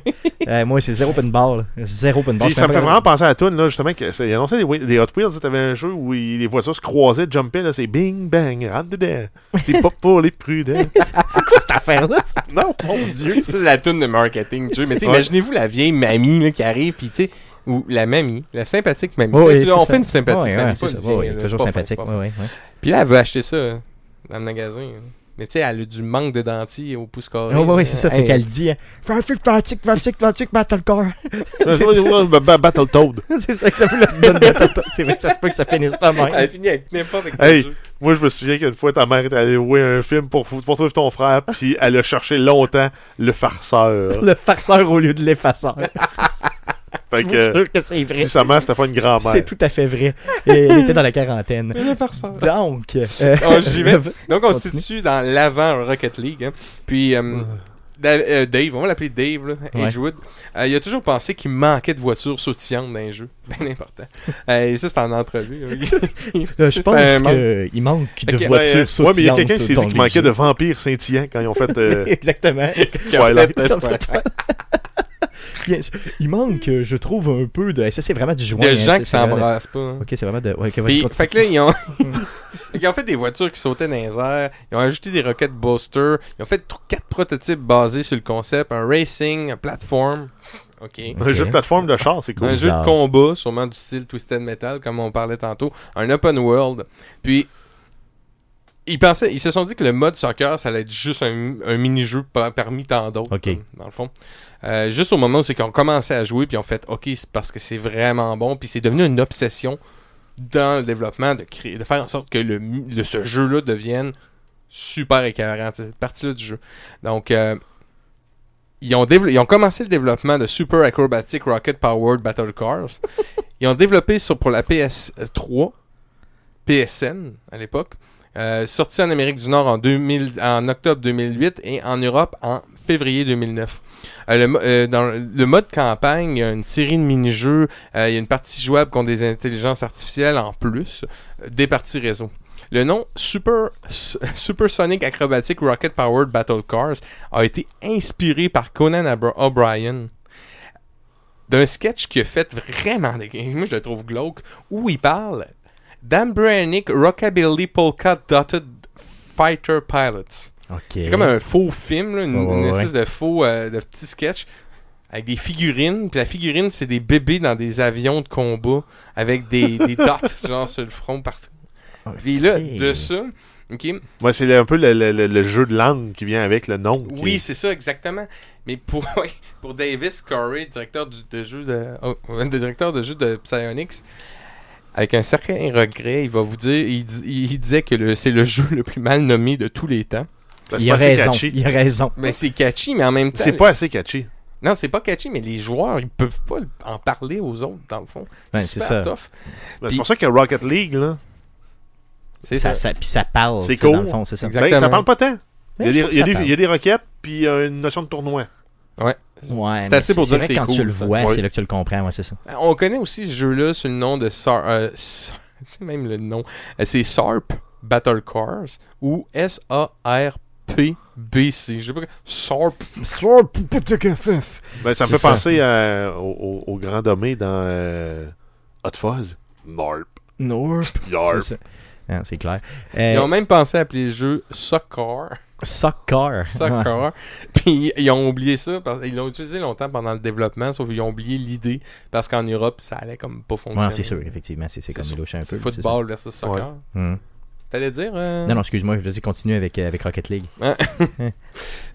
Speaker 1: Euh, moi, c'est zéro open bar. là. Zéro open bar.
Speaker 3: Puis ça me fait vraiment penser à la toune, là, justement, que ça- il annonçait des, whe- des Hot Wheels. là, T'avais un jeu où il- les voitures se croisaient, jumpaient, là, c'est bing, bang, rentre dedans. C'est pas pour les <laughs> prudents.
Speaker 1: C'est quoi cette affaire-là? ça?
Speaker 4: Non, mon Dieu. C'est la toune de marketing, tu sais. Mais tu sais,
Speaker 3: Ouais.
Speaker 4: imaginez-vous la vieille mamie là, qui arrive, puis tu sais, ou la mamie, la sympathique mamie.
Speaker 1: Ouais,
Speaker 4: Tu sais,
Speaker 1: ouais,
Speaker 4: là, on
Speaker 1: c'est
Speaker 4: fait
Speaker 1: ça.
Speaker 4: une sympathique
Speaker 1: Ouais,
Speaker 4: mamie,
Speaker 1: ouais,
Speaker 4: pas
Speaker 1: c'est ça.
Speaker 4: une
Speaker 1: Ouais,
Speaker 4: vieille,
Speaker 1: ouais,
Speaker 4: là,
Speaker 1: toujours
Speaker 4: c'est pas fin,
Speaker 1: sympathique.
Speaker 4: c'est pas
Speaker 1: Ouais,
Speaker 4: fin.
Speaker 1: ouais, ouais.
Speaker 4: Puis là, elle veut acheter ça euh, dans le magasin. là. Mais tu sais, elle a du manque de dentiers au pouce carré.
Speaker 1: Ouais, ouais, ouais,
Speaker 4: là.
Speaker 1: c'est ça. Fait
Speaker 4: Hey,
Speaker 1: qu'elle dit, hein, Fais un film pratique, pratique, pratique, battle core.
Speaker 3: Battle Toad.
Speaker 1: <laughs> C'est ça que ça fait la donne
Speaker 4: <laughs>
Speaker 1: battle Toad. C'est vrai que ça se peut que ça finisse pas
Speaker 4: Elle
Speaker 1: mal.
Speaker 4: finit avec n'importe quel
Speaker 3: Hey,
Speaker 4: jeu.
Speaker 3: Moi, je me souviens qu'une fois, ta mère est allée louer un film pour, fou- pour trouver
Speaker 1: <laughs>
Speaker 3: ton frère, puis elle a cherché longtemps le farceur.
Speaker 1: Le farceur au lieu de
Speaker 4: <laughs>
Speaker 1: l'effaceur.
Speaker 3: Fait
Speaker 1: Je vous
Speaker 3: que,
Speaker 1: jure que c'est vrai.
Speaker 3: justement, c'était pas une grand-mère.
Speaker 1: C'est tout à fait vrai. Et il était dans la quarantaine.
Speaker 4: <laughs>
Speaker 1: Donc, euh,
Speaker 4: Oh, j'y vais. Donc, on se
Speaker 1: Continue.
Speaker 4: situe dans l'avant Rocket League. hein. Puis, euh, Da- euh, Dave, on va l'appeler Dave, là,
Speaker 1: Ouais.
Speaker 4: Edgewood. Euh, il a toujours pensé qu'il manquait de voitures sautillantes dans les jeux. <laughs> Bien important. Euh, et ça, c'est en entrevue.
Speaker 1: <laughs>
Speaker 4: hein.
Speaker 1: Euh, je
Speaker 4: C'est un
Speaker 1: pense
Speaker 4: manque.
Speaker 1: qu'il manque de
Speaker 4: Ok, ouais,
Speaker 1: voitures
Speaker 3: ben, Ouais,
Speaker 1: sautillantes.
Speaker 3: mais il y a quelqu'un qui s'est dit
Speaker 1: dans
Speaker 3: qu'il
Speaker 1: les
Speaker 3: manquait
Speaker 1: jeux.
Speaker 3: de vampires scintillants quand ils ont fait.
Speaker 1: <laughs>
Speaker 3: euh,
Speaker 1: Exactement.
Speaker 4: Qui a fait,
Speaker 3: Twilight.
Speaker 4: euh,
Speaker 1: T'as
Speaker 4: Twilight.
Speaker 1: <laughs> Bien sûr. Il manque, euh, je trouve, un peu de. Ça, c'est vraiment du joint.
Speaker 4: Il y a
Speaker 1: hein,
Speaker 4: des gens
Speaker 1: c'est-
Speaker 4: qui
Speaker 1: c'est vraiment-
Speaker 4: s'embrassent pas. hein.
Speaker 1: Ok, c'est vraiment de. Ouais, ok, vas-y,
Speaker 4: Puis,
Speaker 1: continue.
Speaker 4: fait que
Speaker 1: <laughs>
Speaker 4: là, ils ont... <laughs> Fait qu'ils ont fait des voitures qui sautaient dans les airs, ils ont ajouté des Rocket Booster, ils ont fait tr- quatre prototypes basés sur le concept, un racing, un platform, ok,
Speaker 3: Un jeu de plateforme de char, c'est cool.
Speaker 4: un jeu de
Speaker 1: bizarre.
Speaker 4: combat, sûrement du style Twisted Metal, comme on parlait tantôt, un open world. Puis, ils, pensaient, ils se sont dit que le mode soccer, ça allait être juste un, un mini-jeu par- parmi tant d'autres,
Speaker 1: Ok.
Speaker 4: hein, dans le fond. Euh, juste au moment où c'est qu'on commençait à jouer, puis on fait « Ok, c'est parce que c'est vraiment bon », puis c'est devenu une obsession dans le développement de, créer, de faire en sorte que le, mi- le- ce jeu-là devienne super écœurant, tu sais, cette partie-là du jeu. Donc, euh, ils, ont dévelop- ils ont commencé le développement de Super Acrobatic Rocket Powered Battle Cars. ils ont développé sur, pour la PS3, PSN à l'époque, euh, sorti en Amérique du Nord en, 2000 en octobre 2008 et en Europe en février 2009. Euh, le, mo- euh, dans le mode campagne, il y a une série de mini-jeux, euh, il y a une partie jouable contre des intelligences artificielles en plus, euh, des parties réseau. Le nom Super S- Supersonic Acrobatic Rocket Powered Battle Cars a été inspiré par Conan Abra- O'Brien d'un sketch qui a fait vraiment... des- Moi, je le trouve glauque, où il parle Dan Brannick Rockabilly Polka Dotted Fighter Pilots.
Speaker 1: OK.
Speaker 4: C'est comme un faux film, là, une,
Speaker 1: Ouais, ouais,
Speaker 4: une
Speaker 1: ouais.
Speaker 4: espèce de faux euh, de petit sketch avec des figurines. Puis la figurine, c'est des bébés dans des avions de combat avec des,
Speaker 1: <laughs>
Speaker 4: des dots genre sur le front partout.
Speaker 1: Ok.
Speaker 4: Puis là, de ça, ok,
Speaker 3: Ouais, c'est le- un peu le, le- le- le jeu de langue qui vient avec le nom. qui-
Speaker 4: oui, c'est ça, exactement. Mais pour, <laughs> ouais, pour Davis Corey, directeur du, de jeu de, oh, euh, de directeur de jeu de Psyonix, avec un certain regret, il va vous dire, il, dis- il disait que le- c'est le <laughs> jeu le plus mal nommé de tous les temps.
Speaker 3: Parce que
Speaker 1: Il a
Speaker 3: c'est pas assez
Speaker 1: raison.
Speaker 3: catchy.
Speaker 1: Il a raison.
Speaker 4: Mais c'est catchy, mais en même temps,
Speaker 3: C'est pas assez catchy.
Speaker 4: non, c'est pas catchy, mais les joueurs, ils peuvent pas en parler aux autres dans le fond.
Speaker 1: Ouais,
Speaker 4: c'est
Speaker 1: c'est
Speaker 4: super
Speaker 1: ça.
Speaker 4: tough.
Speaker 3: Ben, C'est pour ça que Rocket League, là,
Speaker 4: C'est
Speaker 1: ça,
Speaker 4: ça.
Speaker 1: ça- puis ça parle.
Speaker 3: C'est
Speaker 1: tu sais, Dans
Speaker 3: cool.
Speaker 1: le fond, c'est ça.
Speaker 4: Exact.
Speaker 3: ben, ça
Speaker 4: Exactement.
Speaker 3: parle pas tant. Il y a
Speaker 1: Mais Ben, je
Speaker 3: des-
Speaker 1: trouve que
Speaker 3: il y a
Speaker 1: ça
Speaker 3: des-
Speaker 1: parle.
Speaker 3: il y a des roquettes, puis euh, une notion de tournoi.
Speaker 4: Ouais.
Speaker 1: Ouais,
Speaker 4: C'est
Speaker 1: mais
Speaker 4: assez pour dire que
Speaker 1: vrai
Speaker 4: c'est
Speaker 1: quand
Speaker 4: cool,
Speaker 1: tu le
Speaker 4: ça.
Speaker 1: vois,
Speaker 3: Ouais.
Speaker 1: c'est là que tu le comprends, ouais, c'est ça.
Speaker 4: Ben, On connaît aussi ce jeu-là sous le nom de Sar... euh, Sar- <laughs> tu sais même le nom. Euh, C'est SARP Battle Cars ou S-A-R-P-B-C. Je sais pas. que- SARP.
Speaker 3: Ben, ça
Speaker 1: C'est
Speaker 3: me fait
Speaker 1: ça.
Speaker 3: penser à- au, au- au grand dommé dans euh, Hot Fuzz. Narp.
Speaker 1: Nope.
Speaker 3: Yarp.
Speaker 1: C'est ça. Ah, c'est clair.
Speaker 4: Ils ont
Speaker 1: Euh,
Speaker 4: même pensé à appeler le jeu Soccer.
Speaker 1: Soccer. Ouais.
Speaker 4: Soccer. <laughs> Puis ils ont oublié ça. Parce... Ils l'ont utilisé longtemps pendant le développement, sauf qu'ils ont oublié l'idée. Parce qu'en Europe, ça allait comme pas fonctionner.
Speaker 1: Ouais, c'est sûr, effectivement. C'est c'est comme
Speaker 4: sûr.
Speaker 1: louche un peu.
Speaker 4: C'est
Speaker 1: mais c'est ça.
Speaker 4: football versus soccer.
Speaker 1: Hum.
Speaker 4: T'allais dire. euh,
Speaker 1: Non, non, excuse-moi, je veux dire, continue avec, euh, avec Rocket League.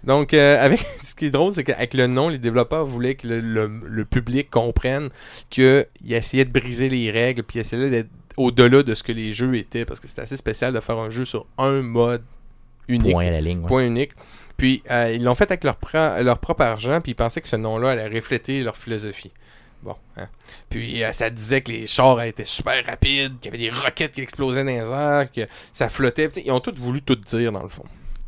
Speaker 4: Donc, euh, avec <laughs> ce qui est drôle, c'est qu'avec le nom, les développeurs voulaient que le, le- le public comprenne qu'ils essayaient de briser les règles, puis ils essayaient d'être au-delà de ce que les jeux étaient, parce que c'était assez spécial de faire un jeu sur un mode unique,
Speaker 1: Point à la ligne. ouais.
Speaker 4: point unique. Puis, euh, ils l'ont fait avec leur, pra- leur propre argent, puis ils pensaient que ce nom-là allait refléter leur philosophie. Bon, hein. Puis euh, ça disait que les chars étaient super rapides, qu'il y avait des roquettes qui explosaient dans les airs, que ça flottait. Tu sais, Ils ont tous voulu tout dire, dans le fond.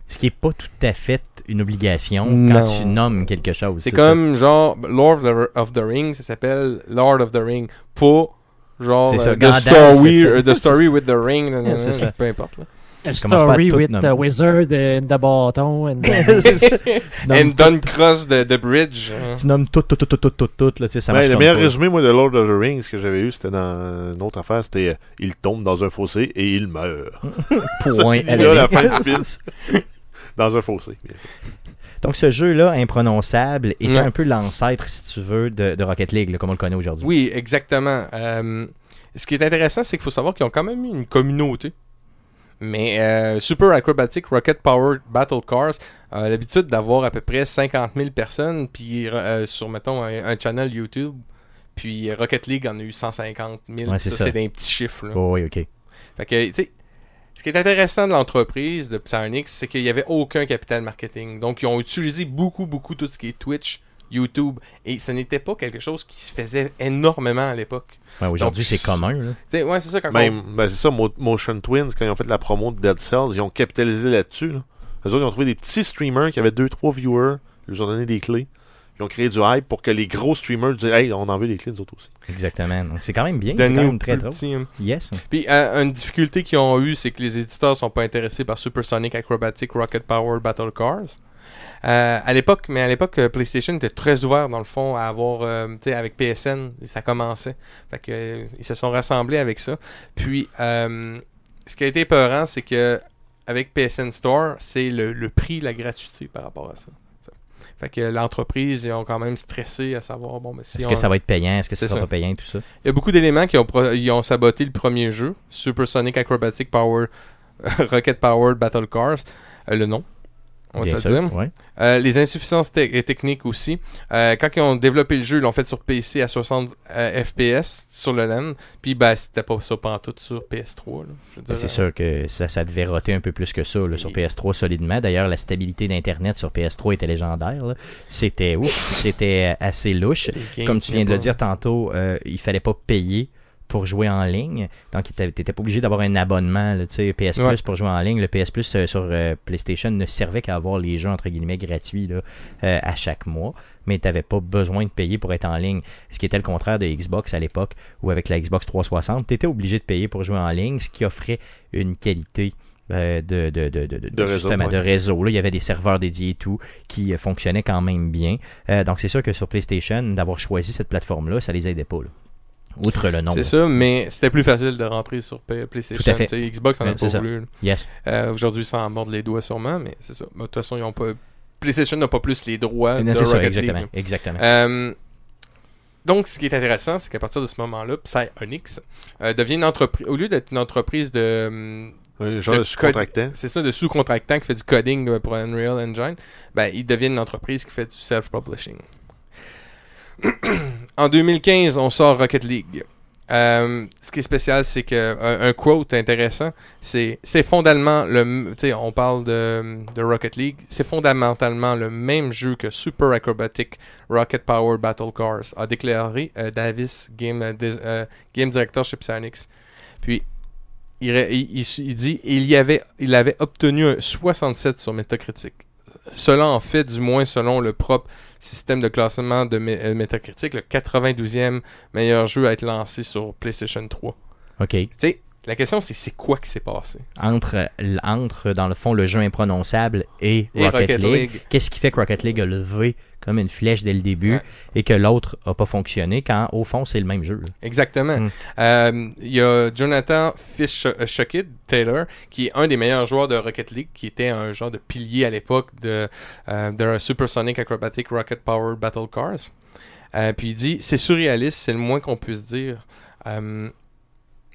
Speaker 1: Ce qui n'est pas tout à fait une obligation
Speaker 4: Non.
Speaker 1: quand tu nommes quelque chose.
Speaker 4: C'est
Speaker 1: ça.
Speaker 4: comme genre Lord of the Rings, ça s'appelle Lord of the Ring. Pas genre
Speaker 1: C'est ça,
Speaker 4: euh, the,
Speaker 1: Gandalf, c'est
Speaker 4: story,
Speaker 1: ça.
Speaker 4: euh,
Speaker 1: <laughs>
Speaker 4: the Story with the Ring,
Speaker 1: c'est
Speaker 4: nanana,
Speaker 1: ça.
Speaker 4: peu importe. là.
Speaker 2: A
Speaker 1: commence pas à
Speaker 2: story
Speaker 1: tout
Speaker 2: with
Speaker 1: nommer.
Speaker 2: the wizard and the bâton <laughs> and the-
Speaker 1: <laughs>
Speaker 4: <laughs>
Speaker 1: C'est ça. Tu nommes
Speaker 4: And Don Cross de The Bridge. hein.
Speaker 1: Tu nommes tout, tout, tout, tout, tout, tout, tout, là, tu sais, ça
Speaker 3: Ben,
Speaker 1: marche
Speaker 3: le
Speaker 1: comme
Speaker 3: meilleur
Speaker 1: toi.
Speaker 3: résumé moi, de Lord of the Rings que j'avais eu, c'était dans une autre affaire. C'était euh, Il tombe dans un fossé et il meurt.
Speaker 1: Mm. Point
Speaker 3: Ça
Speaker 1: à
Speaker 3: finit là, la
Speaker 1: ligne. <laughs>
Speaker 3: fin du film. Dans un fossé, bien sûr.
Speaker 1: Donc, ce jeu-là, imprononçable, est
Speaker 4: Ouais.
Speaker 1: un peu l'ancêtre, si tu veux, de, de Rocket League, là, comme on le connaît aujourd'hui.
Speaker 4: Oui, exactement. Euh, ce qui est intéressant, c'est qu'il faut savoir qu'ils ont quand même eu une communauté. Mais euh, Super Acrobatic Rocket Power Battle Cars a l'habitude d'avoir à peu près 50 000 personnes puis euh, sur, mettons, un, un channel YouTube. Puis euh, Rocket League en a eu 150 000.
Speaker 1: Ouais,
Speaker 4: ça,
Speaker 1: c'est
Speaker 4: c'est
Speaker 1: ça.
Speaker 4: des petits chiffres. là.
Speaker 1: Oh, oui, ok.
Speaker 4: Fait que, tu sais, ce qui est intéressant de l'entreprise de Psyonix, c'est qu'il n'y avait aucun capital marketing. Donc, ils ont utilisé beaucoup, beaucoup tout ce qui est Twitch, YouTube, et ce n'était pas quelque chose qui se faisait énormément à l'époque.
Speaker 1: Ouais, aujourd'hui,
Speaker 4: Donc,
Speaker 1: c'est commun. là.
Speaker 4: Tu sais, ouais, c'est ça quand on-
Speaker 3: Même, ben, c'est ça, Mo- Motion Twins, quand ils ont fait la promo de Dead Cells, ils ont capitalisé là-dessus. Là. Eux autres, ils ont trouvé des petits streamers qui avaient 2-3 viewers. Ils leur ont donné des clés. Ils ont créé du hype pour que les gros streamers disent Hey, on en veut des clés, nous autres aussi.
Speaker 1: Exactement. Donc, c'est quand même bien. C'est
Speaker 4: donner
Speaker 1: quand
Speaker 4: aux
Speaker 1: même très
Speaker 4: plus
Speaker 1: drôle.
Speaker 4: petits, hein.
Speaker 1: Yes.
Speaker 4: Puis, euh, une difficulté qu'ils ont eue, c'est que les éditeurs sont pas intéressés par Supersonic Acrobatic Rocket Power Battle Cars. Euh, à l'époque, mais à l'époque, euh, PlayStation était très ouvert dans le fond à avoir, euh, tu sais, avec PSN, ça commençait. Fait que euh, ils se sont rassemblés avec ça. Puis, euh, ce qui a été épeurant, c'est que avec PSN Store, c'est le, le prix, la gratuité par rapport à ça. Fait que l'entreprise, ils ont quand même stressé à savoir, bon, mais si
Speaker 1: Est-ce
Speaker 4: on-
Speaker 1: que ça va être payant? Est-ce que
Speaker 4: C'est
Speaker 1: ça sera
Speaker 4: ça.
Speaker 1: pas payant, tout ça?
Speaker 4: il y a beaucoup d'éléments qui ont, pro- ils ont saboté le premier jeu, Supersonic Acrobatic Power, <laughs> Rocket Powered Battle Cars, euh, le nom, on va
Speaker 1: bien
Speaker 4: se le
Speaker 1: sûr.
Speaker 4: dire.
Speaker 1: ouais.
Speaker 4: Euh, les insuffisances te- et techniques aussi. Euh, quand ils ont développé le jeu, ils l'ont fait sur PC à 60 euh, FPS sur le LAN, puis ben, c'était pas ça pantoute sur PS3. là. Je veux
Speaker 1: Ben,
Speaker 4: dire,
Speaker 1: c'est
Speaker 4: euh,
Speaker 1: sûr que ça, ça devait roter un peu plus que ça là, sur
Speaker 4: Et-
Speaker 1: PS3 solidement. D'ailleurs, la stabilité d'Internet sur PS3 était légendaire. là. C'était ouf, c'était assez louche.
Speaker 4: les games
Speaker 1: Comme tu viens de
Speaker 4: pas-
Speaker 1: le dire tantôt, euh, il fallait pas payer pour jouer en ligne. Donc, tu n'étais pas obligé d'avoir un abonnement, là, tu sais, PS Plus
Speaker 4: Ouais.
Speaker 1: pour jouer en ligne. Le PS Plus euh, sur euh, PlayStation ne servait qu'à avoir les jeux, entre guillemets, gratuits là, euh, à chaque mois. Mais tu n'avais pas besoin de payer pour être en ligne. Ce qui était le contraire de Xbox à l'époque, où avec la Xbox 360, tu étais obligé de payer pour jouer en ligne, ce qui offrait une qualité euh, de, de, de, de, de-
Speaker 3: De réseau,
Speaker 1: justement,
Speaker 3: ouais.
Speaker 1: de réseau. Là, il y avait des serveurs dédiés et tout qui euh, fonctionnaient quand même bien. Euh, donc, c'est sûr que sur PlayStation, d'avoir choisi cette plateforme-là, ça les aidait pas. là. Outre le nom.
Speaker 4: C'est ça, mais c'était plus facile de rentrer sur P- PlayStation.
Speaker 1: Tout à fait.
Speaker 4: tu sais, Xbox, on
Speaker 1: Ouais,
Speaker 4: a
Speaker 1: c'est
Speaker 4: pas
Speaker 1: ça.
Speaker 4: voulu. là.
Speaker 1: Yes.
Speaker 4: Euh, Aujourd'hui, ça en mordre les doigts sûrement, mais c'est ça. Mais De toute façon, ils ont pas... PlayStation n'a pas plus les droits de
Speaker 1: C'est ça,
Speaker 4: Euh, Rocket League.
Speaker 1: exactement. exactement.
Speaker 4: Euh, donc, ce qui est intéressant, c'est qu'à partir de ce moment-là, Psyonix euh, devient une entreprise. Au lieu d'être une entreprise de. hum,
Speaker 3: Un genre
Speaker 4: De
Speaker 3: de sous-contractant.
Speaker 4: C'est ça, de sous-contractant qui fait du coding euh, pour Unreal Engine, ben, il devient une entreprise qui fait du self-publishing. en 2015, on sort Rocket League. Euh, ce qui est spécial, c'est que euh, un quote intéressant, c'est c'est fondamentalement le, m- tu sais, on parle de, de Rocket League, c'est fondamentalement le même jeu que Super Acrobatic Rocket Power Battle Cars, a déclaré euh, Davis, game, euh, dés- euh, game director chez Psyonix. Puis il, ré- il- il- il dit il y avait il avait obtenu un 67 sur Metacritic. Cela en fait, du moins selon le propre système de classement de Mé- euh, Metacritic, le 92e meilleur jeu à être lancé sur PlayStation 3.
Speaker 1: OK.
Speaker 4: Tu sais, la question c'est c'est quoi qui s'est passé
Speaker 1: Entre, l- entre, dans le fond, le jeu imprononçable et,
Speaker 4: Et
Speaker 1: Rocket, League. Qu'est-ce qui fait que Rocket League a levé comme une flèche dès le début
Speaker 4: Ouais.
Speaker 1: et que l'autre a pas fonctionné quand, au fond, c'est le même jeu? là?
Speaker 4: Exactement.
Speaker 1: Mm.
Speaker 4: Euh, Il y a Jonathan Fish euh, Shuckett Taylor, qui est un des meilleurs joueurs de Rocket League, qui était un genre de pilier à l'époque de, euh, de Supersonic Acrobatic Rocket Power Battle Cars. Euh, puis il dit C'est surréaliste, c'est le moins qu'on puisse dire. Euh,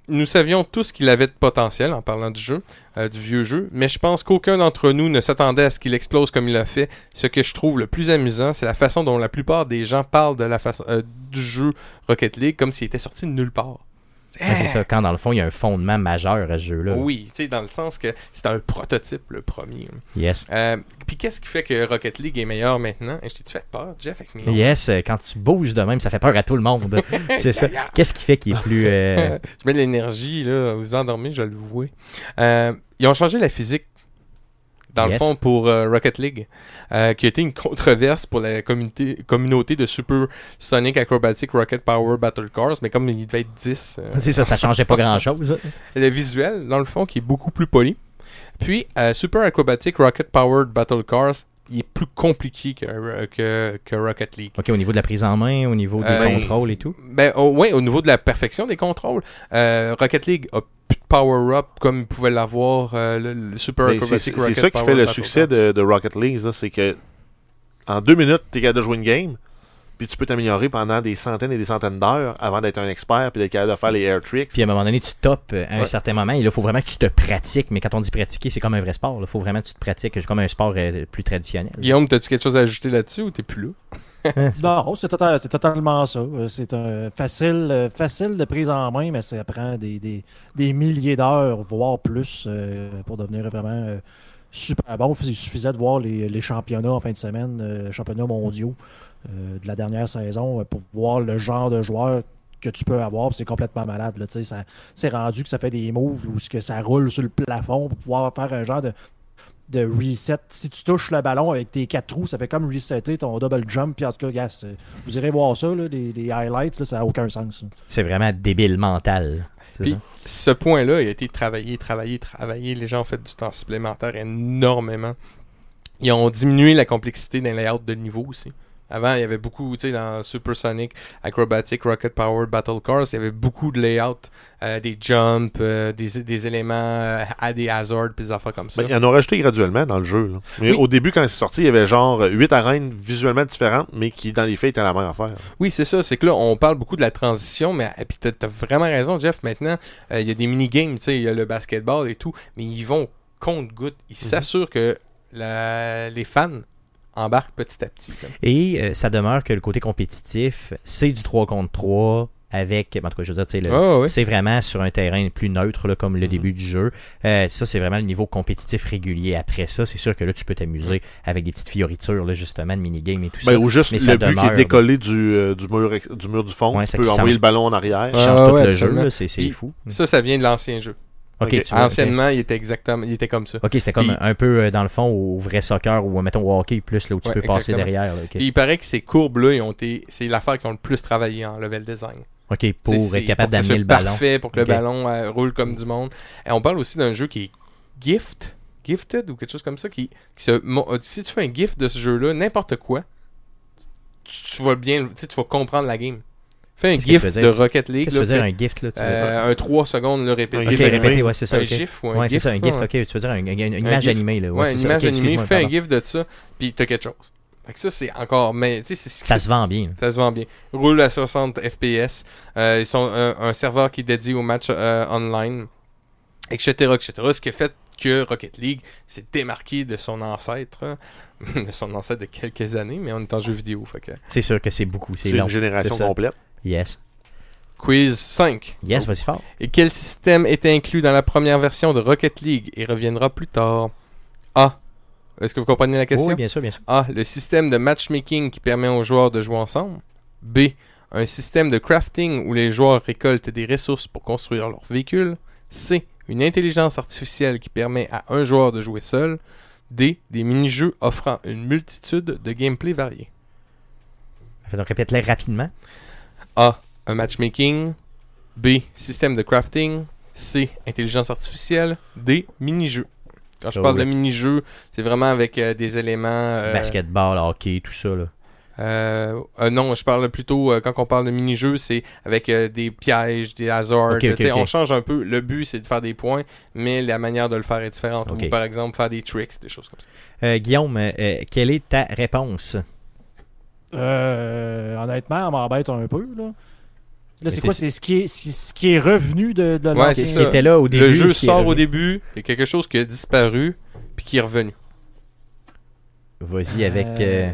Speaker 4: nous savions tous qu'il avait de potentiel en parlant du jeu, euh, du vieux jeu, mais je pense qu'aucun d'entre nous ne s'attendait à ce qu'il explose comme il l'a fait. Ce que je trouve le plus amusant, c'est la façon dont la plupart des gens parlent de la façon, euh, du jeu Rocket League comme s'il était sorti de nulle part.
Speaker 1: Ouais, c'est ça, quand dans le fond, il y a un fondement majeur à ce jeu-là.
Speaker 4: Eh. Oui, tu sais, dans le sens que c'est un prototype, le premier.
Speaker 1: Yes.
Speaker 4: Euh, Puis qu'est-ce qui fait que Rocket League est meilleur maintenant? Et je t'ai-tu fait peur, Jeff, avec mes noms?
Speaker 1: Yes, euh, quand tu bouges de même, ça fait peur à tout le monde. c'est ça. Qu'est-ce qui fait qu'il est plus. euh,
Speaker 4: <laughs> Je mets de l'énergie, là. Vous endormez, je le vois. Euh, ils ont changé la physique, dans le
Speaker 1: Yes.
Speaker 4: fond, pour euh, Rocket League, euh, qui a été une controverse pour la communauté, communauté de Super Sonic Acrobatic Rocket Power Battle Cars, mais comme il devait être 10, euh,
Speaker 1: C'est ça, ça changeait pas grand-chose.
Speaker 4: le visuel, dans le fond, qui est beaucoup plus poli. Puis, euh, Super Acrobatic Rocket Powered Battle Cars, il est plus compliqué que, euh, que, que Rocket League.
Speaker 1: OK, au niveau de la prise en main, au niveau des
Speaker 4: Euh,
Speaker 1: contrôles et tout.
Speaker 4: Ben, au, ouais, au niveau de la perfection des contrôles, euh, Rocket League a plus de power-up comme il pouvait l'avoir euh, le, le Super
Speaker 3: Mais Ben, C'est
Speaker 4: Acrobatic
Speaker 3: c'est-
Speaker 4: Rocket
Speaker 3: c'est ça qui
Speaker 4: Power
Speaker 3: fait le
Speaker 4: Battle
Speaker 3: succès
Speaker 4: Cars.
Speaker 3: de, de Rocket League, là, c'est que en deux minutes, t'es capable de jouer une game, puis tu peux t'améliorer pendant des centaines et des centaines d'heures avant d'être un expert, puis d'être capable de faire les air tricks.
Speaker 1: Puis à un moment donné, tu topes euh, à un
Speaker 3: Ouais.
Speaker 1: certain moment. Et là, il faut vraiment que tu te pratiques. Mais quand on dit pratiquer, c'est comme un vrai sport. Il faut vraiment que tu te pratiques. C'est comme un sport euh, plus traditionnel.
Speaker 4: Guillaume, t'as-tu quelque chose à ajouter là-dessus ou t'es plus là?
Speaker 2: Non, c'est total- c'est totalement ça. Euh, C'est un facile, euh, facile de prise en main, mais ça prend des, des- des milliers d'heures, voire plus, euh, pour devenir vraiment euh, super bon. Il suffisait de voir les, les championnats en fin de semaine, euh, championnats mondiaux euh, de la dernière saison, euh, pour voir le genre de joueur que tu peux avoir. Puis C'est complètement malade. là, tu sais, ça- C'est rendu que ça fait des moves ou ce que ça roule sur le plafond pour pouvoir faire un genre de de reset. Si tu touches le ballon avec tes quatre trous, ça fait comme resetter ton double jump. Puis en tout cas, gars, c'est- vous irez voir ça, là, les, les highlights, là, ça n'a aucun sens.
Speaker 1: C'est vraiment débile mental. C'est
Speaker 4: Puis,
Speaker 1: ça.
Speaker 4: ce point-là, il a été travaillé, travaillé, travaillé. Les gens ont fait du temps supplémentaire énormément. Ils ont diminué la complexité d'un layout de niveau aussi. Avant, il y avait beaucoup, tu sais, dans Super Sonic, Acrobatic, Rocket Power, Battle Cars, il y avait beaucoup de layouts, euh, des jumps, euh, des, des éléments euh, à des hazards, puis des affaires comme ça.
Speaker 3: Ben, ils en ont rajouté graduellement dans le jeu. là. Mais
Speaker 4: Oui.
Speaker 3: au début, quand c'est sorti, il y avait genre 8 arènes visuellement différentes, mais qui, dans les faits, étaient la même affaire.
Speaker 4: Oui, c'est ça. C'est que là, on parle beaucoup de la transition, mais et puis t'as t'as vraiment raison, Jeff. Maintenant, euh, il y a des mini-games, tu sais, il y a le basketball et tout, mais ils vont compte-goutte.
Speaker 1: Mhm.
Speaker 4: Ils s'assurent que la- les fans embarquent petit à petit. comme.
Speaker 1: Et euh, ça demeure que le côté compétitif, c'est du 3 contre 3 avec. En tout cas, je veux dire, tu sais, le-
Speaker 4: Ah, ouais.
Speaker 1: C'est vraiment sur un terrain plus neutre, là, comme le
Speaker 4: Mhm.
Speaker 1: début du jeu. Euh, ça, c'est vraiment le niveau compétitif régulier. Après ça, c'est sûr que là, tu peux t'amuser avec des petites fioritures, là, justement, de minigame et tout
Speaker 3: Ben,
Speaker 1: ça.
Speaker 3: ou juste
Speaker 1: mais
Speaker 3: le but qui
Speaker 1: demeure,
Speaker 3: est décollé du, euh, du, mur, ex- du mur du fond,
Speaker 1: Ouais,
Speaker 3: tu
Speaker 1: c'est
Speaker 3: peux
Speaker 1: qui
Speaker 3: envoyer
Speaker 1: semble-
Speaker 3: le ballon en arrière.
Speaker 1: Ça change
Speaker 4: Ah,
Speaker 1: tout le
Speaker 4: ouais,
Speaker 1: jeu,
Speaker 4: absolument.
Speaker 1: là, c'est c'est
Speaker 4: Puis-
Speaker 1: fou.
Speaker 4: Ça, ça vient de l'ancien jeu.
Speaker 1: Mm. Ok,
Speaker 3: ok,
Speaker 1: tu vois, ok.
Speaker 4: Anciennement, il était exactement, il était comme ça.
Speaker 1: Ok, c'était comme
Speaker 4: Puis-
Speaker 1: un peu, euh, dans le fond, au vrai soccer ou, mettons, au hockey, plus, là, où tu
Speaker 4: Ouais,
Speaker 1: peux passer
Speaker 4: exactement.
Speaker 1: derrière. là, ok.
Speaker 4: Puis il paraît que ces courbes-là, ils ont été, c'est l'affaire qui ont le plus travaillé en level design.
Speaker 1: Ok,
Speaker 4: T'sais,
Speaker 1: pour
Speaker 4: c'est-
Speaker 1: être capable
Speaker 4: pour que
Speaker 1: d'amener
Speaker 4: ça soit
Speaker 1: le ballon.
Speaker 4: Parfait pour que
Speaker 1: Ok.
Speaker 4: le ballon euh, roule comme du monde. Et on parle aussi d'un jeu qui est gift, gifted ou quelque chose comme ça. Qui, qui se, mo- euh, si tu fais un gift de ce jeu-là, n'importe quoi, tu, tu vas bien, tu sais, tu vas comprendre la game. Fais un
Speaker 1: Qu'est-ce que je
Speaker 4: gif
Speaker 1: veux dire?
Speaker 4: de Rocket League.
Speaker 1: Qu'est-ce que tu
Speaker 4: là,
Speaker 1: veux dire
Speaker 4: fais-
Speaker 1: un gift là tu veux-
Speaker 4: euh, un 3 secondes, le répéter.
Speaker 3: Un
Speaker 1: Ok,
Speaker 3: gif animé.
Speaker 1: répétez, ouais, c'est ça.
Speaker 4: Un
Speaker 1: ok.
Speaker 4: gif ou un
Speaker 1: Ouais, c'est
Speaker 4: gif.
Speaker 1: ça, un gift,
Speaker 4: ouais.
Speaker 1: ok. Tu veux dire un- un- une
Speaker 4: Un
Speaker 1: image
Speaker 4: gif.
Speaker 1: animée, là.
Speaker 4: Ouais,
Speaker 1: c'est
Speaker 4: une
Speaker 1: ça,
Speaker 4: image
Speaker 1: ok,
Speaker 4: animée,
Speaker 1: excuse-moi,
Speaker 4: fais un
Speaker 1: pardon.
Speaker 4: gif de ça, puis t'as quelque chose. Fait que ça, c'est encore. Mais tu sais, c'est-
Speaker 1: Ça se vend bien. là.
Speaker 4: ça se vend bien. Roule à 60 FPS. Euh, ils sont un, un serveur qui est dédié aux matchs euh, online, etc., etc. Ce qui a fait que Rocket League s'est démarqué de son ancêtre, <laughs> hein. de son ancêtre de quelques années, mais on est en jeu vidéo. Fait que...
Speaker 1: C'est sûr que c'est beaucoup, c'est
Speaker 3: C'est
Speaker 1: long.
Speaker 3: une génération
Speaker 1: c'est ça.
Speaker 3: complète.
Speaker 1: Yes.
Speaker 4: Quiz 5.
Speaker 1: Yes, vas-y fort.
Speaker 4: Et quel système était inclus dans la première version de Rocket League et reviendra plus tard A. Est-ce que vous comprenez la question
Speaker 1: Oui, bien sûr, bien sûr.
Speaker 4: A. Le système de matchmaking qui permet aux joueurs de jouer ensemble. B. Un système de crafting où les joueurs récoltent des ressources pour construire leur véhicule. C. Une intelligence artificielle qui permet à un joueur de jouer seul. D. Des mini-jeux offrant une multitude de gameplay variés.
Speaker 1: Fait, donc répète-les rapidement.
Speaker 4: A. Un matchmaking. B. Système de crafting. C. Intelligence artificielle. D. Mini-jeux. Quand je
Speaker 1: Oh
Speaker 4: parle
Speaker 1: oui.
Speaker 4: de mini-jeux, c'est vraiment avec euh, des éléments. euh,
Speaker 1: Basketball, hockey, tout ça, là.
Speaker 4: Euh, euh, non, je parle plutôt euh, quand on parle de mini-jeux, c'est avec euh, des pièges, des hazards.
Speaker 1: Ok, ok,
Speaker 4: tu sais,
Speaker 1: ok.
Speaker 4: On change un peu. Le but, c'est de faire des points, mais la manière de le faire est différente.
Speaker 1: Ok.
Speaker 4: Ou par exemple, faire des tricks, des choses comme ça.
Speaker 1: Euh, Guillaume, euh, euh, quelle est ta réponse?
Speaker 2: Euh, honnêtement, on m'embête un peu. Là, là
Speaker 1: Mais
Speaker 2: c'est quoi
Speaker 1: t'es-
Speaker 2: C'est ce qui est, ce qui- ce qui est revenu de, de
Speaker 4: Ouais,
Speaker 2: l'ancien-
Speaker 4: c'est
Speaker 1: Ce qui
Speaker 4: ça.
Speaker 1: était là au début.
Speaker 4: le jeu
Speaker 1: ce qui est
Speaker 4: sort au
Speaker 1: revenu.
Speaker 4: début, il y a quelque chose qui a disparu, puis qui est revenu.
Speaker 1: Vas-y avec.
Speaker 2: Euh,
Speaker 1: euh,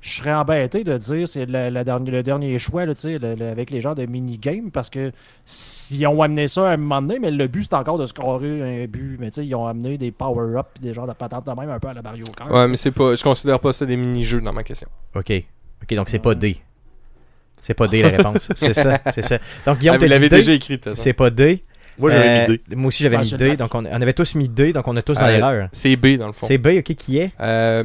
Speaker 2: Je serais embêté de dire c'est la, la dernière- le dernier choix là, tu sais, le- le- avec les genres de mini-game parce que s'ils ont amené ça à un moment donné, mais le but c'est encore de scorer un but. Mais tu sais, ils ont amené des power-up et des genres de patentes de même un peu à la Mario Kart.
Speaker 4: Ouais, mais c'est pas, je considère pas ça des mini-jeux dans ma question.
Speaker 1: Ok. Ok, donc c'est pas D. C'est pas D la réponse. <laughs> c'est ça, c'est ça. Donc Guillaume,
Speaker 4: Ah, vous
Speaker 1: t'as dit
Speaker 4: l'avez
Speaker 1: D,
Speaker 4: déjà écrit, de toute façon.
Speaker 1: C'est pas D.
Speaker 3: Moi, j'avais
Speaker 1: Euh,
Speaker 3: mis D.
Speaker 1: Moi aussi j'avais
Speaker 2: Ah,
Speaker 1: mis
Speaker 2: c'est
Speaker 1: D.
Speaker 2: le-
Speaker 1: Donc on, on avait tous mis D, donc on est tous dans
Speaker 4: Euh,
Speaker 1: l'erreur.
Speaker 4: C'est B dans le fond.
Speaker 1: C'est B, ok, qui est
Speaker 4: Euh,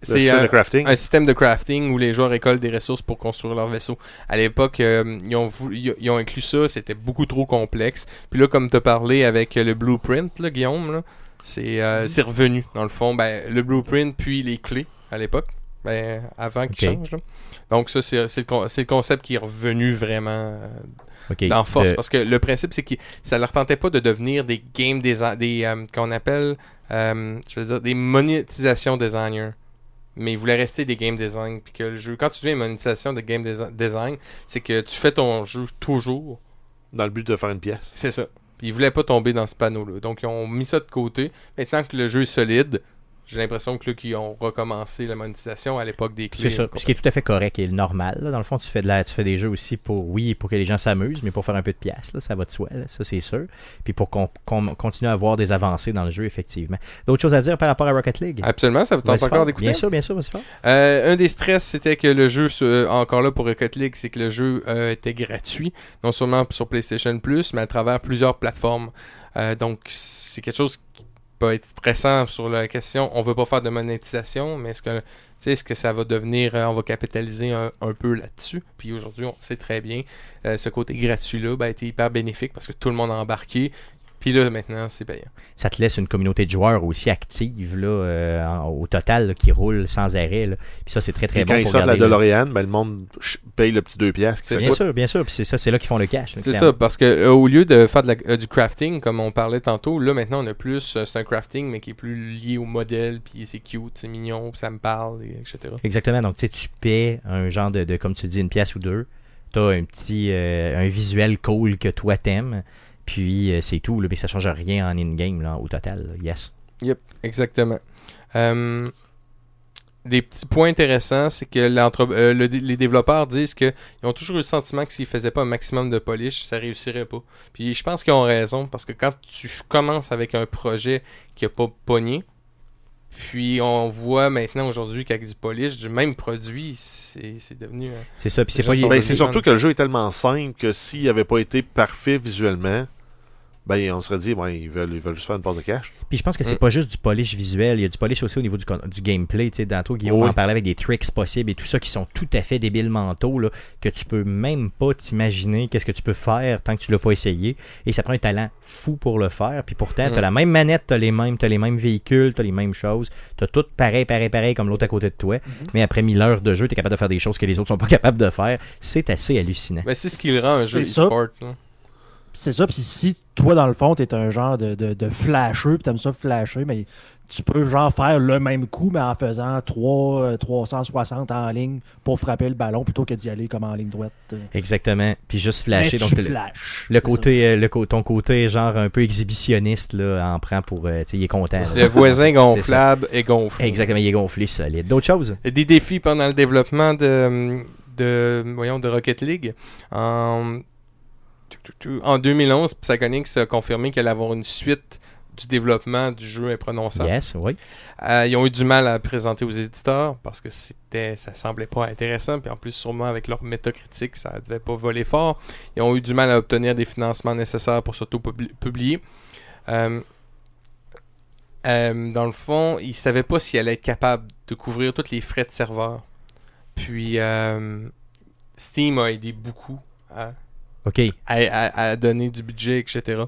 Speaker 3: Le système
Speaker 4: euh,
Speaker 3: de crafting.
Speaker 4: un système de crafting où les joueurs récoltent des ressources pour construire leur vaisseau. À l'époque, euh, ils, ont voulu- ils ils ont inclus ça, c'était beaucoup trop complexe. Puis là, comme tu as parlé avec euh, le blueprint, là, Guillaume, là, c'est euh, c'est revenu, dans le fond. Ben, le blueprint, puis les clés, à l'époque, ben, avant qu'ils
Speaker 1: Ok.
Speaker 4: changent. là. Donc ça, c'est c'est le, con- c'est le concept qui est revenu vraiment euh,
Speaker 1: Ok.
Speaker 4: dans force.
Speaker 1: Euh,
Speaker 4: Parce que le principe, c'est que ça leur tentait pas de devenir des game design, des euh, qu'on appelle, euh, je veux dire, des monétisation designers. Mais ils voulaient rester des game design. Puis que le jeu, quand tu deviens une monétisation de game desi- design, c'est que tu fais ton jeu toujours.
Speaker 3: Dans le but de faire une pièce.
Speaker 4: C'est ça. Puis ils voulaient pas tomber dans ce panneau-là. Donc ils ont mis ça de côté. Maintenant que le jeu est solide, j'ai l'impression que là, qu'ils ont recommencé la monétisation à l'époque des clés.
Speaker 1: C'est ça, ce qui est tout à fait correct et normal. là. Dans le fond, tu fais, de la, tu fais des jeux aussi pour, oui, pour que les gens s'amusent, mais pour faire un peu de pièce, là, ça va de soi, là, ça c'est sûr. Puis pour qu'on qu'on continue à avoir des avancées dans le jeu, effectivement. D'autres choses à dire par rapport à Rocket League
Speaker 4: Absolument, ça vous tente
Speaker 1: Vas-y fort.
Speaker 4: encore d'écouter?
Speaker 1: Bien sûr, bien sûr, vas-y fort.
Speaker 4: Euh, un des stress, c'était que le jeu, euh, encore là pour Rocket League, c'est que le jeu euh, était gratuit, non seulement sur PlayStation Plus, mais à travers plusieurs plateformes. Euh, donc, c'est quelque chose qui peut être stressant sur la question. On veut pas faire de monétisation, mais est-ce que, tu sais, est-ce que ça va devenir, euh, on va capitaliser un, un peu là-dessus? Puis aujourd'hui, on sait très bien, euh, ce côté gratuit-là ben, a été hyper bénéfique parce que tout le monde a embarqué. Puis là, maintenant, c'est payant.
Speaker 1: ça te laisse une communauté de joueurs aussi active là, euh, en- au total là, qui roule sans arrêt. là. Puis ça, c'est très très
Speaker 3: Puis quand
Speaker 1: bon
Speaker 3: ils
Speaker 1: pour
Speaker 3: sortent la
Speaker 1: garder, là.
Speaker 3: DeLorean, ben, le monde ch- paye le petit 2 pièces.
Speaker 4: C'est
Speaker 1: Bien sûr, bien sûr. Puis c'est ça, c'est là qu'ils font le cash. là,
Speaker 4: C'est
Speaker 1: clairement.
Speaker 4: ça, parce que euh, au lieu de faire de la- euh, du crafting, comme on parlait tantôt, là maintenant on a plus, euh, c'est un crafting, mais qui est plus lié au modèle, puis c'est cute, c'est mignon, puis ça me parle, et etc.
Speaker 1: Exactement. Donc, tu sais, tu paies un genre de, de, comme tu dis, une pièce ou deux. Tu as un petit euh, un visuel cool que toi t'aimes. Puis euh, c'est tout. Là, mais ça change rien en in-game là, au total. là. Yes.
Speaker 4: Exactement. Euh, des petits points intéressants, c'est que l'entre- euh, le dé- les développeurs disent qu'ils ont toujours eu le sentiment que s'ils faisaient pas un maximum de polish, ça réussirait pas. Puis je pense qu'ils ont raison, parce que quand tu commences avec un projet qui a pas pogné, puis on voit maintenant aujourd'hui qu'avec du polish, du même produit, c'est c'est devenu... un-
Speaker 1: C'est ça. Puis c'est
Speaker 4: Les
Speaker 1: pas.
Speaker 4: gens sont
Speaker 3: Ben, c'est
Speaker 4: Design.
Speaker 3: surtout que le jeu est tellement simple que s'il n'avait pas été parfait visuellement, ben, on serait dit, ouais, ils, veulent, ils veulent juste faire une passe de cash.
Speaker 1: Puis je pense que c'est
Speaker 4: Mm.
Speaker 1: pas juste du polish visuel, il y a du polish aussi au niveau du, con- du gameplay. Tu sais, tantôt, Guillaume
Speaker 3: Oui.
Speaker 1: en parlait avec des tricks possibles et tout ça qui sont tout à fait débiles mentaux, là, que tu peux même pas t'imaginer qu'est-ce que tu peux faire tant que tu l'as pas essayé. Et ça prend un talent fou pour le faire. Puis pourtant, t'as
Speaker 4: Mm.
Speaker 1: la même manette, t'as les mêmes, t'as les mêmes véhicules, t'as les mêmes choses, t'as tout pareil, pareil, pareil comme l'autre à côté de toi. Mais après 1000 heures de jeu, t'es capable de faire des choses que les autres sont pas capables de faire. C'est assez hallucinant.
Speaker 4: Ben, c'est ce qui le rend un jeu
Speaker 2: C'est ça.
Speaker 4: e-sport. là.
Speaker 2: Pis c'est ça, puis si toi, dans le fond, t'es un genre de, de, de flasheux, puis t'aimes ça flasher, mais tu peux genre faire le même coup, mais en faisant 3, euh, 360 en ligne pour frapper le ballon plutôt que d'y aller comme en ligne droite. euh.
Speaker 1: Exactement. Puis juste
Speaker 2: Mais
Speaker 1: flasher. donc,
Speaker 2: tu
Speaker 1: t'as le-
Speaker 2: flashes.
Speaker 1: Le côté, euh, le co- ton côté genre un peu exhibitionniste là, en prend pour, euh, tu sais, il est content. là.
Speaker 4: Le
Speaker 1: <laughs>
Speaker 4: voisin
Speaker 1: C'est ça.
Speaker 4: gonflable est gonflé.
Speaker 1: Exactement, il est gonflé solide. D'autres choses
Speaker 4: Et Des défis pendant le développement de, de, voyons, de Rocket League. En, tuk, tuk, tuk, en 2011, Psychonix a confirmé qu'elle allait avoir une suite du développement du jeu imprononçable.
Speaker 1: Yes, oui.
Speaker 4: Euh, ils ont eu du mal à présenter aux éditeurs parce que c'était, ça semblait pas intéressant. Puis en plus, sûrement avec leur métacritique, ça devait pas voler fort. Ils ont eu du mal à obtenir des financements nécessaires pour s'auto-publier. Euh, euh, dans le fond, ils savaient pas s'ils allaient être capables de couvrir tous les frais de serveur. Puis euh, Steam a aidé beaucoup à,
Speaker 1: OK.
Speaker 4: à- à- à donner du budget, etc.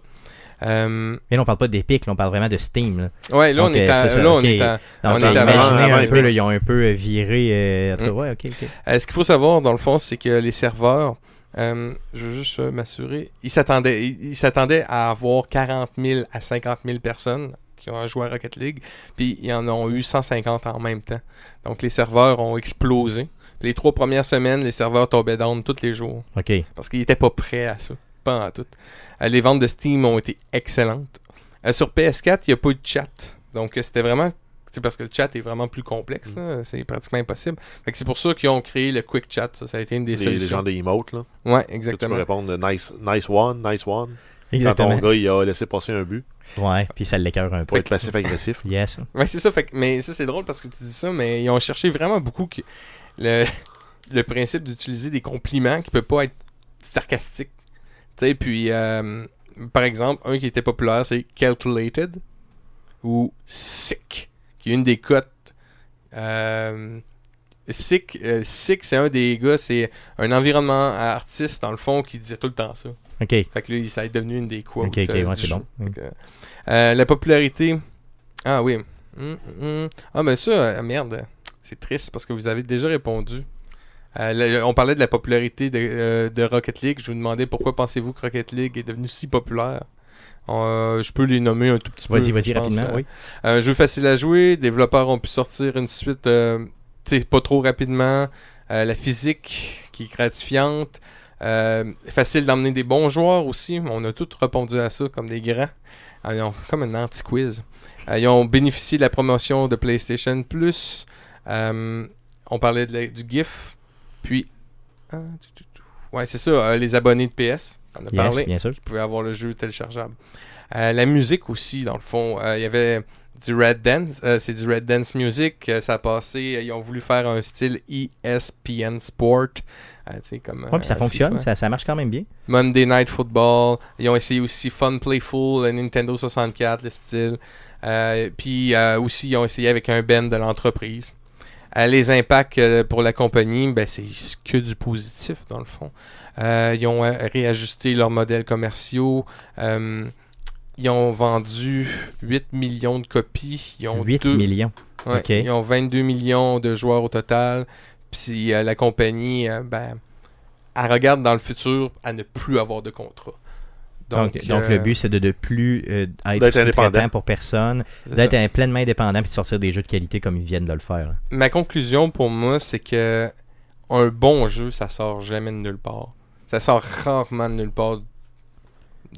Speaker 4: Euh,
Speaker 1: Mais là, on parle pas d'Epic, là, on parle vraiment de Steam. Là.
Speaker 4: ouais, là,
Speaker 1: Ok,
Speaker 4: on est à-
Speaker 1: c'est ça,
Speaker 4: là, on
Speaker 1: ok.
Speaker 4: est à-
Speaker 1: Donc,
Speaker 4: On
Speaker 1: t'as
Speaker 4: est avant-
Speaker 1: imaginé
Speaker 3: avant
Speaker 1: un peu,
Speaker 3: Epic.
Speaker 1: là, ils ont un peu euh, viré. euh, en tout cas,
Speaker 4: Mm.
Speaker 1: ouais, OK, OK.
Speaker 4: Euh, ce qu'il faut savoir, dans le fond, c'est que les serveurs, euh, je veux juste euh, m'assurer, ils s'attendaient, ils, ils s'attendaient à avoir 40 000 à 50 000 personnes qui ont joué à Rocket League, puis ils en ont eu 150 en même temps. Donc les serveurs ont explosé. Les trois premières semaines, les serveurs tombaient down tous les jours
Speaker 1: OK.
Speaker 4: parce qu'ils n'étaient pas prêts à ça. Pas en tout. Euh, les ventes de Steam ont été excellentes. Euh, sur PS4, il n'y a pas eu de chat. Donc euh, c'était vraiment. C'est parce que le chat est vraiment plus
Speaker 3: Mm.
Speaker 4: complexe. là. C'est pratiquement impossible. Fait que c'est pour ça qu'ils ont créé le Quick Chat. Ça, ça a été une des
Speaker 3: Les, les gens
Speaker 4: solutions.
Speaker 3: des emotes, là.
Speaker 4: Ouais,
Speaker 3: Que Tu peux
Speaker 4: exactement.
Speaker 3: répondre euh, nice, nice one, nice one. Quand
Speaker 1: Exactement.
Speaker 3: ton gars, il a laissé passer un but
Speaker 1: Ouais, puis ça l'écœure un
Speaker 3: pour
Speaker 1: peu.
Speaker 3: être passif-agressif.
Speaker 1: Yes.
Speaker 4: Ouais, c'est ça. Fait que- mais ça, c'est drôle parce que tu dis ça, mais ils ont cherché vraiment beaucoup que- le, <laughs> le principe d'utiliser des compliments qui ne peuvent pas être sarcastiques. Tu sais, puis, euh, par exemple, un qui était populaire, c'est Calculated ou Sick, qui est une des cotes. Euh, sick, euh, Sick, c'est un des gars, c'est un environnement artiste, dans le fond, qui disait tout le temps ça.
Speaker 1: OK.
Speaker 4: Fait que là, il- ça est devenu une des quotes.
Speaker 1: OK, OK,
Speaker 4: euh,
Speaker 1: ouais,
Speaker 4: du
Speaker 1: c'est
Speaker 4: jeu.
Speaker 1: bon. Mm.
Speaker 4: Fait que, euh, la popularité. Ah oui. Hum, hum. Ah, mais ça, euh, merde. C'est triste parce que vous avez déjà répondu. Euh, le- on parlait de la popularité de, euh, de Rocket League. Je vous demandais pourquoi pensez-vous que Rocket League est devenu si populaire. Euh, je peux les nommer un tout petit peu.
Speaker 1: Vas-y, vas-y
Speaker 4: je pense,
Speaker 1: rapidement.
Speaker 4: euh,
Speaker 1: oui.
Speaker 4: un jeu facile à jouer, développeurs ont pu sortir une suite euh, tu sais, pas trop rapidement, euh, la physique qui est gratifiante, euh, facile d'emmener des bons joueurs aussi, on a tous répondu à ça comme des grands, Ah, ils ont- comme un anti-quiz. Euh, ils ont bénéficié de la promotion de PlayStation Plus, Euh, on parlait de la- du GIF, puis... ah, tu- tu- tu- Ouais, c'est ça, euh, les abonnés de PS, on en a
Speaker 1: Yes,
Speaker 4: parlé
Speaker 1: bien sûr.
Speaker 4: qui pouvaient avoir le jeu téléchargeable. Euh, la musique aussi, dans le fond, euh, il y avait du Red Dance, euh, c'est du Red Dance Music, euh, ça a passé, euh, ils ont voulu faire un style E ESPN Sport, euh, tu sais, comme...
Speaker 1: Ouais, puis ça
Speaker 4: euh,
Speaker 1: fonctionne,
Speaker 4: FIFA.
Speaker 1: ça, ça marche quand même bien.
Speaker 4: Monday Night Football, ils ont essayé aussi Fun Playful, le Nintendo 64, le style, Euh, puis euh, aussi ils ont essayé avec un band de l'entreprise. Euh, les impacts euh, pour la compagnie, ben, c'est que du positif dans le fond. Euh, ils ont euh, réajusté leurs modèles commerciaux. Euh, ils ont vendu 8 millions de copies. Ils ont
Speaker 1: 8
Speaker 4: deux-
Speaker 1: millions.
Speaker 4: Ouais,
Speaker 1: Ok.
Speaker 4: Ils ont 22 millions de joueurs au total. Puis euh, la compagnie, euh, ben, elle regarde dans le futur à ne plus avoir de contrat.
Speaker 1: Donc, donc,
Speaker 4: euh,
Speaker 1: le but, c'est de ne plus euh, être
Speaker 3: d'être
Speaker 1: sous-traitant
Speaker 3: indépendant.
Speaker 1: pour personne,
Speaker 4: c'est
Speaker 1: d'être
Speaker 4: ça.
Speaker 1: un pleinement indépendant puis de sortir des jeux de qualité comme ils viennent de le faire. là.
Speaker 4: Ma conclusion pour moi, c'est que un bon jeu, ça sort jamais de nulle part. Ça sort rarement de nulle part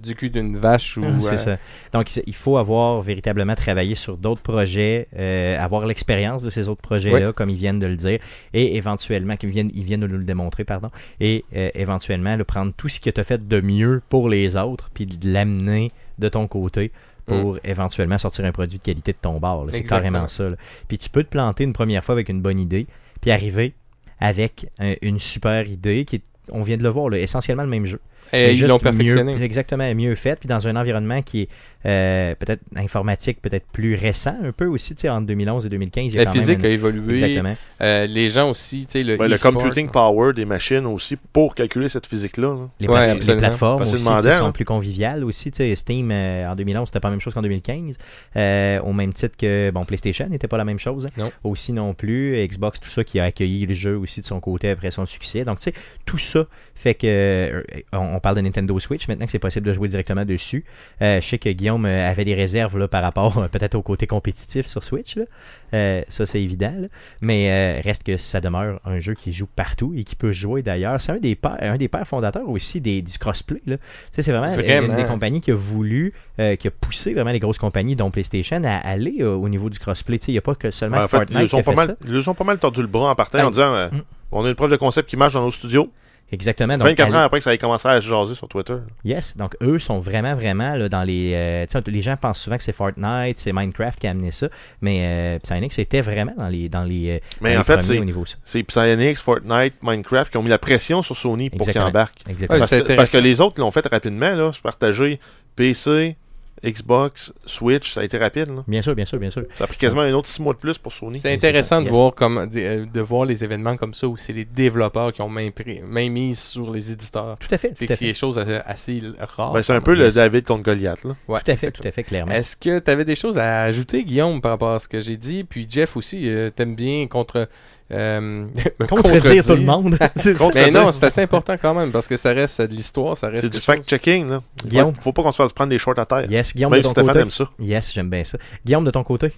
Speaker 4: du cul d'une vache ou.
Speaker 1: Ah, C'est
Speaker 4: euh,
Speaker 1: ça. Donc, c'est- il faut avoir véritablement travaillé sur d'autres projets, euh, avoir l'expérience de ces autres projets-là, comme ils viennent de le dire, et éventuellement, qu'ils viennent, ils viennent de nous le démontrer, pardon, et euh, éventuellement, le prendre tout ce que tu as fait de mieux pour les autres, puis de l'amener de ton côté pour éventuellement sortir un produit de qualité de ton bar. là. C'est
Speaker 4: Mm. Exactement.
Speaker 1: carrément ça. là. Puis tu peux te planter une première fois avec une bonne idée, puis arriver avec un- une euh, super idée qui est on vient de le voir, là, essentiellement le même jeu.
Speaker 4: Et
Speaker 1: Mais
Speaker 4: Eh, ils
Speaker 1: juste
Speaker 4: l'ont perfectionné.
Speaker 1: mieux- exactement, mieux fait. Puis dans un environnement qui est euh, peut-être informatique, peut-être plus récent un peu aussi, tu sais, entre 2011 et 2015. il y a
Speaker 4: La
Speaker 1: quand même
Speaker 4: physique
Speaker 1: une-
Speaker 4: a évolué.
Speaker 1: Exactement.
Speaker 4: Euh, les gens aussi, tu sais, <laughs> le,
Speaker 3: Ben, le
Speaker 4: e-sport,
Speaker 3: computing power des machines aussi pour calculer cette physique-là. là.
Speaker 1: Les,
Speaker 4: Ouais,
Speaker 1: plate- les
Speaker 4: absolument.
Speaker 1: plateformes aussi
Speaker 3: Facile
Speaker 1: tu sais,
Speaker 3: demandant,
Speaker 1: sont
Speaker 3: hein.
Speaker 1: plus conviviales aussi. tu sais, Steam euh, en 2011, c'était pas la même chose qu'en 2015. Euh, au même titre que bon, PlayStation n'était pas la même chose. hein.
Speaker 4: Non.
Speaker 1: Aussi non plus. Xbox, tout ça qui a accueilli le jeu aussi de son côté après son succès. Donc, tu sais, tout ça fait que. euh, on, on parle de Nintendo Switch maintenant que c'est possible de jouer directement dessus. Euh, je sais que Guillaume euh, avait des réserves là, par rapport euh, peut-être au côté compétitif sur Switch. là. Euh, ça, c'est évident. là. Mais euh, reste que ça demeure un jeu qui joue partout et qui peut jouer d'ailleurs. C'est un des pères, un des pères fondateurs aussi des, du crossplay. là. Tu sais, c'est vraiment,
Speaker 4: Vraiment.
Speaker 1: une des compagnies qui a voulu, euh, qui a poussé vraiment les grosses compagnies, dont PlayStation, à aller euh, au niveau du crossplay. Tu sais, Il n'y a pas que seulement
Speaker 3: Ben, en fait, ils
Speaker 1: Fortnite
Speaker 3: nous
Speaker 1: qui a
Speaker 3: ont pas
Speaker 1: fait
Speaker 3: mal,
Speaker 1: ça.
Speaker 3: ils nous ont pas mal tordu le bras en partant en
Speaker 1: Ben,
Speaker 3: disant euh,
Speaker 1: mm.
Speaker 3: on a une preuve de concept qui marche dans nos studios.
Speaker 1: Exactement. Donc,
Speaker 3: 24
Speaker 1: aller-
Speaker 3: ans après que ça ait commencé à se jaser sur Twitter.
Speaker 1: Yes, donc eux sont vraiment, vraiment là, dans les. euh, tu sais, les gens pensent souvent que c'est Fortnite, c'est Minecraft qui a amené ça, mais euh, Psyonix était vraiment dans les, dans les, euh,
Speaker 3: Mais
Speaker 1: dans
Speaker 3: en
Speaker 1: les
Speaker 3: fait,
Speaker 1: premiers
Speaker 3: c'est-
Speaker 1: au niveau de ça.
Speaker 3: C'est Psyonix, Fortnite, Minecraft qui ont mis la pression sur Sony pour qu'ils
Speaker 1: Exactement.
Speaker 3: embarquent.
Speaker 1: Exactement.
Speaker 4: Ouais,
Speaker 3: Parce,
Speaker 4: c'est
Speaker 3: que, parce que les autres l'ont fait rapidement, là. C'est partagé PC, Xbox, Switch, ça a été rapide, là.
Speaker 1: Bien sûr, bien sûr, bien sûr.
Speaker 3: Ça a pris quasiment un autre 6 mois de plus pour Sony.
Speaker 4: C'est
Speaker 1: c'est ça,
Speaker 4: intéressant de,
Speaker 1: yes.
Speaker 4: voir comme, des- euh, de voir les événements comme ça où c'est les développeurs qui ont main pri- main mise sur les éditeurs.
Speaker 1: Tout à fait, tout
Speaker 4: C'est
Speaker 1: à
Speaker 4: c'est
Speaker 1: fait.
Speaker 4: des choses assez, assez rares.
Speaker 3: Ben, c'est un peu le David contre Goliath, là.
Speaker 4: Ouais,
Speaker 1: Tout à fait,
Speaker 4: exactement.
Speaker 1: tout à fait, clairement.
Speaker 4: Est-ce que tu avais des choses à ajouter, Guillaume, par rapport à ce que j'ai dit? Puis Jeff aussi, euh, t'aimes bien contre. euh, <laughs> me
Speaker 1: Contredire tout le
Speaker 4: <laughs>
Speaker 3: <laughs>
Speaker 1: monde. C'est ça.
Speaker 3: Contre-
Speaker 4: Mais non, c'est assez important quand même parce que ça reste euh, de l'histoire, ça reste.
Speaker 3: C'est du
Speaker 4: quelque chose.
Speaker 3: fact-checking, là.
Speaker 1: Guillaume.
Speaker 3: Faut, faut pas qu'on se fasse prendre des shorts à terre.
Speaker 1: Yes, Guillaume
Speaker 3: Même
Speaker 1: de ton
Speaker 3: Stéphane
Speaker 1: côté.
Speaker 3: aime ça.
Speaker 1: Yes, j'aime bien ça. Guillaume de ton côté.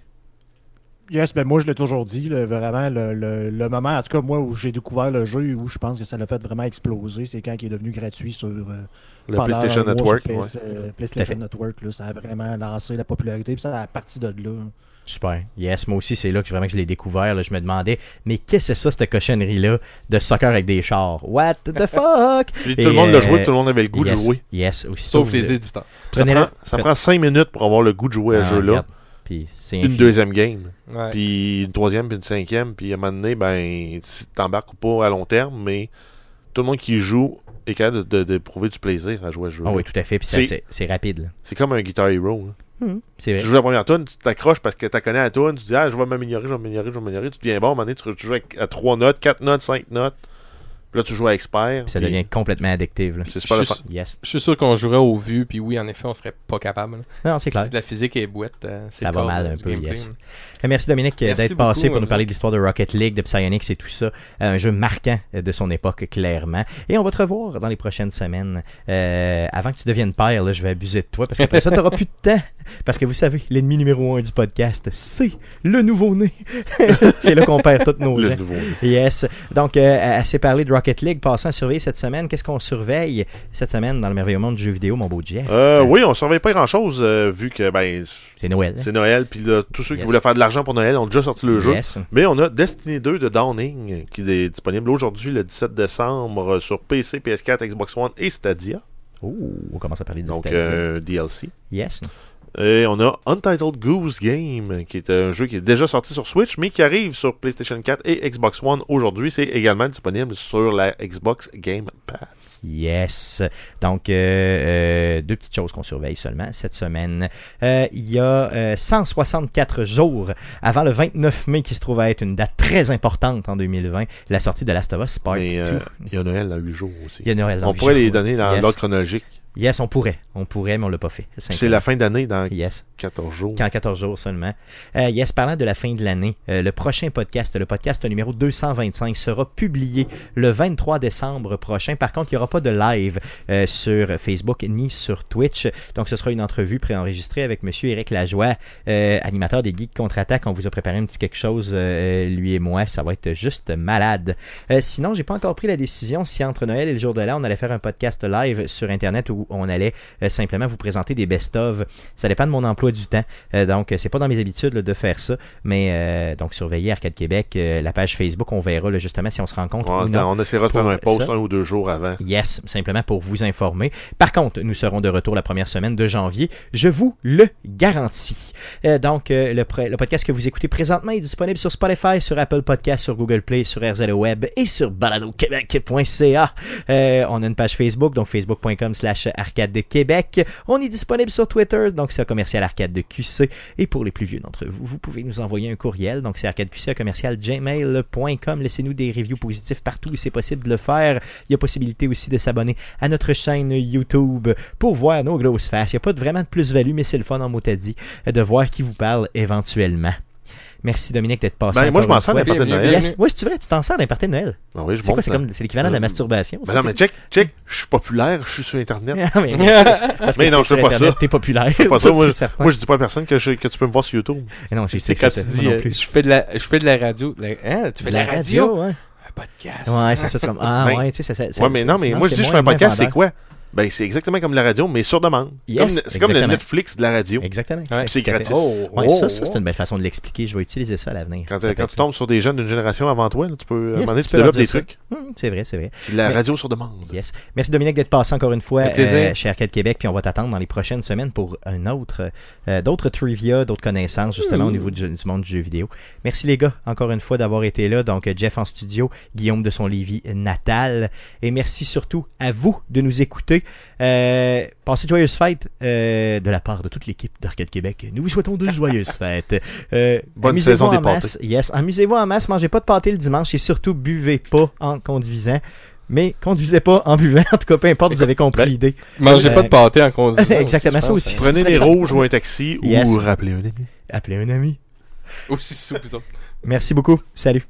Speaker 2: Yes, ben moi je l'ai toujours dit, là, vraiment le, le- le moment, en tout cas moi où j'ai découvert le jeu, où je pense que ça l'a fait vraiment exploser, c'est quand il est devenu gratuit sur euh,
Speaker 3: Le
Speaker 2: pendant
Speaker 3: PlayStation
Speaker 2: un mois
Speaker 3: Network.
Speaker 2: sur
Speaker 3: ouais.
Speaker 2: PS- euh, PlayStation Network, là, ça a vraiment lancé la popularité, puis ça a parti de là.
Speaker 1: Super. Yes, moi aussi, c'est là que vraiment que je l'ai découvert. là. je me demandais, mais qu'est-ce que c'est ça, cette cochonnerie-là de soccer avec des chars? What
Speaker 3: <laughs>
Speaker 1: the fuck?
Speaker 3: Puis
Speaker 1: Et,
Speaker 3: tout le monde l'a
Speaker 1: euh,
Speaker 3: joué, tout le monde avait le goût
Speaker 1: yes,
Speaker 3: de jouer.
Speaker 1: Yes, aussi.
Speaker 4: Sauf les éditeurs.
Speaker 3: Ça
Speaker 1: Prenez-le.
Speaker 3: prend, ça prend 5 minutes pour avoir le goût de jouer à ce
Speaker 1: Ah,
Speaker 3: jeu-là.
Speaker 1: regarde. Puis c'est
Speaker 3: Une
Speaker 1: infini.
Speaker 3: deuxième game,
Speaker 4: Ouais.
Speaker 3: puis une troisième, puis une cinquième, puis à un moment donné, ben, si t'embarques ou pas à long terme, mais tout le monde qui joue est capable de, de- de prouver du plaisir à jouer à ce jeu.
Speaker 1: Ah oui, tout à fait. Puis ça,
Speaker 3: C'est-
Speaker 1: c'est c'est rapide.
Speaker 3: C'est comme un Guitar Hero. là.
Speaker 1: là. C'est
Speaker 3: Tu
Speaker 1: vrai.
Speaker 3: joues la première tune, tu t'accroches parce que tu connais la tune, tu dis ah je vais m'améliorer, je vais m'améliorer, je vais m'améliorer, tu deviens bon, à un moment donné, tu tu joues à 3 notes, 4 notes, 5 notes. Puis là tu joues à expert.
Speaker 1: Puis ça
Speaker 3: puis-
Speaker 1: devient complètement addictif. là.
Speaker 3: puis c'est super le
Speaker 4: Je
Speaker 3: fun.
Speaker 1: Yes.
Speaker 4: Je suis sûr qu'on jouerait au vu, puis oui, en effet, on serait pas capable. là.
Speaker 1: Non, c'est clair.
Speaker 4: Si de la physique est bouette, euh, c'est
Speaker 1: Ça
Speaker 4: le
Speaker 1: va
Speaker 4: corps,
Speaker 1: mal
Speaker 4: euh,
Speaker 1: un
Speaker 4: du
Speaker 1: peu,
Speaker 4: gameplay,
Speaker 1: yes.
Speaker 4: là.
Speaker 1: Euh, Merci Dominique euh,
Speaker 4: Merci
Speaker 1: d'être passé pour
Speaker 4: beaucoup,
Speaker 1: nous
Speaker 3: hein.
Speaker 4: euh,
Speaker 1: parler de l'histoire de Rocket League, de Psyonix et tout ça. Euh, Un jeu marquant euh, de son époque, clairement. Et on va te revoir dans les prochaines semaines. Euh, avant que tu deviennes père, là, je vais abuser de toi parce qu'après ça, tu n'auras plus de temps. Parce que vous savez, l'ennemi numéro un du podcast, c'est le nouveau-né. <laughs> c'est là qu'on perd toutes nos
Speaker 3: Le
Speaker 1: gens.
Speaker 3: nouveau.
Speaker 1: <laughs> Yes. Donc, euh, assez parlé de Rocket League. Passant à surveiller cette semaine, qu'est-ce qu'on surveille cette semaine dans le merveilleux monde du jeu vidéo, mon beau Jeff
Speaker 3: Euh, oui, on surveille pas grand chose vu que ben
Speaker 1: C'est Noël.
Speaker 3: c'est Noël, puis là, tous ceux qui
Speaker 1: Yes.
Speaker 3: voulaient faire de l'argent pour Noël ont déjà sorti le jeu.
Speaker 1: Yes.
Speaker 3: Mais on a Destiny 2 de Downing qui est disponible aujourd'hui le 17 décembre sur PC, PS4, Xbox One et Stadia.
Speaker 1: Oh, on commence à parler de
Speaker 3: Donc
Speaker 1: Stadia.
Speaker 3: euh, DLC.
Speaker 1: Yes.
Speaker 3: Et on a Untitled Goose Game, qui est un jeu qui est déjà sorti sur Switch, mais qui arrive sur PlayStation 4 et Xbox One aujourd'hui. C'est également disponible sur la Xbox Game Pass.
Speaker 1: Yes. Donc, euh, euh, deux petites choses qu'on surveille seulement cette semaine. Euh, il y a euh, 164 jours avant le 29 mai, qui se trouve à être une date très importante en 2020, la sortie de Last of Us Part
Speaker 3: Mais
Speaker 1: 2.
Speaker 3: euh, il y a Noël à 8 jours aussi.
Speaker 1: il y a Noël dans
Speaker 3: on
Speaker 1: huit
Speaker 3: pourrait les
Speaker 1: jours.
Speaker 3: donner dans
Speaker 1: yes.
Speaker 3: l'ordre chronologique.
Speaker 1: Yes, on pourrait. On pourrait, mais on l'a pas fait.
Speaker 3: C'est la fin d'année dans
Speaker 1: Yes.
Speaker 3: 14 jours.
Speaker 1: Qu'en 14 jours seulement. Euh, yes, parlant de la fin de l'année, euh, le prochain podcast, le podcast numéro 225, sera publié le 23 décembre prochain. Par contre, il n'y aura pas de live euh, sur Facebook ni sur Twitch. Donc, ce sera une entrevue préenregistrée avec M. Éric Lajoie, euh, animateur des Geeks Contre-Attaque. On vous a préparé un petit quelque chose, euh, lui et moi. Ça va être juste malade. Euh, sinon, j'ai pas encore pris la décision si entre Noël et le jour de l'an, on allait faire un podcast live sur Internet ou où on allait euh, simplement vous présenter des best-of. Ça dépend de mon emploi du temps. Euh, donc, euh, c'est pas dans mes habitudes là, de faire ça. Mais euh, donc, surveillez Arcade Québec, euh, la page Facebook, on verra là, justement si on se rencontre ou
Speaker 3: On,
Speaker 1: non.
Speaker 3: on essaiera de
Speaker 1: pour
Speaker 3: faire un post
Speaker 1: ça.
Speaker 3: un ou deux jours avant.
Speaker 1: Yes, simplement pour vous informer. Par contre, nous serons de retour la première semaine de janvier. Je vous le garantis. Euh, donc, euh, le, pré- le podcast que vous écoutez présentement est disponible sur Spotify, sur Apple Podcast, sur Google Play, sur RZO Web et sur baladoquebec.ca. Euh, on a une page Facebook, donc facebook.com slash arcade de Québec. On est disponible sur Twitter, donc c'est commercial arcade de QC. Et pour les plus vieux d'entre vous, vous pouvez nous envoyer un courriel, donc c'est arcadeqc commercial gmail.com. Laissez-nous des reviews positifs partout où c'est possible de le faire. Il y a possibilité aussi de s'abonner à notre chaîne YouTube pour voir nos grosses faces. Il n'y a pas de- vraiment de plus-value, mais c'est le fun en mot à dit de voir qui vous parle éventuellement. Merci Dominique d'être passé.
Speaker 3: Ben, moi, je
Speaker 1: encore
Speaker 3: m'en
Speaker 1: une fois.
Speaker 3: sers d'un partenariat.
Speaker 4: Bienvenue, bienvenue.
Speaker 1: Yes. Ouais, c'est vrai, tu t'en sers d'un party de Noël.
Speaker 3: Ah oui, je
Speaker 1: C'est quoi,
Speaker 3: monte
Speaker 1: c'est
Speaker 3: ça.
Speaker 1: comme c'est l'équivalent de la masturbation.
Speaker 3: Ben
Speaker 1: ça,
Speaker 3: non, mais check, check, je suis populaire, je suis sur
Speaker 1: <laughs>
Speaker 3: Internet.
Speaker 1: c'est- Ah,
Speaker 3: <laughs>
Speaker 1: mais bien sûr, Parce que
Speaker 3: Mais
Speaker 1: c'est
Speaker 3: non, je fais
Speaker 1: sur
Speaker 3: pas
Speaker 1: Internet,
Speaker 3: ça.
Speaker 1: T'es populaire.
Speaker 3: Je fais pas ça, moi,
Speaker 1: c'est certain. <laughs>
Speaker 3: Moi, je dis pas à personne que, je- que tu peux me voir sur YouTube.
Speaker 1: Mais non, j'ai
Speaker 4: C'est
Speaker 1: c'est
Speaker 4: quand
Speaker 1: ça,
Speaker 4: tu
Speaker 1: moi
Speaker 4: dis,
Speaker 1: non
Speaker 4: euh,
Speaker 1: plus.
Speaker 4: je fais de la, je fais de la radio. De la- hein, tu fais de la, radio?
Speaker 1: ouais.
Speaker 4: Un podcast.
Speaker 1: Ouais, c'est ça, c'est comme. Ah,
Speaker 3: Ben,
Speaker 1: ouais, tu sais, ça- ça. ça-
Speaker 3: ouais, mais non, mais
Speaker 1: sinon,
Speaker 3: moi, je
Speaker 1: c'est
Speaker 3: dis, je fais
Speaker 1: moins-
Speaker 3: un podcast,
Speaker 1: moins
Speaker 3: c'est quoi? Ben, c'est exactement comme la radio, mais sur demande.
Speaker 1: Yes,
Speaker 3: Comme- c'est comme le
Speaker 1: exactement.
Speaker 3: Netflix de la radio.
Speaker 1: vendeur. Exactement.
Speaker 4: Ouais,
Speaker 1: Ouais,
Speaker 3: Puis c'est
Speaker 1: tout à fait.
Speaker 3: gratis.
Speaker 1: Ouais,
Speaker 4: oh,
Speaker 1: ça, ça,
Speaker 4: oh.
Speaker 1: c'est une belle façon de l'expliquer. Je vais utiliser ça à l'avenir.
Speaker 3: Quand, euh,
Speaker 1: Ça
Speaker 3: quand
Speaker 1: fait
Speaker 3: tu tombes sur des jeunes d'une génération avant toi, là, tu peux, à un
Speaker 1: Yes,
Speaker 3: moment donné,
Speaker 1: tu
Speaker 3: tu,
Speaker 1: peux leur
Speaker 3: développes
Speaker 1: dire
Speaker 3: des
Speaker 1: ça.
Speaker 3: trucs.
Speaker 1: que- Hum, C'est vrai, c'est vrai.
Speaker 3: Puis la
Speaker 1: Mais-
Speaker 3: radio sur demande.
Speaker 1: Yes. Merci Dominique d'être passé encore une fois
Speaker 4: Avec plaisir.
Speaker 1: euh, chez Arcade Québec, puis on va t'attendre dans les prochaines semaines pour un autre, euh, d'autres trivia, d'autres connaissances justement au niveau du, du monde du jeu vidéo. Merci les gars encore une fois d'avoir été là. Donc euh, Jeff en studio, Guillaume de son Lévis natal, et merci surtout à vous de nous écouter. Euh, passez de joyeuses fêtes euh, de la part de toute l'équipe d'Arcade Québec. Nous vous souhaitons de
Speaker 3: <laughs>
Speaker 1: joyeuses fêtes. Euh,
Speaker 3: Bonne
Speaker 1: amusez-vous
Speaker 3: saison
Speaker 1: en
Speaker 3: des pâtés.
Speaker 1: masse. Yes, amusez-vous en masse. Mangez pas de pâté le dimanche et surtout buvez pas en conduisant. Mais conduisez pas en buvant. <laughs> En tout cas, peu importe, vous avez compris
Speaker 3: Ben,
Speaker 1: l'idée.
Speaker 4: Mangez
Speaker 1: Euh,
Speaker 4: pas de pâté en conduisant.
Speaker 1: <laughs> Exactement, ça
Speaker 4: je pense,
Speaker 1: aussi.
Speaker 4: hein.
Speaker 1: Ce
Speaker 3: Prenez
Speaker 1: serait
Speaker 3: des
Speaker 1: grave.
Speaker 3: rouges ou un taxi
Speaker 1: Yes.
Speaker 3: ou rappelez un ami.
Speaker 1: Appelez un ami.
Speaker 4: Aussi sous, plutôt.
Speaker 1: Merci beaucoup. Salut.